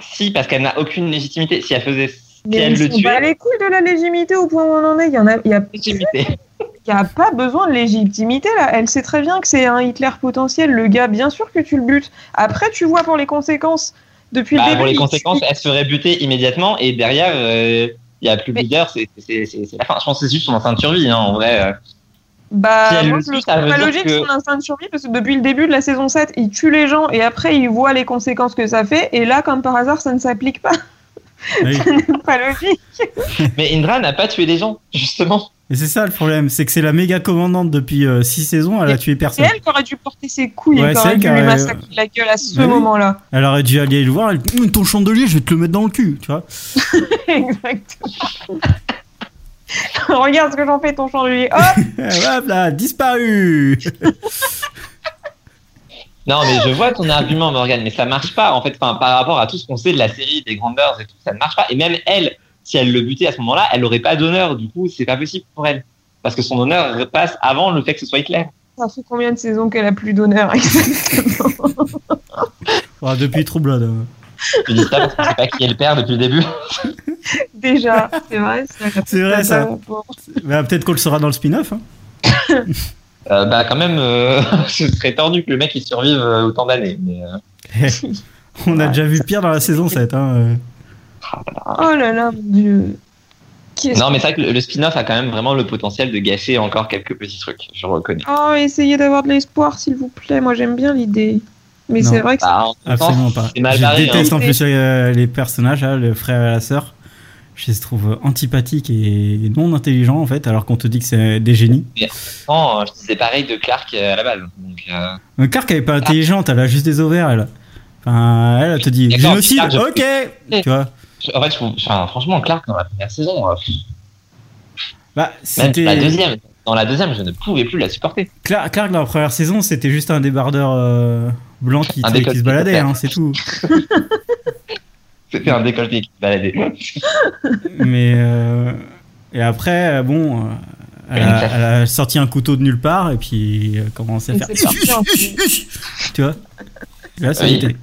Si, parce qu'elle n'a aucune légitimité. Si elle faisait, si Mais elle ils le sont pas tuait, les couilles de la légitimité au point où on en est. Il y en a, il y a, légitimité. il y a pas besoin de légitimité là. Elle sait très bien que c'est un Hitler potentiel, le gars. Bien sûr que tu le butes. Après, tu vois pour les conséquences. Depuis Bah, le début, pour les il- conséquences, elle se ferait buter immédiatement et derrière, euh, il y a plus de Mais- leader. C'est c'est- c'est- c'est la fin. Je pense que c'est juste son instinct de survie hein, en vrai. euh. Bah, Si elle moi, le je le tue, ça trouve veut pas dire logique que- son instinct de survie parce que depuis le début de la saison 7, il tue les gens et après il voit les conséquences que ça fait et là, comme par hasard, ça ne s'applique pas. Oui. C'est pas logique. Mais Indra n'a pas tué les gens, justement. Et c'est ça le problème, c'est que c'est la méga commandante depuis 6 saisons, elle a tué C'est personne. elle qui aurait dû porter ses couilles Ouais, et qui c'est aurait elle dû qui lui aurait- massacrer la gueule à ce Bah oui. moment-là. Elle aurait dû aller le voir, elle dit Hum, ton chandelier, je vais te le mettre dans le cul, tu vois. Exactement. Regarde ce que j'en fais ton chandelier. Hop Hop là, disparu Non, mais je vois ton argument, Morgane, mais ça marche pas, en fait, enfin, par rapport à tout ce qu'on sait de la série, des grandeurs et tout, ça ne marche pas. Et même elle, si elle le butait à ce moment-là, elle n'aurait pas d'honneur, du coup, c'est pas possible pour elle. Parce que son honneur passe avant le fait que ce soit Hitler. Ça fait combien de saisons qu'elle a plus d'honneur exactement Enfin, Depuis True Blood. euh. Je dis ça parce qu'on sait pas qui est le père depuis le début. Déjà, c'est vrai. C'est vrai, ça. Bon. Bah, Peut-être qu'on le saura dans le spin-off. hein. Euh, bah, quand même, euh, ce serait tendu que le mec il survive euh, autant d'années. Mais, euh, On a Ouais, déjà vu pire dans la saison 7. Hein. euh. Oh là là, mon dieu. Qu'est-ce Non, mais c'est vrai que le, le spin-off a quand même vraiment le potentiel de gâcher encore quelques petits trucs, je reconnais. Oh, essayez d'avoir de l'espoir, s'il vous plaît. Moi, j'aime bien l'idée. Mais Non. c'est vrai que Bah, en même temps, Absolument pas. c'est mal je barré, hein. déteste en plus euh, les personnages, hein, le frère et la sœur. Je les trouve antipathiques et non intelligents en fait, alors qu'on te dit que c'est des génies. Non, hein. je disais pareil de Clark euh, à la base. Donc, euh, Mais Clark, elle est pas intelligente, elle a juste des ovaires, elle. Enfin, elle, elle te dit D'accord, génocide, Clark, je- ok Tu vois je- en fait, je trouve- enfin, franchement, Clark, dans la première saison, euh, pff, bah, même la c'était deuxième, dans la deuxième, je ne pouvais plus la supporter. Clark, Clark, dans la première saison, c'était juste un débardeur euh, blanc qui, Un qui décolleté se baladait, total. hein, c'est tout. C'était un décolleté qui se baladait. Mais euh, et après, euh, bon, euh, elle a, elle a sorti un couteau de nulle part et puis euh, commencé à Et faire. c'est sorti en plus. tu vois Et Là, ça Oui. y était.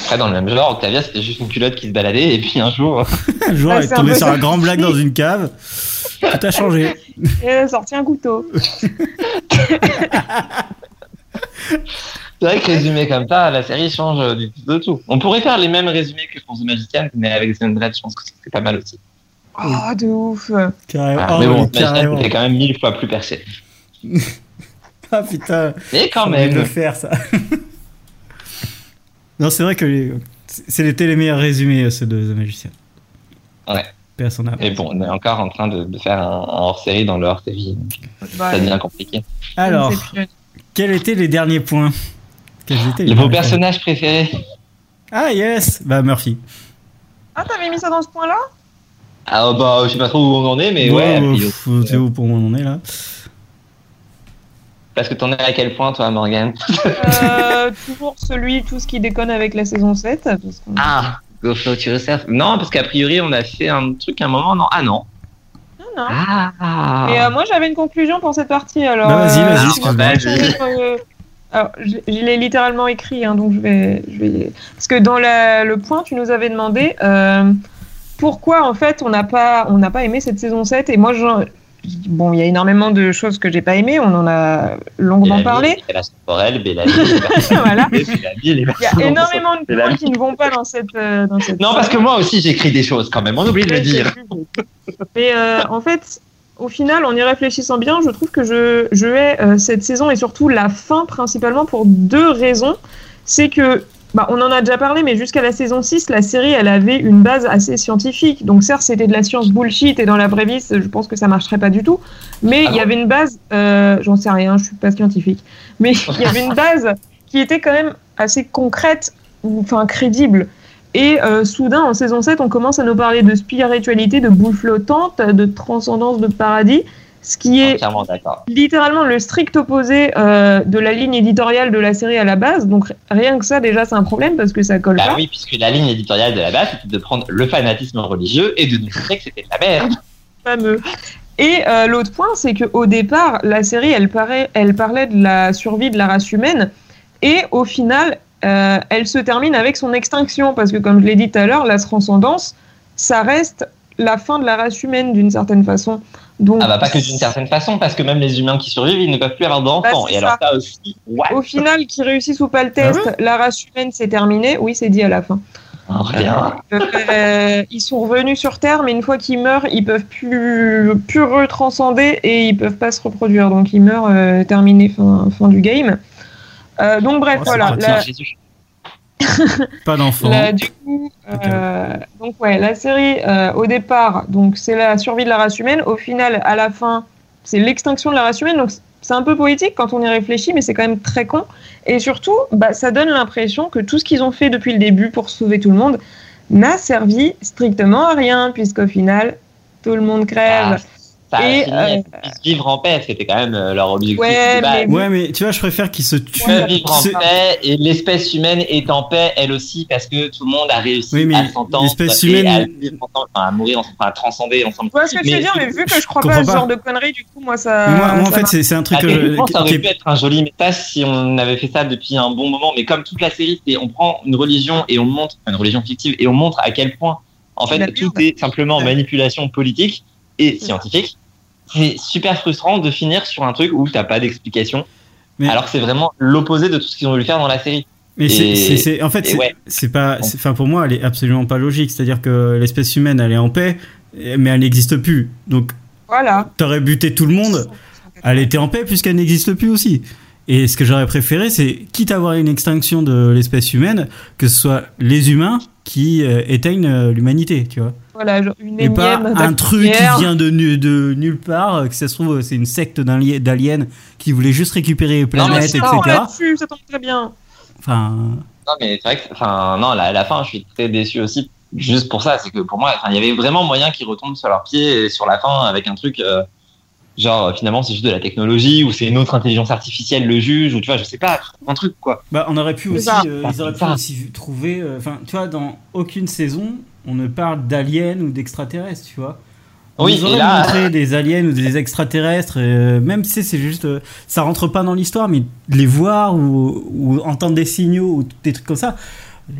Après, dans le même genre, Octavia, c'était juste une culotte qui se baladait, et puis un jour, Un jour, Ah, elle est c'est un tombée peu sur un ça. grand blague dans une cave. Tout a changé. Et elle a sorti un couteau. c'est vrai que résumé comme ça, la série change euh, du tout de tout. On pourrait faire les mêmes résumés que pour The Magician, mais avec The Undread, je pense que c'est pas mal aussi. Oh, de ouf. Carrément. Ah, Oh, mais bon, oui, The Magician, carrément. c'était quand même mille fois plus perché. Ah putain, Mais quand j'ai envie de le même, faire ça. non, c'est vrai que les- c'était les meilleurs résumés, euh, ceux de The Magician. Ouais. Paix à son âme. et bon, on est encore en train de, de faire un, un hors-série dans le hors-série, donc Bah, ça devient compliqué. Alors, Inception. quels étaient les derniers points Quels étaient Vos les derniers points personnages préférés Ah yes Bah Murphy. Ah, t'avais mis ça dans ce point-là Ah bah, je sais pas trop où on en est, mais ouais. Ouais, puis- pff, c'est où pour moi on en est là Parce que t'en es à quel point, toi, Morgan Euh, Toujours celui, tout ce qui déconne avec la saison 7. parce qu'on- Ah, go flow to yourself. Non, parce qu'a priori, on a fait un truc à un moment. Non, ah non. Non, non. Ah. Et euh, moi, j'avais une conclusion pour cette partie. Alors, Bah, vas-y, euh, vas-y, si excuse-moi. vous Vas-y. voulez, euh, alors, je, je l'ai littéralement écrit, hein, donc je vais, je vais- Parce que dans la- le point, tu nous avais demandé euh, pourquoi, en fait, on n'a pas, on n'a pas aimé cette saison 7. Et moi, j'en- bon, il y a énormément de choses que j'ai pas aimées. On en a longuement Bellamy, parlé. Nicolas Forel, Bellamy, les personnages Voilà. préférés, Bellamy, les Il y personnages a énormément de C'est la points qui ne vont pas dans cette. euh, dans cette Non, parce que moi aussi, j'écris des choses quand même. On oublie de le Ouais, dire. j'ai vu. Mais euh, en fait, au final, en y réfléchissant bien, je trouve que je, je hais euh, cette saison et surtout la fin principalement pour deux raisons. C'est que, bah, on en a déjà parlé, mais jusqu'à la saison 6, la série, elle avait une base assez scientifique. Donc certes, c'était de la science bullshit et dans la vraie vie, c'est- je pense que ça marcherait pas du tout. Mais Ah il y bon avait une base, euh, j'en sais rien, je suis pas scientifique, mais il y avait une base qui était quand même assez concrète, ou, enfin crédible. Et euh, soudain, en saison 7, on commence à nous parler de spiritualité, de boule flottante, de transcendance, de paradis, ce qui est Entièrement Ah, d'accord. littéralement le strict opposé euh, de la ligne éditoriale de la série à la base. Donc rien que ça, déjà, c'est un problème parce que ça colle Bah pas. oui, puisque la ligne éditoriale de la base, c'était de prendre le fanatisme religieux et de nous montrer que c'était de la merde. fameux. Et euh, l'autre point, c'est que au départ, la série, elle, paraît, elle parlait de la survie de la race humaine, et au final, euh, elle se termine avec son extinction, parce que comme je l'ai dit tout à l'heure, la transcendance, ça reste la fin de la race humaine d'une certaine façon. Donc, Ah bah, pas que d'une certaine façon, parce que même les humains qui survivent, ils ne peuvent plus avoir d'enfants. Bah, c'est et alors, ça aussi, what Au final, qu'ils réussissent ou pas le test, la race humaine s'est terminée. Oui, c'est dit à la fin. Rien. Euh, ils sont revenus sur Terre, mais une fois qu'ils meurent, ils peuvent plus, plus retranscender et ils peuvent pas se reproduire. Donc ils meurent euh, terminé fin, fin du game. Euh, donc bref, Oh, c'est voilà. pratique. La, Jésus. Pas d'enfant. la- du coup, euh, donc ouais, la série euh, au départ, donc c'est la survie de la race humaine. Au final, à la fin, c'est l'extinction de la race humaine. Donc c'est un peu poétique quand on y réfléchit, mais c'est quand même très con. Et surtout, bah, ça donne l'impression que tout ce qu'ils ont fait depuis le début pour sauver tout le monde n'a servi strictement à rien, puisqu'au final, tout le monde Ah, crève. ça a Et, euh, fini, ils puissent vivre en paix, c'était quand même euh, leur objectif Ouais, de base. mais- Ouais, mais tu vois, je préfère qu'ils se tuent. Ils peuvent vivre en qu'ils se- paix et l'espèce humaine est en paix elle aussi parce que tout le monde a réussi Oui, mais à s'entendre l'espèce et à, humaine- vivre ensemble, enfin, à mourir ensemble, enfin, à transcender ensemble. Tu vois ce que je veux Mais- dire, mais vu que je crois Je pas à ce comprends genre de conneries, du coup, moi ça. Mais Moi, moi, en Euh, ça fait, marche. c'est c'est un truc Ah, que mais je pense que ça je- qui- aurait qui pu être un joli message si on avait fait ça depuis un bon moment, mais comme toute la série, c'est on prend une religion et on montre enfin, une religion fictive et on montre à quel point en La fait tout merde. est simplement Ouais. manipulation politique et scientifique. C'est super frustrant de finir sur un truc où t'as pas d'explication, Mais- alors que c'est vraiment l'opposé de tout ce qu'ils ont voulu faire dans la série. Mais c'est- Et- c'est, c'est- en fait, et c'est, ouais. c'est pas, c'est- enfin pour moi, elle est absolument pas logique. C'est-à-dire que l'espèce humaine, elle est en paix, mais elle n'existe plus. Donc, Voilà. t'aurais buté tout le monde, elle était en paix puisqu'elle n'existe plus aussi. Et ce que j'aurais préféré, c'est, quitte à avoir une extinction de l'espèce humaine, que ce soit les humains qui euh, éteignent euh, l'humanité, tu vois. Voilà, genre une Et pas énième un truc bactérière. qui vient de, nu- de nulle part, euh, que ça se trouve, c'est une secte d'un li- d'aliens qui voulait juste récupérer les Non, mais planètes, c'est ça, on etc. l'a dessus, ça tombe très bien. Enfin, Non, mais c'est vrai que, enfin, non, là, à la fin, je suis très déçu aussi, juste pour ça. C'est que pour moi, enfin, il y avait vraiment moyen qu'ils retombent sur leurs pieds et sur la fin avec un truc, euh, genre, finalement, c'est juste de la technologie ou c'est une autre intelligence artificielle, le juge, ou tu vois, je sais pas, un truc, quoi. Bah, on aurait pu C'est aussi, ça. euh, ils auraient pu Ça. aussi vu- trouver. euh, Enfin, tu vois, dans aucune saison, on ne parle d'aliens ou d'extraterrestres, tu vois. On Oui, nous et aurait là- montré des aliens ou des extraterrestres, et, euh, même si c'est juste, euh, ça rentre pas dans l'histoire, mais de les voir ou, ou entendre des signaux ou des trucs comme ça.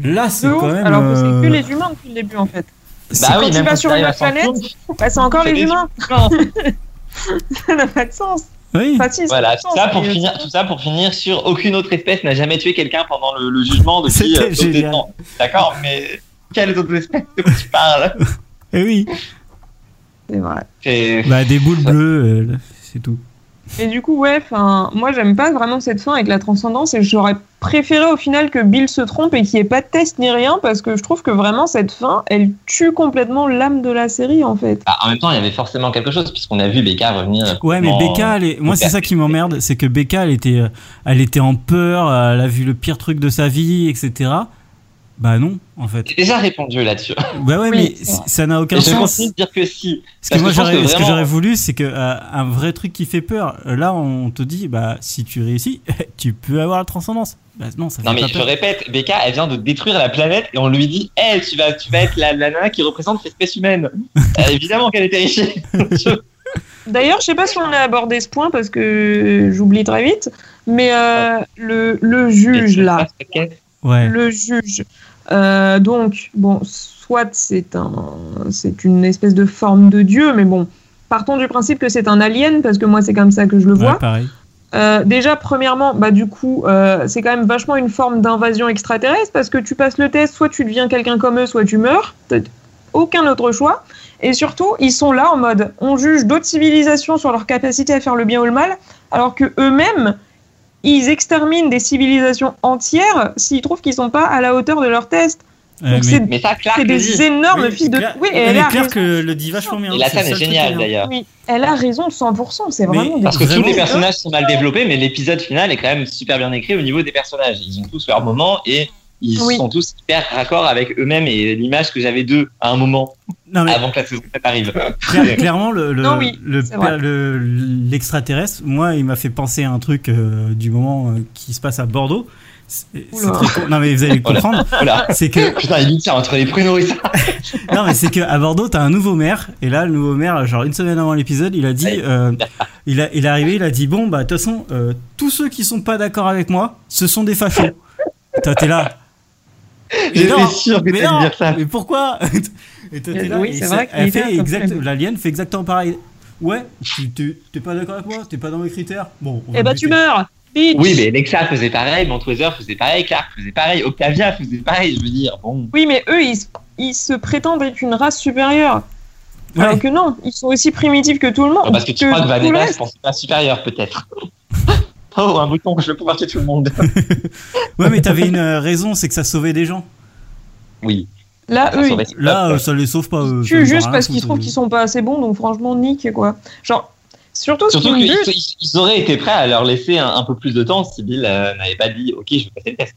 Là, c'est De quand ouf, même. alors que c'est euh, que les humains depuis le début en fait. c'est- Bah quand oui, tu même vas quand sur t'arrives une à s'en planète, foutre, Bah, c'est encore C'est les des humains, non. ça n'a pas de sens. euh, oui. Enfin, si, Voilà, c'est tout ça, pour mais- finir, tout ça pour finir sur aucune autre espèce n'a jamais tué quelqu'un pendant le, le jugement depuis C'était euh, tant de génial. temps. D'accord, mais quelles autres espèces de quoi tu parles Eh oui. C'est vrai. C'est- Bah, des boules bleues, euh, c'est tout. Et du coup, ouais, 'fin, moi j'aime pas vraiment cette fin avec la transcendance et j'aurais préféré au final que Bill se trompe et qu'il n'y ait pas de test ni rien parce que je trouve que vraiment cette fin elle tue complètement l'âme de la série en fait. Bah, en même temps, il y avait forcément quelque chose puisqu'on a vu Becca revenir. Ouais, mais complètement- Becca, elle est- moi, c'est ça qui m'emmerde, c'est que Becca, elle était, euh, elle était en peur, euh, elle a vu le pire truc de sa vie, etc. Bah non, en fait. J'ai déjà répondu là-dessus. Bah Oui, ouais, mais c'est c- vrai. ça n'a Et aucun je sens. continue de dire que si. Ce que parce moi, que je pense j'aurais, que ce que vraiment- j'aurais voulu, c'est que euh, un vrai truc qui fait peur. euh, Là, on te dit, bah si tu réussis, tu peux avoir la transcendance. Bah non, ça fait Non, mais pas je peur. répète, Becca, elle vient de détruire la planète et on lui dit Hey, tu vas, tu vas être la, la nana qui représente l'espèce humaine. Euh, évidemment qu'elle est terrifiée. Je- D'ailleurs, je sais pas si on a abordé ce point parce que j'oublie très vite, mais euh, le, le juge là, Ouais. le juge. Euh, donc, bon, soit c'est un, c'est une espèce de forme de dieu, mais bon, partons du principe que c'est un alien parce que moi c'est comme ça que je le vois. Ouais, pareil. Euh, déjà, premièrement, bah du coup, euh, c'est quand même vachement une forme d'invasion extraterrestre parce que tu passes le test, soit tu deviens quelqu'un comme eux, soit tu meurs. T'as aucun autre choix. Et surtout, ils sont là en mode, on juge d'autres civilisations sur leur capacité à faire le bien ou le mal, alors que eux-mêmes, ils exterminent des civilisations entières s'ils trouvent qu'ils sont pas à la hauteur de leur test. Ouais, Donc Euh, mais- c'est Mais ça, Clark. c'est le des hein, dit. énormes Oui, fils de. Claire- Oui, et elle, elle a est claire raison. que le dit vachement bien. Et la c'est le scène est seul truc géniale qui est bien. d'ailleurs. Oui, elle a raison 100%. C'est Mais- vraiment des Parce que Vraiment. tous les personnages sont mal développés, mais l'épisode final est quand même super bien écrit au niveau des personnages. Ils ont tous leur moment et ils Oui. sont tous hyper raccord avec eux-mêmes et l'image que j'avais d'eux à un moment Non, mais avant que la saison 7 arrive. Claire- clairement, le, le, Non, oui, le- c'est vrai. le- l'extraterrestre, moi, il m'a fait penser à un truc euh, du moment euh, qui se passe à Bordeaux. C'est c'est Oula. très con- Non, mais vous allez le Oula. comprendre. Voilà. C'est que, Putain, il tient entre les pruneaux et ça. non, mais c'est que à Bordeaux, t'as un nouveau maire. Et là, le nouveau maire, genre une semaine avant l'épisode, il a dit, Ouais. euh, il, a, il est arrivé, il a dit, bon, bah, de toute façon, euh, tous ceux qui sont pas d'accord avec moi, ce sont des fachos. Toi, t'es là. Mais J'étais non, sûr que mais t'allais non, dire ça. Mais pourquoi Et toi, t'es là, Oui, et c'est ça- vrai qu'il elle est fait bien, comme exact, ça. l'alien fait exactement pareil. Ouais, tu t'es- t'es pas d'accord avec moi, t'es pas dans mes critères. Bon, on va Eh bah le tu buter. meurs. bitch. Oui, mais Lexa faisait pareil, Montreuser faisait pareil, Clark faisait pareil, Octavia faisait pareil. Je veux dire, bon. Oui, mais eux, ils, se- ils se prétendent être une race supérieure. Ouais. Alors que non, ils sont aussi primitifs que tout le monde. Ah, Parce que tu crois que tout le Vanessa reste. se pense pas supérieure, peut-être. oh, un bouton que je vais pouvoir tuer tout le monde. Ouais, mais t'avais une euh, raison, c'est que ça sauvait des gens. Oui. Là, eux, Ça ils reste- Là, euh, ça les sauve pas. ils euh, ça tuent leur juste a rien parce à qu'ils foutre, trouvent euh. qu'ils sont pas assez bons, donc franchement, nique, quoi. Genre, surtout, ce Surtout qui me qu'ils bute, ils auraient été prêts à leur laisser un, un peu plus de temps si Bill euh, n'avait pas dit Ok, je vais passer le test.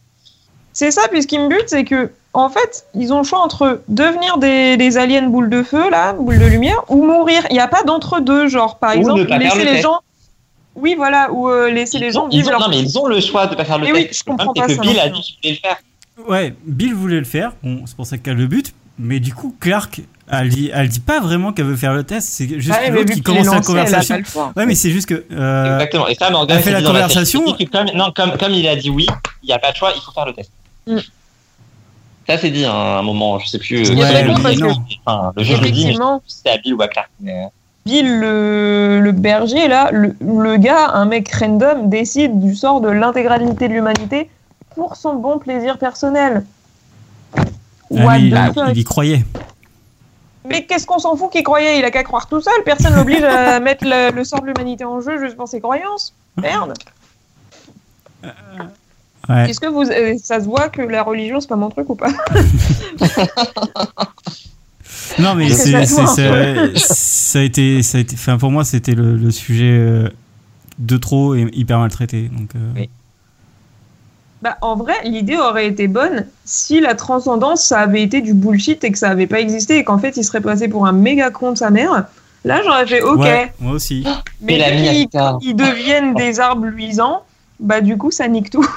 c'est ça, puis ce qui me bute, c'est que, en fait, ils ont le choix entre devenir des, des aliens boules de feu, là, boules de lumière, ou mourir. Il n'y a pas d'entre-deux, genre, par Ou ne exemple, pas faire laisser le les test. gens. Oui, voilà, ou euh, laisser les Ils gens ont- ils vivre ont- leur. Non, mais ils ont le choix de pas faire le Mais test. oui, je comprends Le problème, pas c'est que ça Bill non a plus. dit qu'il voulait le faire. Ouais, Bill voulait le faire, bon, c'est pour ça qu'elle le but. Mais du coup, Clark, elle dit, elle dit pas vraiment qu'elle veut faire le test, c'est juste Ouais, mais vu l'autre qui qu'il est commence la lancé, Ah, elle a conversation. pas le choix. Ouais, mais c'est juste que. euh, Exactement. Et ça, Morgan elle fait s'est la dit dans série, conversation. il dit que comme, non, comme, comme il a dit oui, il n'y a pas de choix, il faut faire le test. Mm. Ça, c'est dit hein, à un moment, je sais plus. Ouais, quel mais épisode, non. enfin, le juge le dit, mais je sais Effectivement. plus si c'est à Bill ou à Clark. mais- Bill, le, le berger, là, le, le gars, un mec random, décide du sort de l'intégralité de l'humanité pour son bon plaisir personnel. ah, What lui, the il- fuck il y croyait. Mais qu'est-ce qu'on s'en fout qu'il croyait Il a qu'à croire tout seul. Personne n'oblige à mettre le, le sort de l'humanité en jeu juste pour ses croyances. Merde. Ouais. Est-ce que vous, euh, ça se voit que la religion, c'est pas mon truc ou pas Non, mais Parce que ça c'est, se voit, c'est- en c'est- ça a été, ça a été, enfin, pour moi, c'était le, le sujet euh, de trop et hyper maltraité. Donc, euh, Oui. Bah, en vrai, l'idée aurait été bonne si la transcendance, ça avait été du bullshit et que ça avait pas existé et qu'en fait, il serait passé pour un méga con de sa mère. Là, j'aurais fait OK. ouais, moi aussi. Et Mais la dès mine à qu'ils- guitare. ils deviennent des arbres luisants, bah du coup, ça nique tout.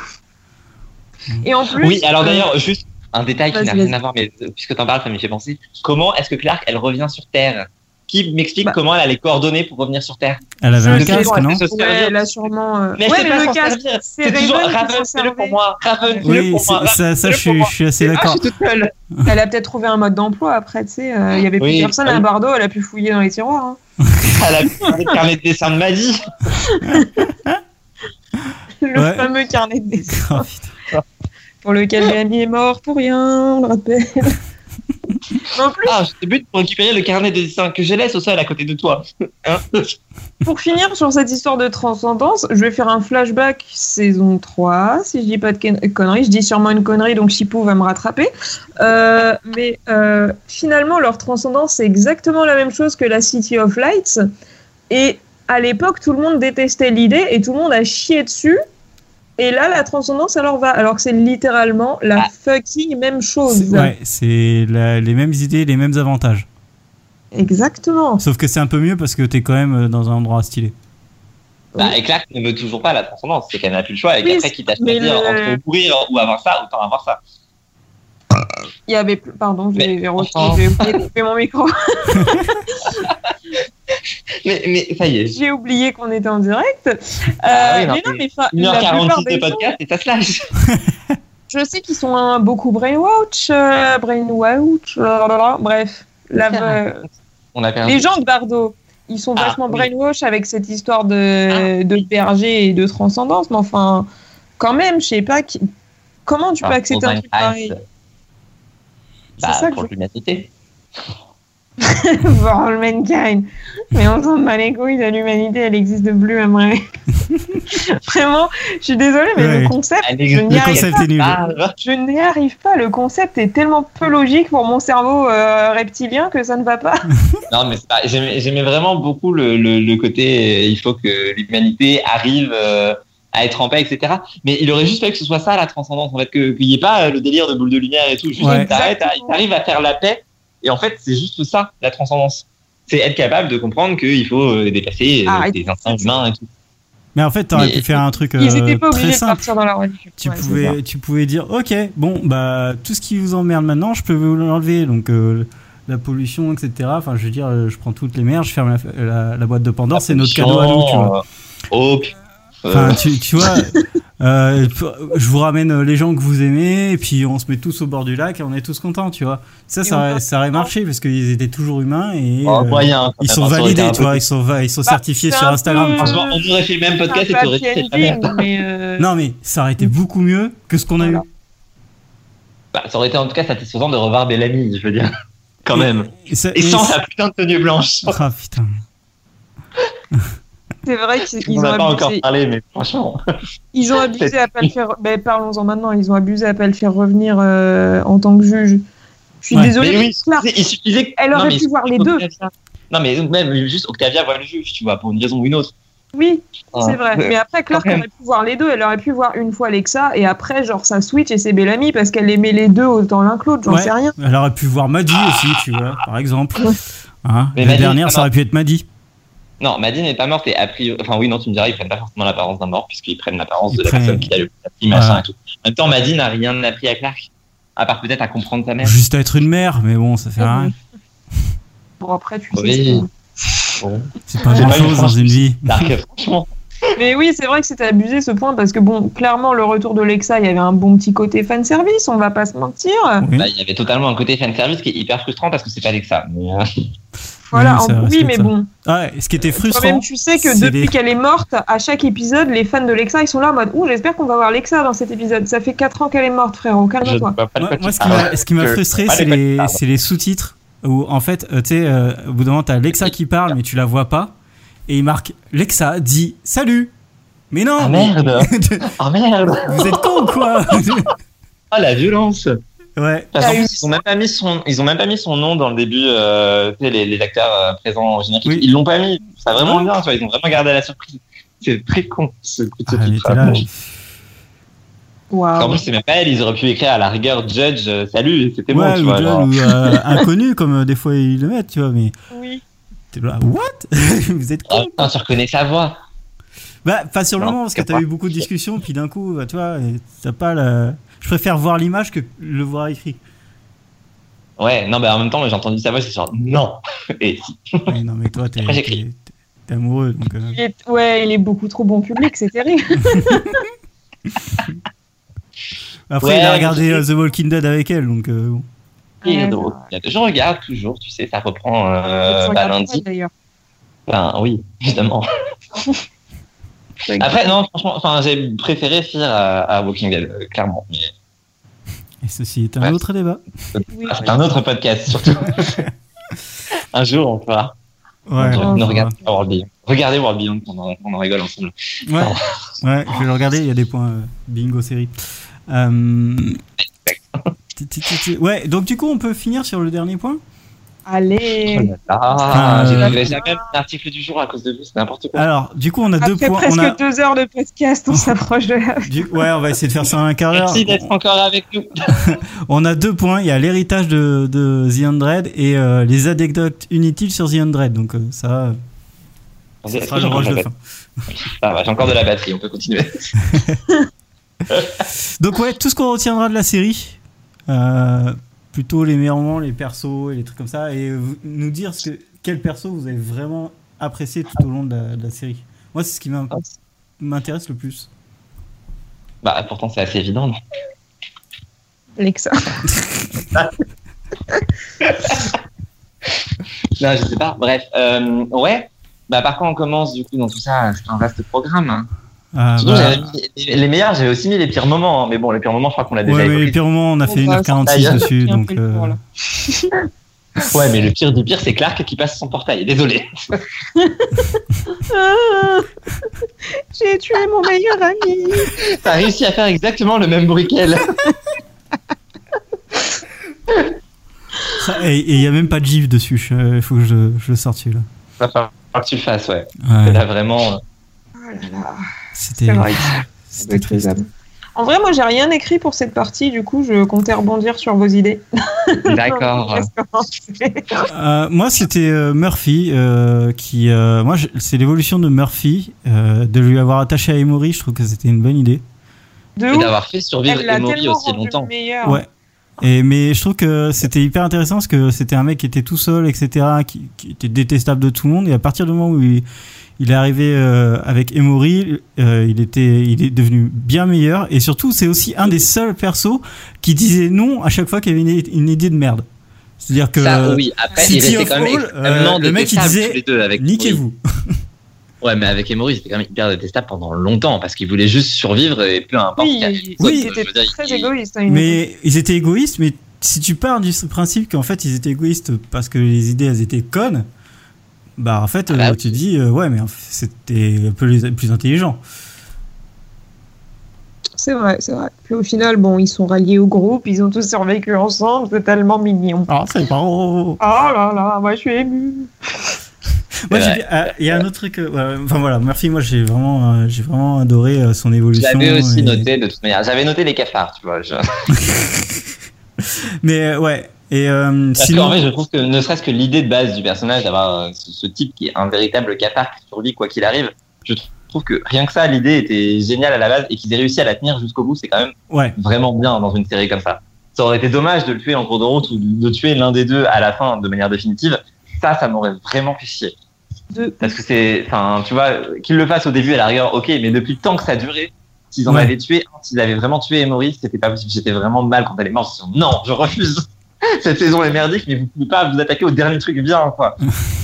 Et en plus. Oui, alors euh, d'ailleurs, juste un détail qui Vas-y, n'a rien vas-y. à voir, mais euh, puisque t'en parles, ça me fait penser. Comment est-ce que Clark, elle revient sur Terre Qui m'explique Bah. comment elle a les coordonnées pour revenir sur Terre Elle avait Je un sais, casque, ouais, non Se servir. euh, Ouais, là, sûrement. euh, Mais elle ouais, sait mais pas le s'en casque, servir. c'est C'est toujours Raven qui Raven, s'en fais-le pour servait. moi. Raven, fais-le Oui, pour c'est- moi. ça, fais-le ça, je, suis- pour moi. je suis assez Ah, je d'accord. suis toute seule. Elle a peut-être trouvé un mode d'emploi après, tu sais. euh, Il y avait Oui, plus personne ah à oui. Bordeaux, elle a pu fouiller dans les tiroirs. hein. Elle a mis le carnet de dessin de Maddy. Le Ouais. fameux carnet de dessin Oh, putain. pour lequel Léani est mort pour rien, on le rappelle. en plus, Ah, je débute pour récupérer le carnet de dessin que je laisse au sol à côté de toi. Hein pour finir sur cette histoire de transcendance, je vais faire un flashback saison 3, si je dis pas de ken- conneries, je dis sûrement une connerie, donc Chipou va me rattraper. Euh, mais euh, finalement, leur transcendance, c'est exactement la même chose que la City of Lights. Et à l'époque, tout le monde détestait l'idée et tout le monde a chié dessus. Et là, la transcendance, alors va, alors que c'est littéralement Ah. la fucking même C'est- chose. Ouais, c'est la- les mêmes idées, les mêmes avantages. Exactement. Sauf que c'est un peu mieux parce que t'es quand même euh, dans un endroit stylé. Bah, et Clark ne veut toujours pas la transcendance, c'est qu'elle n'a plus le choix. Et Oui, qu'après, quitte à mais choisir le- entre mourir ou avoir ça, autant avoir ça. Il y avait, pardon, je Mais- vais vérifier, Oh. j'ai oublié de couper mon micro. Mais, mais ça y est, J'ai oublié qu'on était en direct. Euh, Ah oui, non, mais non, mais mais enfin, la plupart 1h46 des de gens, podcast et ça se lâche. je sais qu'ils sont hein, beaucoup brainwatch, euh, brainwatch, blablabla, bref. La- euh, On a perdu. les gens de Bardo, ils sont Ah, vachement oui. Ah. brainwash avec cette histoire de, de berger et de transcendance, mais enfin, quand même, je sais pas, qui- comment tu peux Enfin, accepter un Roman truc Reigns, pareil bah, ça que pour je- l'humanité. For all mankind. Mais on s'en bat les couilles de l'humanité, elle existe plus, aimerait. Vraiment, je suis désolée, mais Ouais. le concept, Elle je existe n'y Le arrive concept est nul. pas. Je n'y arrive pas, le concept est tellement peu logique pour mon cerveau euh, reptilien que ça ne va Euh, pas. Non, mais c'est pas- j'aimais j'aimais vraiment beaucoup le, le- le côté euh, il faut que l'humanité arrive euh, à être en paix, etc. Mais il aurait juste fallu que ce soit ça la transcendance, en fait, que- qu'il n'y ait pas euh, le délire de boule de lumière et tout. Juste, Ouais. ils t'arrêtent à- ils Exactement. arrivent à faire la paix. Et en fait, c'est juste ça, la transcendance. C'est être capable de comprendre qu'il faut euh, dépasser euh, Arrête. des instincts humains et tout. Mais en fait, t'aurais Mais- pu faire un truc Ils euh, n'étaient pas très obligés de simple. partir dans la religion. Tu, Ouais, c'est ça. pouvais, tu pouvais dire, ok, bon, bah, tout ce qui vous emmerde maintenant, je peux vous l'enlever. Donc, euh, la pollution, etc. Enfin, je veux dire, euh, je prends toutes les merdes, je ferme la, la- la boîte de Pandore, c'est notre cadeau à nous, tu vois. Oh, p- euh, Enfin, tu, tu vois, euh, je vous ramène euh, les gens que vous aimez, et puis on se met tous au bord du lac et on est tous contents, tu vois. Ça, Et ça, on aurait- passe- ça aurait marché parce qu'ils étaient toujours humains et oh, euh, moyen, quand ils même, sont hein, ça aurait été validés, un tu peu- vois. Ils sont, va- ils sont Bah, certifiés c'est sur un Instagram. peu- tu vois. Franchement, on aurait fait le même podcast C'est et un t'aurais happy fait la ending, merde. mais euh, Non, mais ça aurait été beaucoup mieux que ce qu'on a eu. Voilà. Bah, ça aurait été en tout cas satisfaisant de revoir Bellamy, je veux dire. Quand Et- même. Et, ça- Et et sans ça- sa putain de tenue blanche. Ah, putain. c'est vrai qu'ils On ils n'a pas ont encore abusé. parlé, mais franchement. Ils ont abusé à pas le faire. Ben, parlons-en maintenant. Ils ont abusé à pas le faire revenir euh, en tant que juge. Je suis Ouais. désolée, Mais mais oui, Clark, c'est- il suffisait que- elle Non, aurait mais pu il voir les suffisait deux. qu'Octavia- Non, mais même juste Octavia voit le juge, tu vois, pour une raison ou une autre. Oui, Ah. c'est vrai. Mais après, Clark quand même. aurait pu voir les deux. Elle aurait pu voir une fois Lexa et après, genre, ça switch et c'est Bellamy parce qu'elle aimait les deux autant l'un que l'autre. J'en Ouais. sais rien. Elle aurait pu voir Maddy aussi, tu vois, par exemple. Hein, Ah. Mais la Maddy, dernière, ça ça aurait pu être Maddy. Non, Maddy n'est pas morte et a priori. Enfin, oui, non, tu me diras, ils prennent pas forcément l'apparence d'un mort, puisqu'ils prennent l'apparence Ils de la prennent- personne qui a le petit machin Ouais. et tout. En même temps, Maddy n'a rien appris à Clark, à part peut-être à comprendre sa mère. Juste à être une mère, mais bon, ça fait rien. Bon, après, tu Oui. sais. c'est- Bon. C'est pas J'ai grand pas eu chose le dans temps. une vie. Clark, franchement. Mais oui, c'est vrai que c'était abusé ce point parce que, bon, clairement, le retour de Lexa, il y avait un bon petit côté fanservice, on va pas se mentir. Oui. Bah, il y avait totalement un côté fanservice qui est hyper frustrant parce que c'est pas Alexa. Mais, euh, Voilà, Oui, ça en- reste oui, comme mais ça. bon. Ah, et ce qui était Quand frustrant, même, tu sais que c'est depuis les- qu'elle est morte, à chaque épisode, les fans de Lexa, ils sont là en mode Ouh, j'espère qu'on va voir Lexa dans cet épisode. Ça fait 4 ans qu'elle est morte, frérot, je ne calme-toi. vois pas de moi, quoi moi, tu ce qui parles. m'a- ce qui m'a que- frustré, Ah pas les c'est les, podcasts. c'est les sous-titres où en fait, euh, tu sais, euh, au bout d'un moment, t'as Lexa qui parle, mais tu la vois pas, et il marque Lexa dit salut. Mais non Ah merde mais- Oh merde Vous êtes con ou quoi Oh la violence Ouais. De toute façon, Ah oui. ils ont même pas mis son, ils ont même pas mis son nom dans le début. euh, tu sais, les, les acteurs euh, présents en générique, Oui. ils l'ont pas mis. Ça a vraiment Non. bien. tu vois, ils ont vraiment gardé la surprise. C'est très con ce coup de Ah, mais pipe. t'es là, En Waouh. plus, c'est même pas elle. Ils auraient pu écrire à la rigueur Judge. euh, Salut, c'était ouais, bon. Tu ou vois, John, genre. ou, euh, inconnu, comme euh, des fois ils le mettent, tu vois, mais Oui. t'es là, what Vous êtes Ah, con putain, tu reconnais sa voix. Bah, pas sur le Non, moment, parce que c'est t'as pas. eu beaucoup de discussions, puis d'un coup, bah, tu vois, et t'as pas la. Je préfère voir l'image que le voir écrit. Ouais, non, bah en même temps, j'ai entendu sa voix, c'est genre non. Et si. Ouais, non, mais toi, t'es Après, j'écris. t'es- t'es amoureux, donc. euh, Il est... Ouais, il est beaucoup trop bon public, c'est terrible. Après, Ouais, il a regardé j'écris. euh, The Walking Dead avec elle, donc. euh, bon. Et Ouais, donc, je regarde toujours, tu sais, ça reprend euh, Je bah, regarde pas, lundi. d'ailleurs. Enfin, oui, évidemment. Après, non, franchement, enfin, j'ai préféré Fear à, à Walking Dead, euh, clairement. Mais Et ceci est un Ouais. autre débat. Oui. Ah, c'est un autre podcast, surtout. un jour, on fera. Ouais, ne on verra. regardez pas World Beyond. Regardez World Beyond, on en, on en rigole ensemble. Ouais, ouais, je vais le regarder, il y a des points euh, bingo série. Euh, ti- ti- ti- ti- Ouais, donc du coup, on peut finir sur le dernier point Oh Allez. là là, Euh, Ah, j'ai trouvé jamais un article du jour à cause de vous, c'est n'importe quoi. Alors, du coup, on a deux Après points. presque On a... deux heures de podcast, on s'approche de la du- Ouais, on va essayer de faire ça en un quart d'heure. Merci d'être encore avec nous. On a deux points. Il y a l'héritage de, de The Undead et euh, les anecdotes inutiles sur The Undead. Donc, euh, ça, euh, ça Est-ce sera que le j'ai rush encore de la fin. batterie Ça va, bah, J'ai encore de la batterie, on peut continuer. Donc, ouais, tout ce qu'on retiendra de la série, euh, plutôt les meilleurs moments, les persos et les trucs comme ça, et vous- nous dire ce que, quel perso vous avez vraiment apprécié tout au long de la, de la série. Moi, c'est ce qui m'in- m'intéresse le plus. Bah, pourtant, c'est assez évident. non Alexa. Non, je sais pas. Bref, euh, ouais. Bah, par quoi on commence du coup dans tout ça C'est un vaste programme. hein. Ah, Surtout, bah, j'avais mis- les meilleurs, j'avais aussi mis les pires moments. hein. Mais bon, les pires moments, je crois qu'on l'a déjà ouais, mais évoqué. les pires moments, on a fait On va 1h46 sortir dessus, un donc. peu le euh, tour, là. Ouais, mais le pire du pire, c'est Clark qui passe son portail. Désolé. Ah, J'ai tué mon meilleur ami. T'as réussi à faire exactement le même bruit qu'elle. ça- Et il n'y a même pas de gif dessus. Il faut que je, je le sorte celui-là. Va falloir que tu le fasses, ouais. Ouais, Là, vraiment. euh, C'était. Oh c'est vrai. C'était triste. En vrai, moi, j'ai rien écrit pour cette partie, du coup, je comptais rebondir sur vos idées. D'accord. Laisse commencer. Euh, moi, c'était euh, Murphy euh, qui. euh, moi, je- c'est l'évolution de Murphy euh, de lui avoir attaché à Emory. Je trouve que c'était une bonne idée. De Et ouf, euh, d'avoir fait survivre elle l'a Emory tellement aussi rendu longtemps. meilleur. Ouais. Et mais je trouve que c'était hyper intéressant parce que c'était un mec qui était tout seul, etc., qui, qui était détestable de tout le monde. Et à partir du moment où il, il est arrivé euh, avec Emory, euh, il était, il est devenu bien meilleur. Et surtout, c'est aussi un des seuls persos qui disait non à chaque fois qu'il y avait une, une idée de merde. C'est-à-dire que Ça, oui. Après, City il restait of quand même All, extrêmement euh, le mec, il détestables disait, tous les deux avec niquez-vous. Ouais, mais avec Emory, c'était quand même hyper détestable pendant longtemps parce qu'il voulait juste survivre et plus importe. Oui, quel- il- Ouais, il je était veux dire, très il- égoïste. hein, il- Mais ils étaient égoïstes, mais si tu pars du principe qu'en fait ils étaient égoïstes parce que les idées elles étaient connes, bah en fait Ah bah euh, oui. tu dis euh, ouais mais en fait, c'était un peu les plus intelligents. C'est vrai, c'est vrai. Puis au final, bon, ils sont ralliés au groupe, ils ont tous survécu ensemble, c'est tellement mignon. Ah c'est pas. oh, oh, oh. Oh là là, moi je suis émue. Moi, C'est j'ai- ah, il y a un autre truc. euh, ouais, Enfin voilà, Murphy, moi j'ai vraiment, euh, j'ai vraiment adoré euh, son évolution. J'avais aussi et- noté de toute manière. J'avais noté les cafards, tu vois. je- Mais euh, ouais. Et euh, Parce sinon, qu'en vrai, je trouve que ne serait-ce que l'idée de base du personnage d'avoir euh, ce, ce type qui est un véritable cafard qui survit quoi qu'il arrive, je tr- trouve que rien que ça, l'idée était géniale à la base et qu'ils aient réussi à la tenir jusqu'au bout, c'est quand même ouais. vraiment bien dans une série comme ça. Ça aurait été dommage de le tuer en cours de route ou de de tuer l'un des deux à la fin de manière définitive. Ça, ça m'aurait vraiment fait chier. De... Parce que c'est, enfin, tu vois, qu'ils le fassent au début à la rigueur, ok, mais depuis le temps que ça durait, s'ils en Ouais. avaient tué, un, s'ils avaient vraiment tué Emory, c'était pas possible. J'étais vraiment mal quand elle est morte. Je me suis dit, non, je refuse. Cette saison est merdique, mais vous pouvez pas vous attaquer au dernier truc bien, quoi.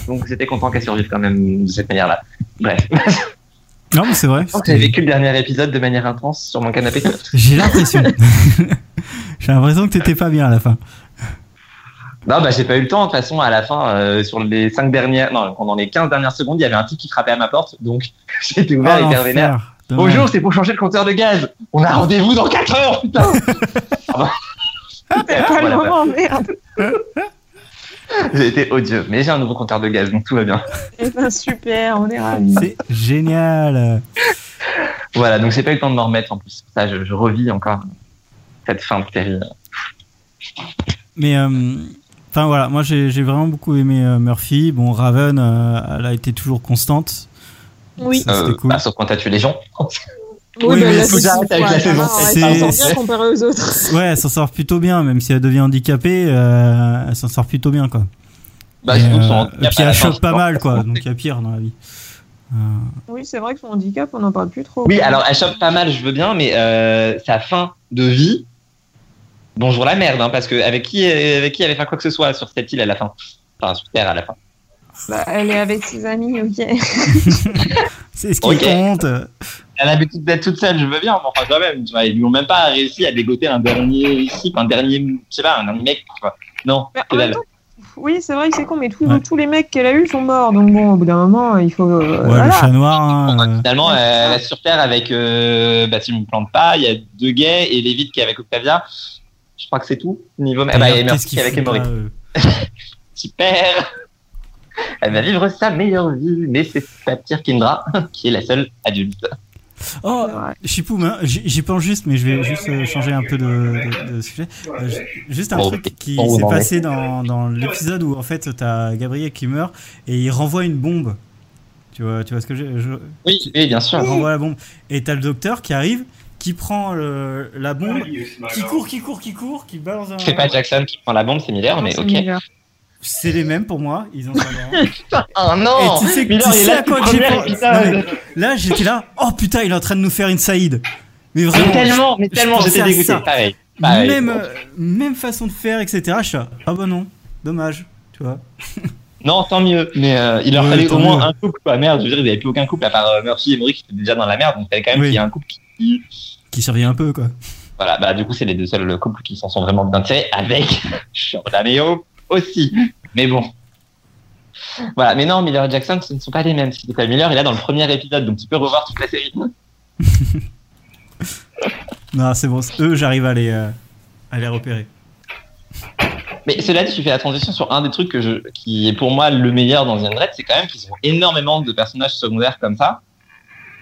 Donc j'étais content qu'elle survive quand même de cette manière-là. Bref. Non mais c'est vrai. J'ai c'était- vécu le dernier épisode de manière intense sur mon canapé. J'ai l'impression. j'ai l'impression que t'étais pas bien à la fin. Non, bah, j'ai pas eu le temps. De toute façon, à la fin, euh, sur les 5 dernières, non, pendant les 15 dernières secondes, il y avait un type qui frappait à ma porte. Donc, j'étais ouvert, Ah, hyper l'enfer. vénère. Pas mal. Bonjour, c'est pour changer le compteur de gaz. On a rendez-vous dans 4 heures, putain Ah bah. C'est pas le Voilà, moment, merde. J'ai été odieux, mais j'ai un nouveau compteur de gaz, donc tout va bien. Eh ben, super, on est ravis. C'est génial. Voilà, donc j'ai pas eu le temps de m'en remettre en plus. Ça, je, je revis encore cette fin terrible. Ah, Mais euh, enfin voilà, moi j'ai j'ai vraiment beaucoup aimé euh, Murphy. Bon, Raven, euh, elle a été toujours constante. Oui. Ça, c'était Euh, cool. bah, sauf quand t'as tué les gens. Oui, mais là, faut c'est Ah, j'arrête six avec fois, la là, saison ouais, sept. ils sont bien comparés aux autres. Ouais, elle s'en sort plutôt bien, même si elle devient handicapée, euh, elle s'en sort plutôt bien quoi. Bah, Et, surtout que euh, son et handicap, puis à la elle fin, chope c'est pas genre- mal quoi, donc il y a pire dans la vie. Euh, Oui, c'est vrai que son handicap, on n'en parle plus trop. Oui, alors elle chope pas mal, je veux bien, mais euh, sa fin de vie. Bonjour la merde, hein, parce que avec qui, avec qui elle avait fait quoi que ce soit sur cette île à la fin Enfin, sur Terre à la fin. Bah, elle est avec ses amis, ok. c'est ce qui Ok. compte. Elle a l'habitude d'être toute seule, je veux bien, mais enfin, quand même, tu vois, ils lui ont même pas réussi à dégoter un dernier ici, un dernier, je sais pas, un dernier mec, tu vois. Non, Mais que en même dalle. temps, oui, c'est vrai que c'est con, mais tous, Ouais. tous les mecs qu'elle a eu sont morts. Donc bon, au bout d'un moment, il faut. euh, Ouais, voilà. le chat noir. hein, euh, Finalement, elle reste sur Terre avec, euh, bah, si je me plante pas, il y a deux gays et Lévite qui est avec Octavia. Je crois que c'est tout. Niveau, eh bah, d'ailleurs, et qu'est-ce Murphy qui qu'il est avec fout Emory. là, euh, Super Elle va vivre sa meilleure vie, mais c'est sa pire Kindra, qui est la seule adulte. Oh, C'est vrai. Chipou, mais, hein, j'y j'y pense juste, mais je vais juste euh, changer un peu de, de- de sujet. Euh, ju- juste un Bon, truc qui bon, s'est bon, passé dans, dans l'épisode où en fait t'as Gabriel qui meurt et il renvoie une bombe. Tu vois, tu vois ce que j'ai je- Oui, oui, bien sûr. Il renvoie la bombe. Et t'as le docteur qui arrive, qui prend le- la bombe, qui court, qui court, qui court, qui balance dans- C'est pas Jackson qui prend la bombe, c'est Miller, mais C'est ok. Miller. C'est les mêmes pour moi, ils ont ça dans- Oh Et non tu sais, Miller, tu il est sais là à quoi depuis j'ai le premier pensé. épisode. Non, mais Là, j'étais là, oh putain, il est en train de nous faire une saïde. Mais Mais vraiment, tellement, mais je tellement, pensais j'étais à dégoûté. ça. Pareil. pareil. même, euh, même façon de faire, etc. Je suis là, ah bah non, dommage, tu vois. Non, tant mieux. Mais euh, il leur Ouais, fallait tant au moins mieux. un couple. Quoi. Merde, je veux dire, il n'y avait plus aucun couple à part euh, Murphy et Maury qui étaient déjà dans la merde. Donc il fallait quand même Oui. qu'il y ait un couple qui. Qui survient un peu, quoi. Voilà, bah du coup, c'est les deux seuls couples qui s'en sont vraiment bien tirés avec Lameo aussi. Mais bon. Voilà, mais non, Miller et Jackson, ce ne sont pas les mêmes. C'était pas Miller, il est là dans le premier épisode, donc tu peux revoir toute la série. Non, c'est bon, eux, j'arrive à les, euh, à les repérer. Mais cela dit, tu fais la transition sur un des trucs que je, qui est pour moi le meilleur dans The Red, c'est quand même qu'ils ont énormément de personnages secondaires comme ça,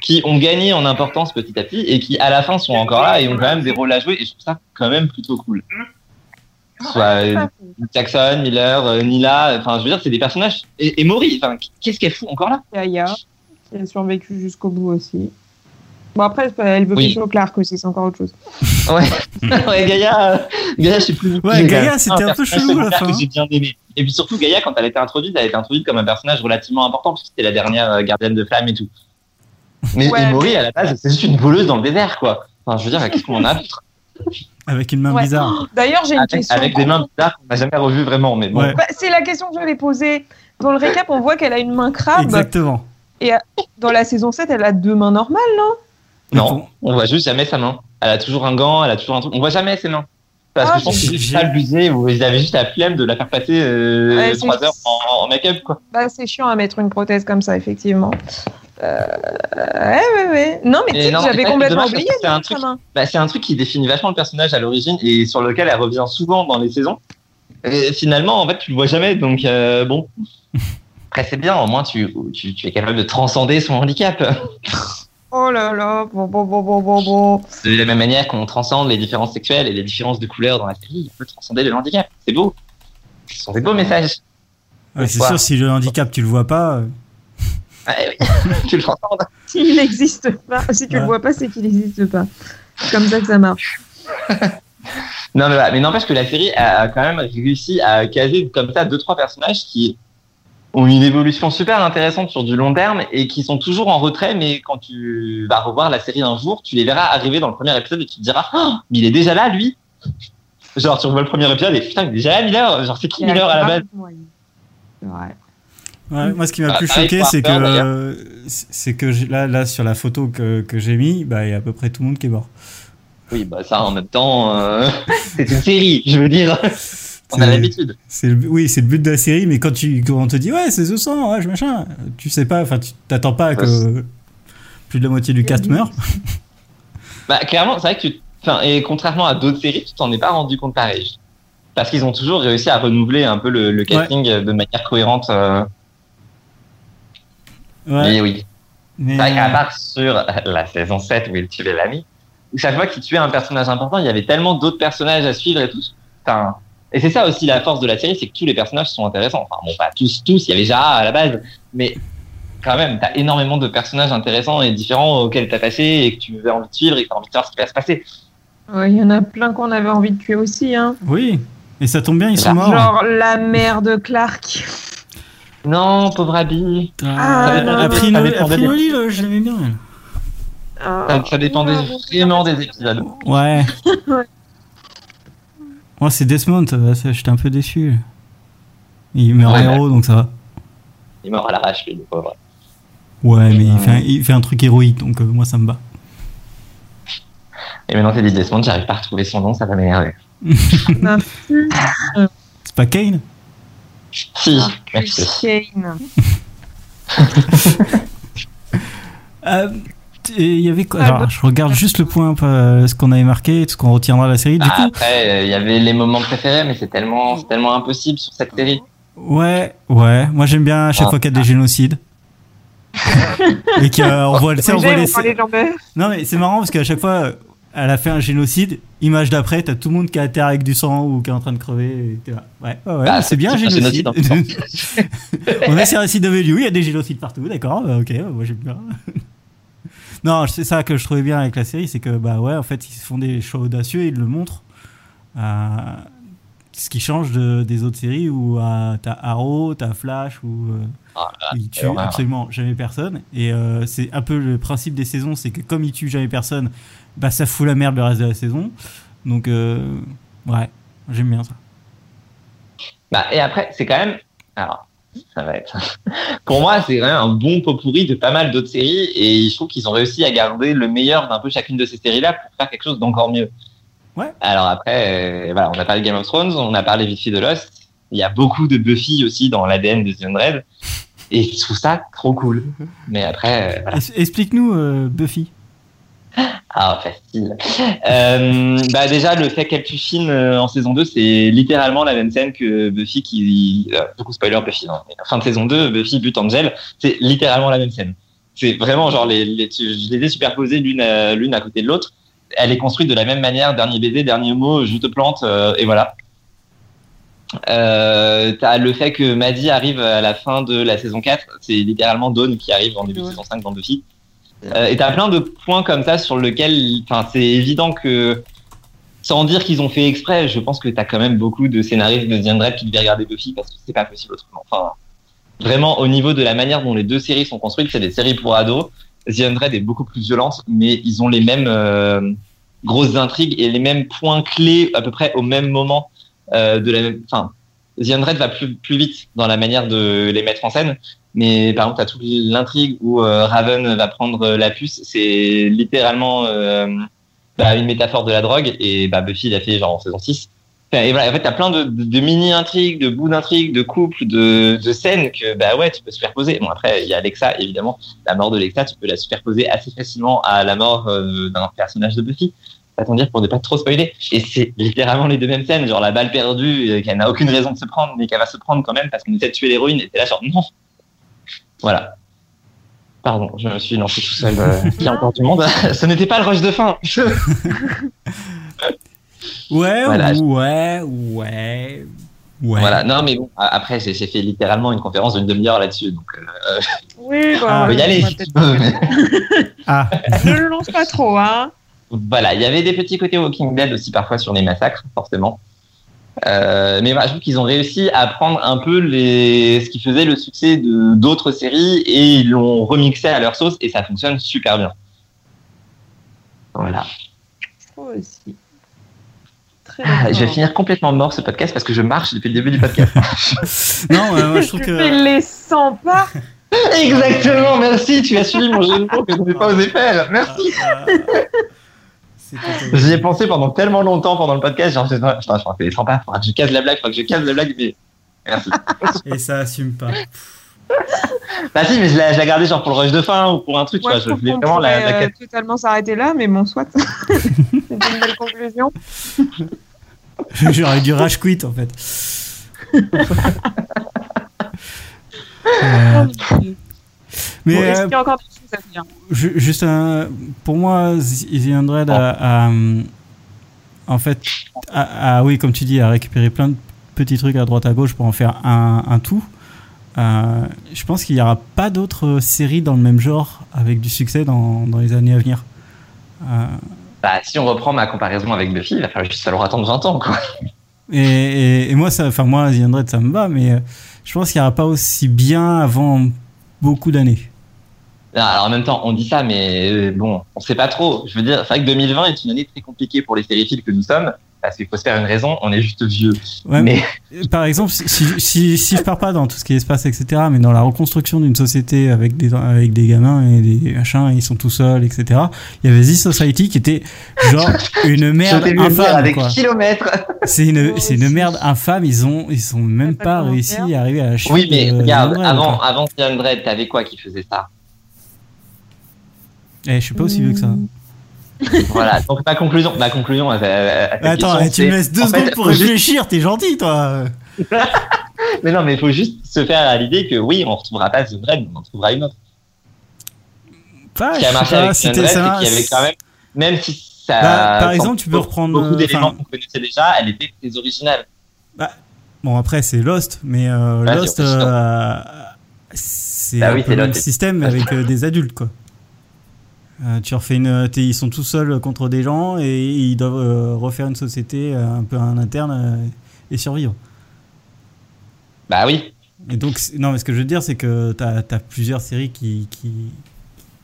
qui ont gagné en importance petit à petit et qui à la fin sont encore là et ont quand même des rôles à jouer et je trouve ça quand même plutôt cool. Que ce Soit euh, Jackson, Miller, euh, Nila, enfin je veux dire, c'est des personnages. Et, et Maury, enfin, qu'est-ce qu'elle fout encore là Yaya, qui a survécu jusqu'au bout aussi. Bon, après, elle peut- elle veut Oui. plus au Clark aussi, c'est encore autre chose. Ouais, Gaïa, euh, Gaïa, je sais plus. Ouais, J'ai Gaïa, un c'était un peu personnage chelou, la secondaire fin. que J'ai bien aimé. Et puis surtout, Gaïa, quand elle était introduite, elle était introduite comme un personnage relativement important, puisque c'était la dernière euh, gardienne de flamme et tout. Mais Ouais. et Maury, à la base, c'est juste une voleuse dans le désert, quoi. Enfin, je veux dire, qu'est-ce qu'on a d'autre Avec une main Ouais. bizarre. D'ailleurs, j'ai une avec, question. avec des mains bizarres qu'on n'a jamais revues vraiment, mais bon. Ouais. Bah, c'est la question que j'avais posée. Dans le récap, on voit qu'elle a une main crabe. Exactement. Dans la saison 7, elle a deux mains normales. Mais Non. bon, On voit juste jamais sa main. Elle a toujours un gant, elle a toujours un truc. On voit jamais ses mains. Parce Ah, que je pense j'ai- que c'est j'ai- pas abusé, ou ils avaient juste la flemme de la faire passer euh, Ouais, c'est- trois heures en, en make-up, quoi. Bah, c'est chiant à mettre une prothèse comme ça, effectivement. Euh, Ouais, ouais, ouais. Non, mais Mais tu sais que non, j'avais c'est vrai, complètement c'est dommage, oublié. parce que c'est un sa truc- main. bah, c'est un truc qui définit vachement le personnage à l'origine et sur lequel elle revient souvent dans les saisons. Et finalement, en fait, tu le vois jamais, donc euh, bon. Après, c'est bien, au moins tu, tu, tu es capable de transcender son handicap. Oh là là, bon, bon, bon, bon, bon, bon. De la même manière qu'on transcende les différences sexuelles et les différences de couleur dans la série, on peut transcender le handicap. C'est beau. Ce sont des beaux messages. ouais, c'est Voilà. sûr, si le handicap, tu le vois pas. euh, Ah, oui. tu le transcendes. S'il n'existe pas, si tu Ouais. le vois pas, c'est qu'il n'existe pas. C'est comme ça que ça marche. Non, mais, voilà. mais n'empêche que la série a a quand même réussi à caser comme ça deux, trois personnages qui ont une évolution super intéressante sur du long terme et qui sont toujours en retrait, mais quand tu vas revoir la série un jour, tu les verras arriver dans le premier épisode et tu te diras, Ah, mais il est déjà là, lui. Genre, tu revois le premier épisode et putain, il est déjà là, Miller. Genre, c'est qui Miller à la base? Ouais. Ouais, moi, ce qui m'a le Ah, plus pareil choqué, pour c'est que, Harper, d'ailleurs. euh, c'est que j'ai- là, là, sur la photo que, que j'ai mis, bah, il y a à peu près tout le monde qui est mort. Oui, bah, ça, en même temps, euh, c'est une série, je veux dire. On a C'est- l'habitude. C'est le- oui, c'est le but de la série, mais quand, tu, quand on te dit ouais, c'est 200, ouais, je machin, tu sais pas, enfin, tu t'attends pas que. Plus de la moitié du cast meurt. Bah, clairement, c'est vrai que tu. Enfin, et contrairement à d'autres séries, tu t'en es pas rendu compte pareil. Parce qu'ils ont toujours réussi à renouveler un peu le, le casting euh, de manière cohérente. euh, Ouais, Mais oui. mais, C'est vrai qu'à euh, part sur la saison 7 où il tuait l'ami, où chaque fois qu'il tuait un personnage important, il y avait tellement d'autres personnages à suivre et tout. Enfin, et c'est ça aussi la force de la série, c'est que tous les personnages sont intéressants. Enfin, bon, pas tous, tous, il y avait Jara à la base, mais quand même, t'as énormément de personnages intéressants et différents auxquels t'as passé et que tu as envie de suivre et que t'as envie de savoir ce qui va se passer. Ouais, Il y en a plein qu'on avait envie de tuer aussi. Hein. euh, Oui, et ça tombe bien, ils sont Genre- morts. Genre la mère de Clark. Non, pauvre Abby. Euh, Ah, elle non, a pris une, non, elle a non. pris une olive, je l'aimais bien. elle. Oh. Ça, ça dépendait vraiment des épisodes. Ouais. Ouais. Moi, c'est Desmond, ça va, ça, j'étais un peu déçu. Il meurt Ouais, bah. en héros, donc ça va. Il est mort à l'arrache, lui, le pauvre. Ouais, mais il Ouais. fait, un, il fait un truc héroïque, donc euh, moi, ça me bat. Et maintenant, t'es dit Desmond, j'arrive pas à retrouver son nom, ça va m'énerver. C'est pas Kane Si, Ah. Ah, merci. Shane. Euh, t- et Il y avait quoi Ah, Alors, bah. je regarde juste le point, euh, ce qu'on avait marqué, ce qu'on retiendra de la série. Du Bah, coup, après, euh, il y avait les moments préférés, mais c'est tellement, c'est tellement impossible sur cette série. ouais, ouais. Moi, j'aime bien à chaque Ah. fois qu'il y a des génocides. et qu'on voit, tu sais, on voit J'aime, les, on parle des gens verts. Non mais c'est marrant parce qu'à chaque fois, euh, elle a fait un génocide. Image d'après, t'as tout le monde qui est à terre avec du sang ou qui est en train de crever. et t'es là, Ouais, ouais, ouais, Bah, c'est bien un c'est un génocide, génocide. en On est sur un site de Value, il y a des génocides partout, d'accord bah, Ok, bah, moi j'aime bien. non, c'est ça que je trouvais bien avec la série, c'est que bah ouais, en fait, ils font des choix audacieux et ils le montrent. Euh, ce qui change de- des autres séries où euh, t'as Arrow, t'as Flash euh, ou Ah il tue quelle horreur. absolument jamais personne. Et euh, c'est un peu le principe des saisons, c'est que comme il tue jamais personne, bah ça fout la merde le reste de la saison. Donc euh, ouais, j'aime bien ça. Bah, et après, c'est quand même. Alors, ça va être. Pour moi, c'est quand même un bon pot pourri de pas mal d'autres séries, et je trouve qu'ils ont réussi à garder le meilleur d'un peu chacune de ces séries-là pour faire quelque chose d'encore mieux. Ouais. Alors après, euh, voilà, on a parlé de Game of Thrones, on a parlé vite fait de Lost. Il y a beaucoup de Buffy aussi dans l'ADN de The Red, et je trouve ça trop cool. Mais après, euh, Es- Explique-nous euh, Buffy. Ah, facile. Euh, bah déjà, le fait qu'elle tue Finn euh, en saison 2, c'est littéralement la même scène que Buffy qui... euh, beaucoup spoiler Buffy, non. mais fin de saison 2, Buffy bute Angel, c'est littéralement la même scène. C'est vraiment genre, les, les- je les ai superposées l'une à, l'une à côté de l'autre. Elle est construite de la même manière, dernier baiser, dernier mot, je te plante, euh, et voilà. Euh, T'as le fait que Maddie arrive à la fin de la saison 4, c'est littéralement Dawn qui arrive en début de Ouais. saison 5 dans Buffy. Euh, et t'as plein de points comme ça sur lesquels, enfin, c'est évident que, sans dire qu'ils ont fait exprès, je pense que t'as quand même beaucoup de scénaristes de The Undead qui devaient regarder Buffy parce que c'est pas possible autrement. Enfin, vraiment, au niveau de la manière dont les deux séries sont construites, c'est des séries pour ados. The Undead est beaucoup plus violente, mais ils ont les mêmes euh, grosses intrigues et les mêmes points clés à peu près au même moment euh, de la même, enfin, The Undead va plus, plus vite dans la manière de les mettre en scène. Mais par exemple, t'as toute l'intrigue où euh, Raven va prendre euh, la puce, c'est littéralement euh, bah, une métaphore de la drogue, et bah, Buffy l'a fait genre en saison 6. Enfin, et voilà, en fait, t'as plein de, de- de mini-intrigues, de bouts d'intrigues, de couples, de, de scènes que bah ouais, tu peux superposer. Bon, après, il y a Alexa, évidemment, la mort de Alexa, tu peux la superposer assez facilement à la mort euh, d'un personnage de Buffy. Attends dire pour ne pas trop spoiler. Et c'est littéralement les deux mêmes scènes, genre la balle perdue, euh, qu'elle n'a aucune raison de se prendre, mais qu'elle va se prendre quand même parce qu'on essaie de tuer l'héroïne, et t'es là genre non, voilà. Pardon, je me suis lancé tout seul. euh, Il y a encore du monde. Ce n'était pas le rush de fin. Ouais, Voilà. ouais, ouais, ouais. Voilà. Non, mais bon, a- après, j'ai j'ai fait littéralement une conférence d'une demi-heure là-dessus. Donc, euh, Oui, Ah, bah, on peut y on aller va si tu peut-être- veux, mais- Ah, Ne le lance pas trop, hein. Voilà. Il y avait des petits côtés Walking Dead aussi parfois sur les massacres, forcément. Euh, mais voilà, je trouve qu'ils ont réussi à prendre un peu les... ce qui faisait le succès de d'autres séries et ils l'ont remixé à leur sauce et ça fonctionne super bien. Voilà. Je trouve aussi. Très Ah, je vais d'accord. finir complètement mort ce podcast parce que je marche depuis le début du podcast. non, euh, moi je trouve Tu que. fais les 100 pas. Exactement, merci, tu as suivi mon jeu de mots que je n'ai pas osé faire. Merci. Ah, ah, c'était- J'y ai pensé pendant tellement longtemps pendant le podcast, genre, je- putain, je crois que les 100 pas, faudra que je casse la blague, faudra que je casse la blague, mais merci. Et ça assume pas. Bah si, mais je l'ai je l'ai gardé genre pour le rush de fin ou pour un truc, Moi, tu je vois. trouve Je voulais qu'on vraiment la, pourrait la euh, cap- totalement s'arrêter là, mais bon, soit. C'est une belle conclusion. J'aurais dû rage quit en fait. Euh, mais Bon, est-ce euh, qu'il y a encore des choses à dire ju- juste un- pour moi, Z- The 100 a, a, euh, en fait, a- a- oui, comme tu dis, a récupéré plein de petits trucs à droite à gauche pour en faire un, un tout. Euh, je pense qu'il n'y aura pas d'autres euh, séries dans le même genre avec du succès dans, dans les années à venir. Euh, Bah si on reprend ma comparaison avec Buffy, il va falloir juste falloir attendre 20 ans, quoi. Et, et- et moi, ça, enfin moi, The 100, ça me va, mais euh, je pense qu'il n'y aura pas aussi bien avant beaucoup d'années. Non, alors en même temps, on dit ça, mais euh, bon, on sait pas trop. Je veux dire, c'est vrai que 2020 est une année très compliquée pour les téléphiles que nous sommes, parce qu'il faut se faire une raison, on est juste vieux. Ouais, mais mais, euh, par exemple, si, si, si, si je pars pas dans tout ce qui est espace, etc., mais dans la reconstruction d'une société avec des, avec des gamins et des machins, ils sont tout seuls, etc., il y avait The Society qui était genre une merde je t'ai vu le dire infâme. avec quoi. kilomètres. C'est une, c'est une aussi. merde infâme, ils ont, ils sont même pas pas comment réussi faire. à arriver à la cheville Oui, mais de- de regarde, André, avant, quoi. avant Tian Dread, t'avais quoi qui faisait ça Eh, je suis pas aussi vieux que ça. Voilà, donc ma conclusion, ma conclusion à, à- à ta question, Attends, eh, tu me c'est, laisses deux en fait, secondes pour faut juste- réfléchir, t'es gentil, toi. Mais non, mais il faut juste se faire à l'idée que oui, on retrouvera pas The Dread, on en trouvera une autre. Pas, Ce qui a je sais marché pas, avec si Tian t'es- Dread, Ah, ça c'est qu'il y avait marche. quand même, même si ça. Bah, par sans- exemple, tu peux reprendre, Beaucoup euh, d'éléments enfin- qu'on connaissait déjà, elle était très originale. Bon, après, c'est Lost, mais euh, Ah, Lost, c'est original. euh, c'est Bah un oui, peu c'est le même Lost. système mais avec euh, des adultes, quoi. Euh, tu refais une, t'es- ils sont tout seuls contre des gens et ils doivent euh, refaire une société euh, un peu en interne euh, et survivre. Bah oui. Et donc, c'est- non, mais ce que je veux dire, c'est que t'as as plusieurs séries qui qui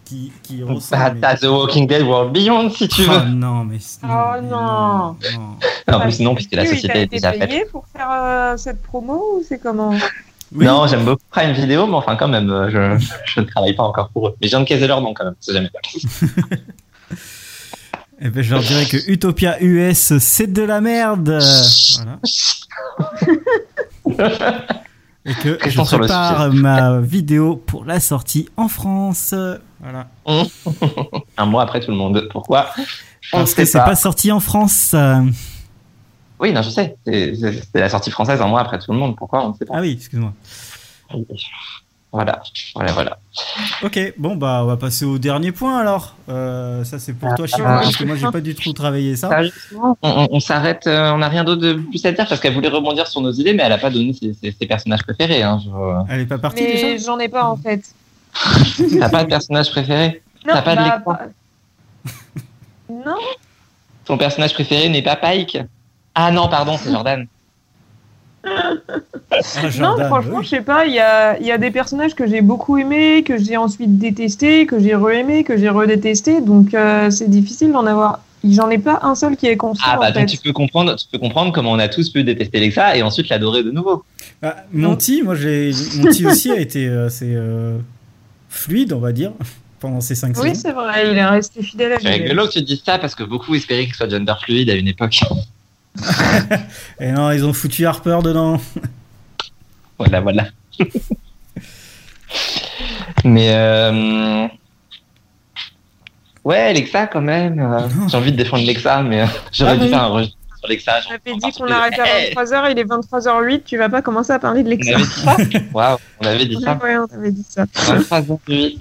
qui, qui Bah, ressemblent. mais- T'as The Walking Dead World Beyond si tu veux. Oh non, mais Oh, mais non. non. Non, plus non, puisque la Oui, société t'as est été déjà faite. payé pour faire euh, cette promo ou c'est comment Oui. Non, j'aime beaucoup Prime Vidéo, mais enfin, quand même, euh, je, je ne travaille pas encore pour eux. Mais j'ai encaissé leur nom quand même, c'est jamais bien. Eh ben, je leur dirais que Utopia US, c'est de la merde. Euh, Voilà. Et que je Restons sur le prépare ma vidéo pour la sortie en France. Voilà. Un mois après tout le monde. Pourquoi On ne Parce que sait c'est pas. pas sorti en France. euh. Oui, non, je sais. C'est c'est- c'est la sortie française un mois après tout le monde. Pourquoi On ne sait pas. Ah oui, excuse-moi. Voilà, voilà, voilà. Ok, bon bah on va passer au dernier point alors. Euh, ça c'est pour toi, Chiron, ah, parce que moi j'ai pas du tout travaillé ça. Sérieusement, on, on- on s'arrête, euh, on n'a rien d'autre de plus à dire parce qu'elle voulait rebondir sur nos idées, mais elle n'a pas donné ses, ses- ses personnages préférés. Hein. Je- Elle est pas partie Mais déjà j'en ai pas en fait. T'as pas de personnage préféré Non, T'as pas de bah, lecteur. pas- Non, Ton personnage préféré n'est pas Pike Ah non, pardon, c'est Jordan. Ah, non, Jordan, franchement, oui. je sais pas, il y a, il y a des personnages que j'ai beaucoup aimés, que j'ai ensuite détestés, que j'ai re-aimés, que j'ai redétestés, donc euh, c'est difficile d'en avoir. J'en ai pas un seul qui est constant Ah bah en donc tu fait. peux comprendre, tu peux comprendre comment on a tous pu détester Lexa et ensuite l'adorer de nouveau. Ah, Monty, moi j'ai Monty aussi a été euh, assez euh, fluide, on va dire, pendant ces 5 Oui, c'est vrai, il est resté fidèle à C'est lui. rigolo que tu dises ça parce que beaucoup espéraient qu'il soit gender fluide à une époque. Et non, ils ont foutu Harper dedans. voilà, voilà. Mais euh... ouais, Lexa quand même. euh, J'ai envie de défendre Lexa, mais euh, j'aurais Ah dû oui. faire un rejet sur Lexa. On avait dit Eh. qu'on l'arrêtait à 23h, il est 23h08, tu vas pas commencer à parler de On l'examen. avait dit ça. Waouh, on avait dit ça. Ouais, on avait dit ça. 23, 28,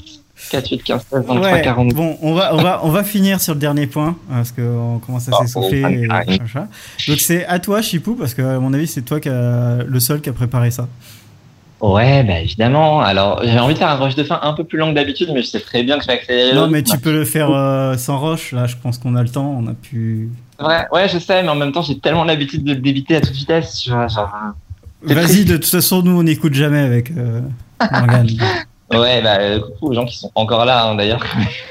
4, 8, 15, 16, 23, Ouais, 42. Bon, on va, on, va, on va finir sur le dernier point, hein, parce qu'on commence à Oh, s'essouffler. oh, et ah, oui. machin. Donc c'est à toi, Chipou, parce que à mon avis, c'est toi qui a- le seul qui a préparé ça. Ouais, bah évidemment. Alors, j'ai envie de faire un rush de fin un peu plus long que d'habitude, mais je sais très bien que je vais accélérer. non, l'autre. mais tu peux le faire euh, sans roche, là, je pense qu'on a le temps, on a pu... C'est vrai. Ouais, je sais, mais en même temps, j'ai tellement l'habitude de le débiter à toute vitesse. tu vois, genre, C'est Vas-y, de toute façon, nous, on n'écoute jamais avec euh, Morgane. Ouais, bah, euh, coucou aux gens qui sont encore là, hein, d'ailleurs.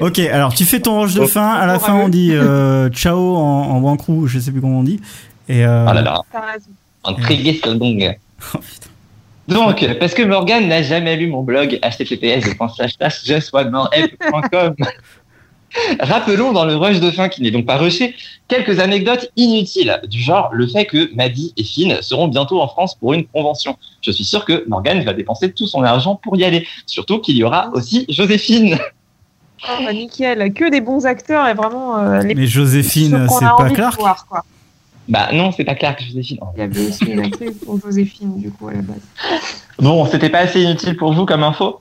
ok, alors tu fais ton roche Oh. de fin, à la fin, on dit euh, ciao en, en wankrou, je sais plus comment on dit. Et, euh, Oh là là, T'as raison. intrigué ce dong. Mm. oh, putain. Donc, parce que Morgan n'a jamais lu mon blog https://justwanorf.com Rappelons dans le rush de fin qui n'est donc pas rushé quelques anecdotes inutiles du genre le fait que Maddy et Finn seront bientôt en France pour une convention. Je suis sûr que Morgan va dépenser tout son argent pour y aller, surtout qu'il y aura aussi Joséphine. Oh, bah, nickel, que des bons acteurs et vraiment euh, les Mais Joséphine, ceux qu'on c'est a pas envie de Clark voir, quoi. Bah non, c'est pas clair que Joséphine. Il y avait aussi une actrice pour Joséphine du coup à la base. Bon, c'était pas assez inutile pour vous comme info.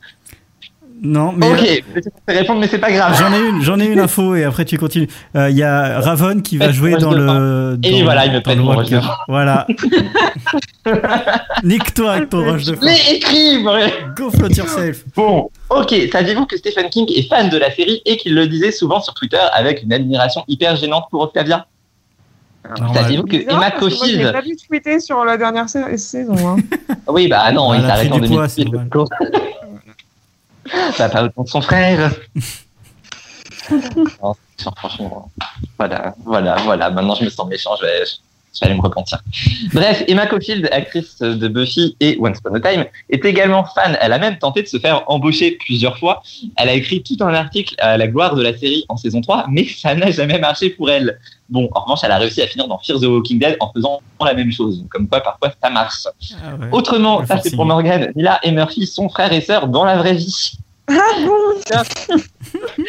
Non, mais ok, je vais répondre, mais c'est pas grave. j'en ai une, j'en ai une info et après tu continues. Euh, Il y a Raven qui va Faites jouer rush dans de le. Et dans- voilà, il me dans prête le mon Walker. rush de Voilà. Nique-toi avec ton rush de Je fin. l'ai écrit, vrai. Go float yourself. Bon, ok, saviez-vous que Stephen King est fan de la série et qu'il le disait souvent sur Twitter avec une admiration hyper gênante pour Octavia Normal. Saviez-vous que Bizarre, Emma parce que moi, Je l'ai Cochise... pas vu tweeter sur la dernière sa- saison. hein. Oui, bah non, Ah, il elle a s'arrête pris en du poids, c'est 2008. Bah, pas autant que son frère. Non, franchement, voilà, voilà, voilà. Maintenant, je me sens méchant, je vais, je vais aller me repentir. Bref, Emma Caulfield, actrice de Buffy et Once Upon a Time, est également fan. Elle a même tenté de se faire embaucher plusieurs fois. Elle a écrit tout un article à la gloire de la série en saison 3, mais ça n'a jamais marché pour elle. Bon, en revanche, elle a réussi à finir dans Fear the Walking Dead en faisant la même chose. Donc, Comme quoi, parfois, ça marche. Ah ouais. Autrement, Le ça c'est forcing. pour Morgan, Mila et Murphy sont frères et sœurs dans la vraie vie. Ah bon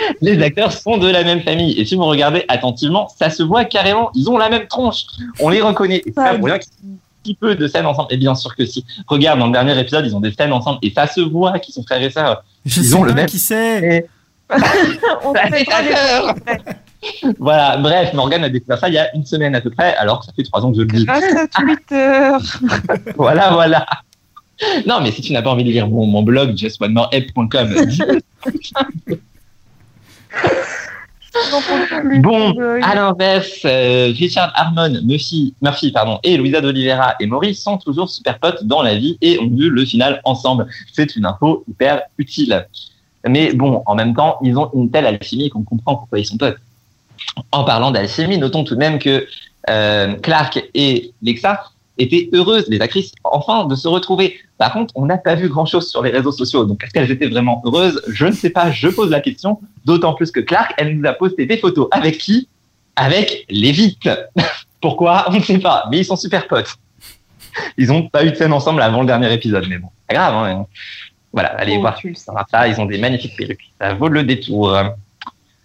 Les acteurs sont de la même famille. Et si vous regardez attentivement, ça se voit carrément. Ils ont la même tronche. On les reconnaît. Et c'est pas pour rien qu'ils ont un petit peu de scènes ensemble. Et bien sûr que si. Regarde, dans le dernier épisode, ils ont des scènes ensemble. Et ça se voit qu'ils sont frères et sœurs. Je Ils sais ont le pas même- qui c'est. On Ça, fait Bah, c'est pas les- acteur Voilà. Bref, Morgan a découvert ça il y a une semaine à peu près, alors que ça fait trois ans que je le dis. Grâce à Twitter. Voilà, voilà. Non, mais si tu n'as pas envie de lire mon, mon blog, justonemorehelp.com, J'en peux plus. Bon, Euh, À l'inverse, euh, Richard Harmon, Murphy, Murphy pardon, et Louisa d'Oliveira et Maurice sont toujours super potes dans la vie et ont vu le final ensemble. C'est une info hyper utile. Mais bon, en même temps, ils ont une telle alchimie qu'on comprend pourquoi ils sont potes. En parlant d'alchimie, notons tout de même que euh, Clark et Lexa étaient heureuses, les actrices, enfin, de se retrouver. Par contre, on n'a pas vu grand-chose sur les réseaux sociaux. Donc, est-ce qu'elles étaient vraiment heureuses Je ne sais pas, je pose la question. D'autant plus que Clark, elle nous a posté des photos avec qui Avec Lévite. Pourquoi On ne sait pas, mais ils sont super potes. Ils n'ont pas eu de scène ensemble avant le dernier épisode, mais bon, pas grave. hein. Voilà, allez oh, voir tu le sais. ça, ça, ils ont des magnifiques perruques. Ça vaut le détour.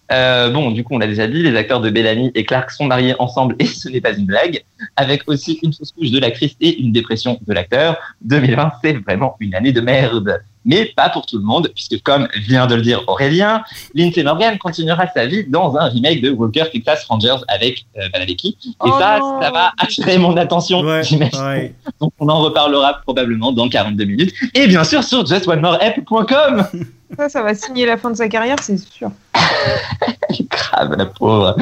Euh, bon, du coup, on l'a déjà dit, les acteurs de Bellamy et Clark sont mariés ensemble et ce n'est pas une blague, avec aussi une fausse couche de l'actrice et une dépression de l'acteur. 2020, c'est vraiment une année de merde. Mais pas pour tout le monde, puisque comme vient de le dire Aurélien, Lindsay Morgan continuera sa vie dans un remake de Walker Texas Rangers avec euh, Valavecki. Et Oh ça, non. ça va attirer mon attention, Ouais, j'imagine. ouais. Donc on en reparlera probablement dans 42 minutes. Et bien sûr sur justonemoreapp.com Ça, ça va signer la fin de sa carrière, c'est sûr. Grave, la pauvre.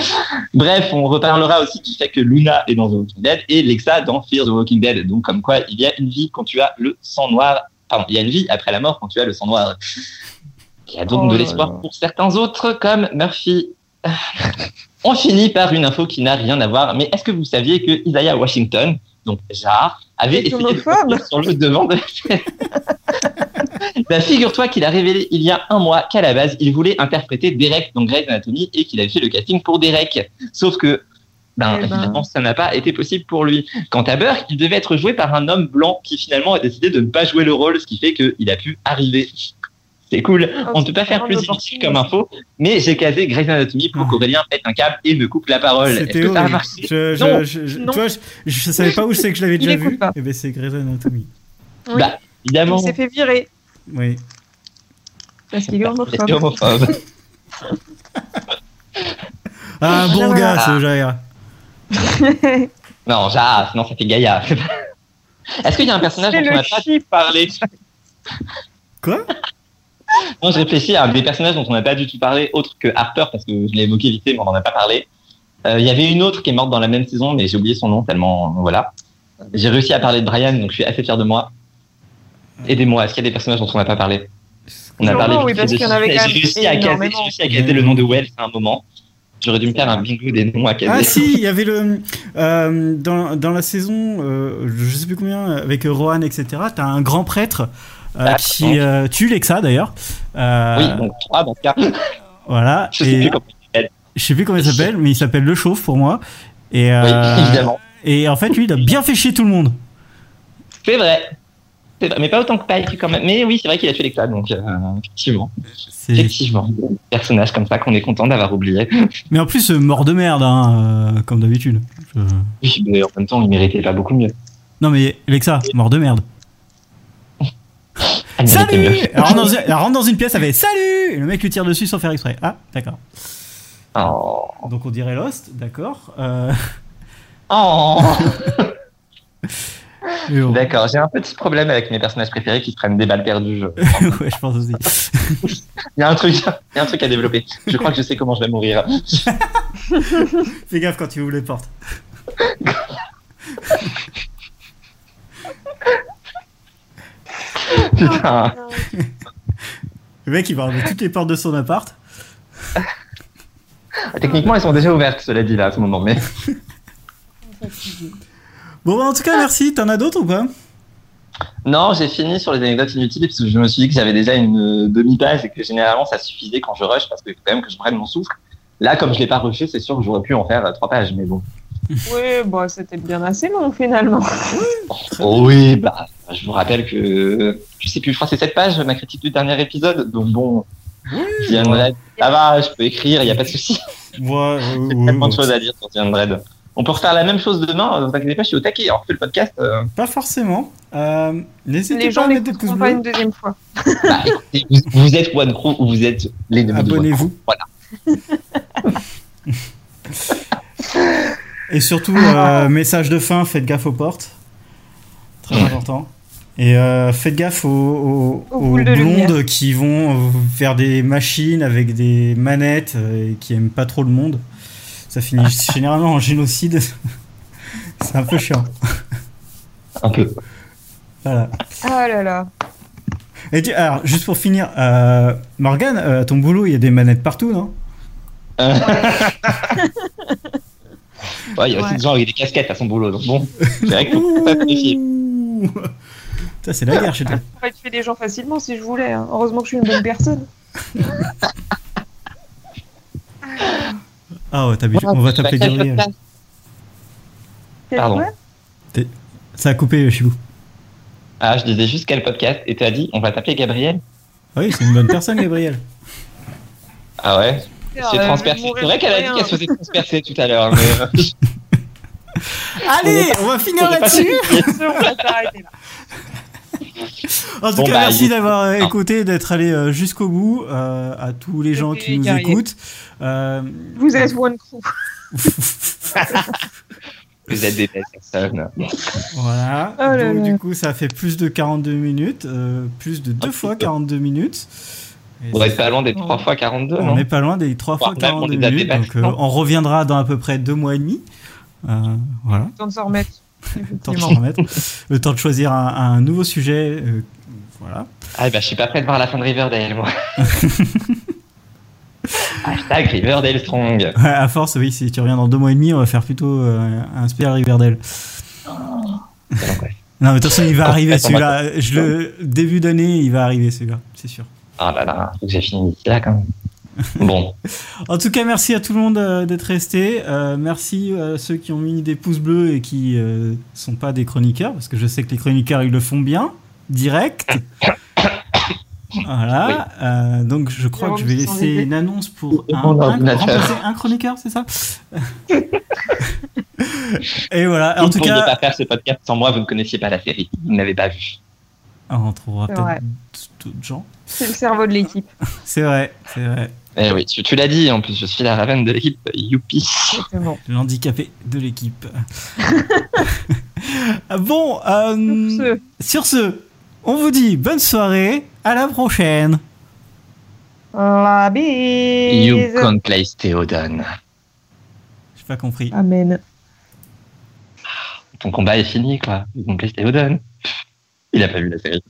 Bref, on reparlera aussi du fait que Luna est dans The Walking Dead et Lexa dans Fear the Walking Dead. Donc, comme quoi, il y a une vie quand tu as le sang noir. Pardon, il y a une vie après la mort quand tu as le sang noir. Il y a donc Oh de là l'espoir pour certains autres, comme Murphy. on finit par une info qui n'a rien à voir, mais est-ce que vous saviez que Isaiah Washington, donc Jar, avait Est essayé de homophobe sortir sur le devant de la scène Bah, figure-toi qu'il a révélé il y a un mois qu'à la base, il voulait interpréter Derek dans Grey's Anatomy et qu'il avait fait le casting pour Derek. Sauf que, ben, Eh ben. évidemment, ça n'a pas été possible pour lui. Quant à Burke, il devait être joué par un homme blanc qui finalement a décidé de ne pas jouer le rôle, ce qui fait qu'il a pu arriver. C'est cool. On hein, ne peut pas faire plus utile comme info, mais j'ai casé Grey's Anatomy pour Ah. qu'Aurélien pète un câble et me coupe la parole. Est-ce C'était que ça a horrible. marché Je, je, Oh, Non, je- je- non. tu vois, je, je savais pas où c'est que je l'avais Il déjà écoute vu. pas. Et ben c'est Grey's Anatomy. Oui. Bah, Il évidemment. s'est fait virer Oui. parce qu'il est C'est homophobe. homophobe. Ah, un bon Voilà. gars, ce Jair. C'est Non, Jar, sinon ça fait Gaïa. Est-ce qu'il y a un personnage dont on le n'a pas chip. parlé Quoi Moi, je réfléchis à un des personnages dont on n'a pas du tout parlé, autre que Harper, parce que je l'ai évoqué vite fait, mais on n'en a pas parlé. Euh, Il y avait une autre qui est morte dans la même saison, mais j'ai oublié son nom tellement, voilà. J'ai réussi à parler de Brian, donc je suis assez fier de moi. Aidez-moi, est-ce qu'il y a des personnages dont on n'a pas parlé On a Sûrement, parlé oui, vite parce fait de qu'il y en avait Disney. quand même J'ai réussi à caser, énormément. j'ai réussi à caser le nom de Wells à un moment. J'aurais dû me faire un bingo des noms à caser. Ah si, il y avait le euh, dans, dans la saison, euh, je sais plus combien, avec Rohan, etc. T'as un grand prêtre euh, Ah, qui euh, tue Lexa d'ailleurs. Euh, Oui, donc trois, dans ce cas, Voilà. je sais et- plus comment il je sais plus comment il s'appelle, mais il s'appelle Le Chauve pour moi. Et, euh, Oui, évidemment. et en fait, lui, il a bien fait chier tout le monde. C'est vrai. C'est vrai. Mais pas autant que Pike quand même. Mais oui, c'est vrai qu'il a fait les clats, donc euh, effectivement. C'est- Effectivement. Personnage comme ça qu'on est content d'avoir oublié. Mais en plus, euh, mort de merde, hein, euh, comme d'habitude. Je- Oui, mais en même temps, il méritait pas beaucoup mieux. Non, mais Lexa, mort de merde. Elle méritait Salut mieux. elle rentre, dans une, elle rentre dans une pièce, elle fait Salut Et Le mec lui tire dessus sans faire exprès. Ah, d'accord. Oh. Donc on dirait Lost, d'accord. Euh, Oh. mais bon. D'accord, j'ai un petit problème avec mes personnages préférés qui se prennent des balles perdues. je- ouais, je pense aussi. Il y a un truc, il y a un truc à développer. Je crois que je sais comment je vais mourir. Fais gaffe quand tu ouvres les portes. Putain. Le mec, il va enlever toutes les portes de son appart. Techniquement, elles sont déjà ouvertes, cela dit, là, à ce moment. Mais Bon, bah, en tout cas, merci. T'en as d'autres ou pas non, j'ai fini sur les anecdotes inutiles parce que je me suis dit que j'avais déjà une euh, demi-page et que généralement ça suffisait quand je rush parce que faut quand même que je prenne mon souffle. Là, comme je l'ai pas rushé, c'est sûr que j'aurais pu en faire euh, trois pages, mais bon. Oui, bon, bah, c'était bien assez long finalement. Oh oui, bah, je vous rappelle que je sais plus, je crois que c'est cette page, ma critique du dernier épisode. Donc bon, The Undead, ça va, je peux écrire, il n'y a pas de souci. Moi, euh, J'ai ouais, tellement de ouais. choses à dire sur The Undead. On peut refaire la même chose demain, euh, ne vous inquiétez pas, je suis au taquet. On refait le podcast. euh, pas forcément. Euh, N'hésitez Les pas gens à mettre des pouces n'écouteront pas bleus. une deuxième fois. bah, écoutez, vous, vous êtes One Crew ou vous êtes les deux Abonnez-vous. Voilà. Et surtout, euh, message de fin, faites gaffe aux portes. Très important. Et euh, faites gaffe aux, aux- Aux aux boules blondes de lumière. qui vont faire des machines avec des manettes euh, et qui aiment pas trop le monde. Ça finit généralement en génocide. C'est un peu chiant. Un peu. Voilà. Ah là là. Et tu- alors, juste pour finir, euh, Morgane, euh, à ton boulot, il y a des manettes partout, non Ouais, il y a aussi Ouais. des gens avec des casquettes à son boulot, donc bon, c'est vrai qu'il faut pas se méfier. Ouh. Putain, c'est la guerre chez toi. Je pourrais tuer des gens facilement si je voulais. hein. Heureusement que je suis une bonne personne. Ah ouais, t'as bu- on va t'appeler Gabriel. Quel Pardon. jouet Ça a coupé chez vous. Ah, je disais juste quel podcast, et tu as dit, on va t'appeler Gabriel Ah oui, c'est une bonne personne, Gabriel. Ah ouais C'est Euh, transpercée. je mourrais C'est vrai qu'elle a dit pour qu'elle se rien. faisait transpercer tout à l'heure, mais euh, Allez, on va finir là-dessus. On va s'arrêter là. En tout Bon, cas, bah, merci il- d'avoir euh, écouté, d'être allé euh, jusqu'au bout. euh, à tous les gens qui C'était nous carré. écoutent. Euh, Vous êtes One Crew. vous êtes des belles personnes. voilà. Oh là Donc, là. du coup, ça fait plus de 42 minutes, euh, plus de deux Ah, fois putain. 42 minutes. Et Vous ça- êtes pas loin des 3 fois 42, on non n'est pas loin des 3 fois Ouais, on a- on 42 les a minutes. Donc, dépassés, euh, non on reviendra dans à peu près deux mois et demi. Euh, voilà. Le temps de s'en remettre. temps de effectivement. s'en remettre, le temps de choisir un, un nouveau sujet. euh, voilà. Ah bah je suis pas prêt de voir la fin de Riverdale, moi. Hashtag Riverdale Strong. Ouais, à force, oui, si tu reviens dans deux mois et demi, on va faire plutôt euh, un spécial Riverdale. C'est l'angoisse. Non, mais de toute façon, il va Attends, arriver attends, celui-là. Je le début d'année, il va arriver celui-là, c'est sûr. Ah là là, faut que j'ai fini d'ici là quand même. Bon, En tout cas, merci à tout le monde euh, d'être resté. Euh, merci à ceux qui ont mis des pouces bleus et qui euh, sont pas des chroniqueurs, parce que je sais que les chroniqueurs ils le font bien, direct. Voilà. Euh, donc je crois que je vais Jérôme, sans laisser idée. une annonce pour Et un, mon un- ordinateur. remplacer un chroniqueur, c'est ça Et voilà. En Tout tout pour ne cas, pas faire ce podcast sans moi, vous ne connaissiez pas la série. Vous n'avez pas vu. Ah, on trouvera C'est peut-être vrai. d'autres gens. C'est le cerveau de l'équipe. C'est vrai, c'est vrai. Eh oui, tu, tu l'as dit, en plus, je suis la Raven de l'équipe. Youpi. Exactement. L'handicapé de l'équipe. Ah, bon. euh, Sur ce, Sur ce, on vous dit bonne soirée, à la prochaine. la bise. You can't place Theoden. J'ai pas compris. Amen. Ton combat est fini, quoi. You can't place Theoden. Il a pas vu la série.